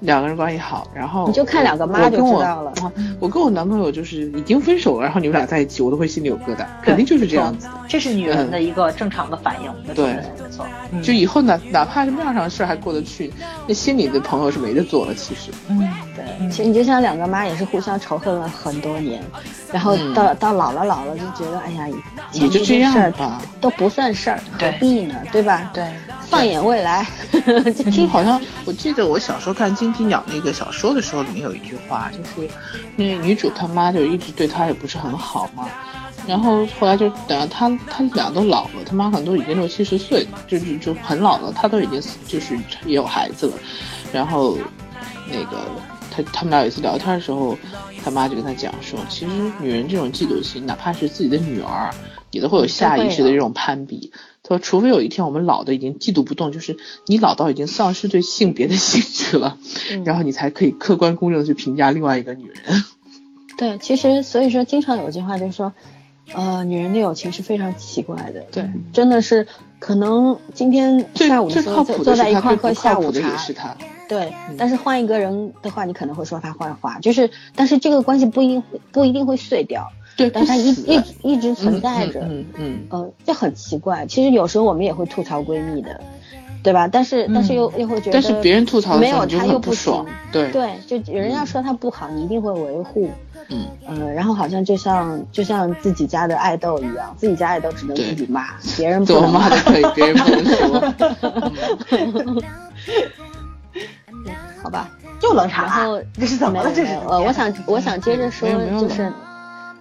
Speaker 3: 两个人关系好，然后
Speaker 2: 你就看两个妈
Speaker 3: 我
Speaker 2: 就
Speaker 3: 跟我
Speaker 2: 知
Speaker 3: 啊
Speaker 2: 道了
Speaker 3: 我跟我男朋友就是已经分手了，然后你们俩在一起，我都会心里有疙瘩，肯定就是这样子。
Speaker 4: 这是女人的一个正常的反应，我觉得
Speaker 3: 对
Speaker 4: 没错。嗯
Speaker 3: 就以后哪哪怕是面上的事儿还过得去，那心里的朋友是没得做了。其实，
Speaker 4: 嗯，
Speaker 2: 对，其实你就像两个妈也是互相仇恨了很多年，然后
Speaker 3: 嗯
Speaker 2: 到、到老了老了就觉得，哎呀，
Speaker 3: 也就
Speaker 2: 前
Speaker 3: 这
Speaker 2: 面
Speaker 3: 样
Speaker 2: 事儿
Speaker 3: 吧
Speaker 2: 都不算事儿，何
Speaker 4: 对
Speaker 2: 必呢？对吧？
Speaker 4: 对，
Speaker 2: 放眼未来，
Speaker 3: 就好像我记得我小时候看《金皮鸟》那个小说的时候，里面有一句话，就是那个女主她妈就一直对她也不是很好嘛，然后后来就等到她她俩都老了，她妈可能都已经六七十岁，就就就很老了，她都已经就是也有孩子了，然后那个她他们俩有一次聊天的时候，她妈就跟她讲说，其实女人这种嫉妒心，哪怕是自己的女儿，也都会有下意识的这种攀比。她说，除非有一天我们老的已经嫉妒不动，就是你老到已经丧失对性别的兴趣了，嗯
Speaker 2: 嗯
Speaker 3: 然后你才可以客观公正的去评价另外一个女人。
Speaker 2: 对，其实所以说，经常有句话就是说，呃，女人的友情是非常奇怪的，
Speaker 3: 对，
Speaker 2: 真的是可能今天
Speaker 3: 最
Speaker 2: 下午的
Speaker 3: 最
Speaker 2: 时候
Speaker 3: 靠
Speaker 2: 坐
Speaker 3: 谱
Speaker 2: 坐
Speaker 3: 的是
Speaker 2: 在一
Speaker 3: 她，
Speaker 2: 块儿
Speaker 3: 最
Speaker 2: 喝
Speaker 3: 不
Speaker 2: 下
Speaker 3: 靠
Speaker 2: 午
Speaker 3: 谱的
Speaker 2: 茶
Speaker 3: 也，是嗯她。
Speaker 2: 对，但是换一个人的话，你可能会说他坏话，就是，但是这个关系不一定会不一定会碎掉，
Speaker 3: 对，
Speaker 2: 但是它一
Speaker 3: 不死
Speaker 2: 一直一直存在着，
Speaker 3: 嗯嗯嗯嗯
Speaker 2: 呃，这很奇怪。其实有时候我们也会吐槽闺蜜的，对吧？但是但是又又会觉得，
Speaker 3: 嗯但是别人吐槽的
Speaker 2: 没
Speaker 3: 时候
Speaker 2: 有
Speaker 3: 你就
Speaker 2: 他
Speaker 3: 很
Speaker 2: 又
Speaker 3: 不爽嗯
Speaker 2: 行，，
Speaker 3: 对，
Speaker 2: 对，就人家说他不好，你一定会维护，
Speaker 3: 嗯，
Speaker 2: 呃，然后好像就像就像自己家的爱豆一样，自己家爱豆只能
Speaker 3: 对
Speaker 2: 自己 骂，别人不
Speaker 3: 怎么
Speaker 2: 能
Speaker 3: 骂
Speaker 2: 骂
Speaker 3: 都，可以，别人不能说。
Speaker 2: 好吧？
Speaker 4: 又冷场
Speaker 2: 然
Speaker 4: 了，
Speaker 2: 后
Speaker 4: 这是怎
Speaker 2: 没有
Speaker 4: 么了？这
Speaker 2: 没
Speaker 4: 是哎
Speaker 2: 有呃，我想我想接着说
Speaker 3: 没有没，有
Speaker 2: 就是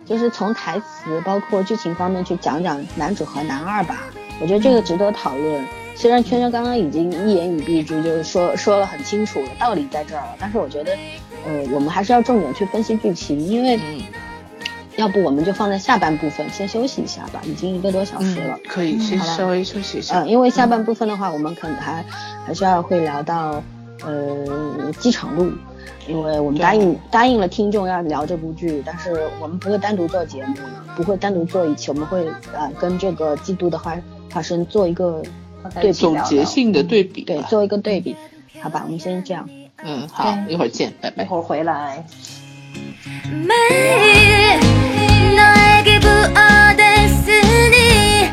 Speaker 2: 就是从台词包括剧情方面去讲讲男主和男二吧，我觉得这个值得讨论。虽然圈圈刚刚已经一言以蔽之，就是说说了很清楚了，道理在这儿了，但是我觉得，呃，我们还是要重点去分析剧情，因为
Speaker 3: 嗯
Speaker 2: 要不我们就放在下半部分先休息一下吧，已经一个多小时了
Speaker 3: 嗯，。可以先
Speaker 2: 好吧
Speaker 3: 稍微休息一下
Speaker 2: 呃，。因为下半部分的话，我们可能还还是要会聊到呃机场路，因为我们
Speaker 3: 对
Speaker 2: 答应答应了听众要聊这部剧，但是我们不会单独做节目的，不会单独做一期，我们会呃跟这个季度的话发生做一个对比聊
Speaker 3: 总
Speaker 2: 聊嗯
Speaker 3: 结性的对比
Speaker 2: 对
Speaker 3: 吧。
Speaker 2: 做一个对比，好吧，我们先这样。
Speaker 3: 嗯，好，一会儿见，拜
Speaker 4: 一
Speaker 3: 拜。
Speaker 4: 会儿回来。
Speaker 5: 매일 너에게 부어댔으니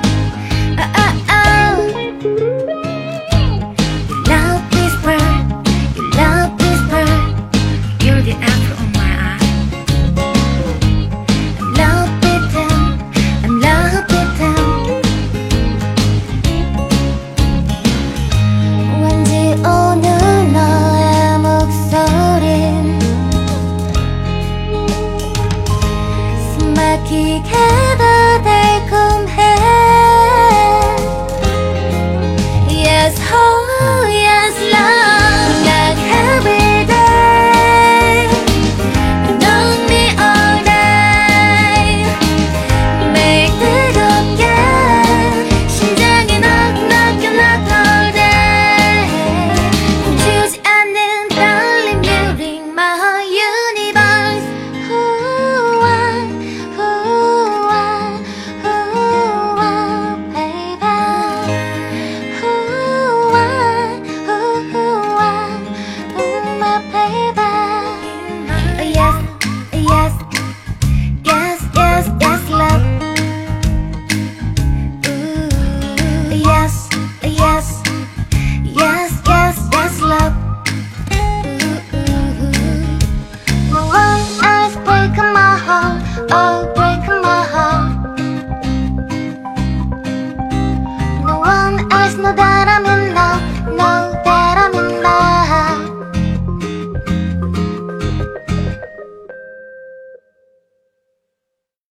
Speaker 5: 아, 아, oh. You love whisper, you love whisper, you're the apple of my eye. I'm love bitten, I'm love bitten. 왠지 오늘 너의 목소린 숨막히게 더 달콤해 Yes, oh yes, love Like every day Know me all day 매일 뜨겁게 심장이 knock knock you knock all day 멈추지 않는 떨림 You ring my universe Ooh, I, ooh, I, ooh, I, baby Ooh, I, ooh, I, ooh, my baby Yes, yes, yes, yes, yes, love Ooh, Yes, yes, yes, yes, yes, love Ooh, ooh, ooh. My one eyes breaking my heart. Oh, break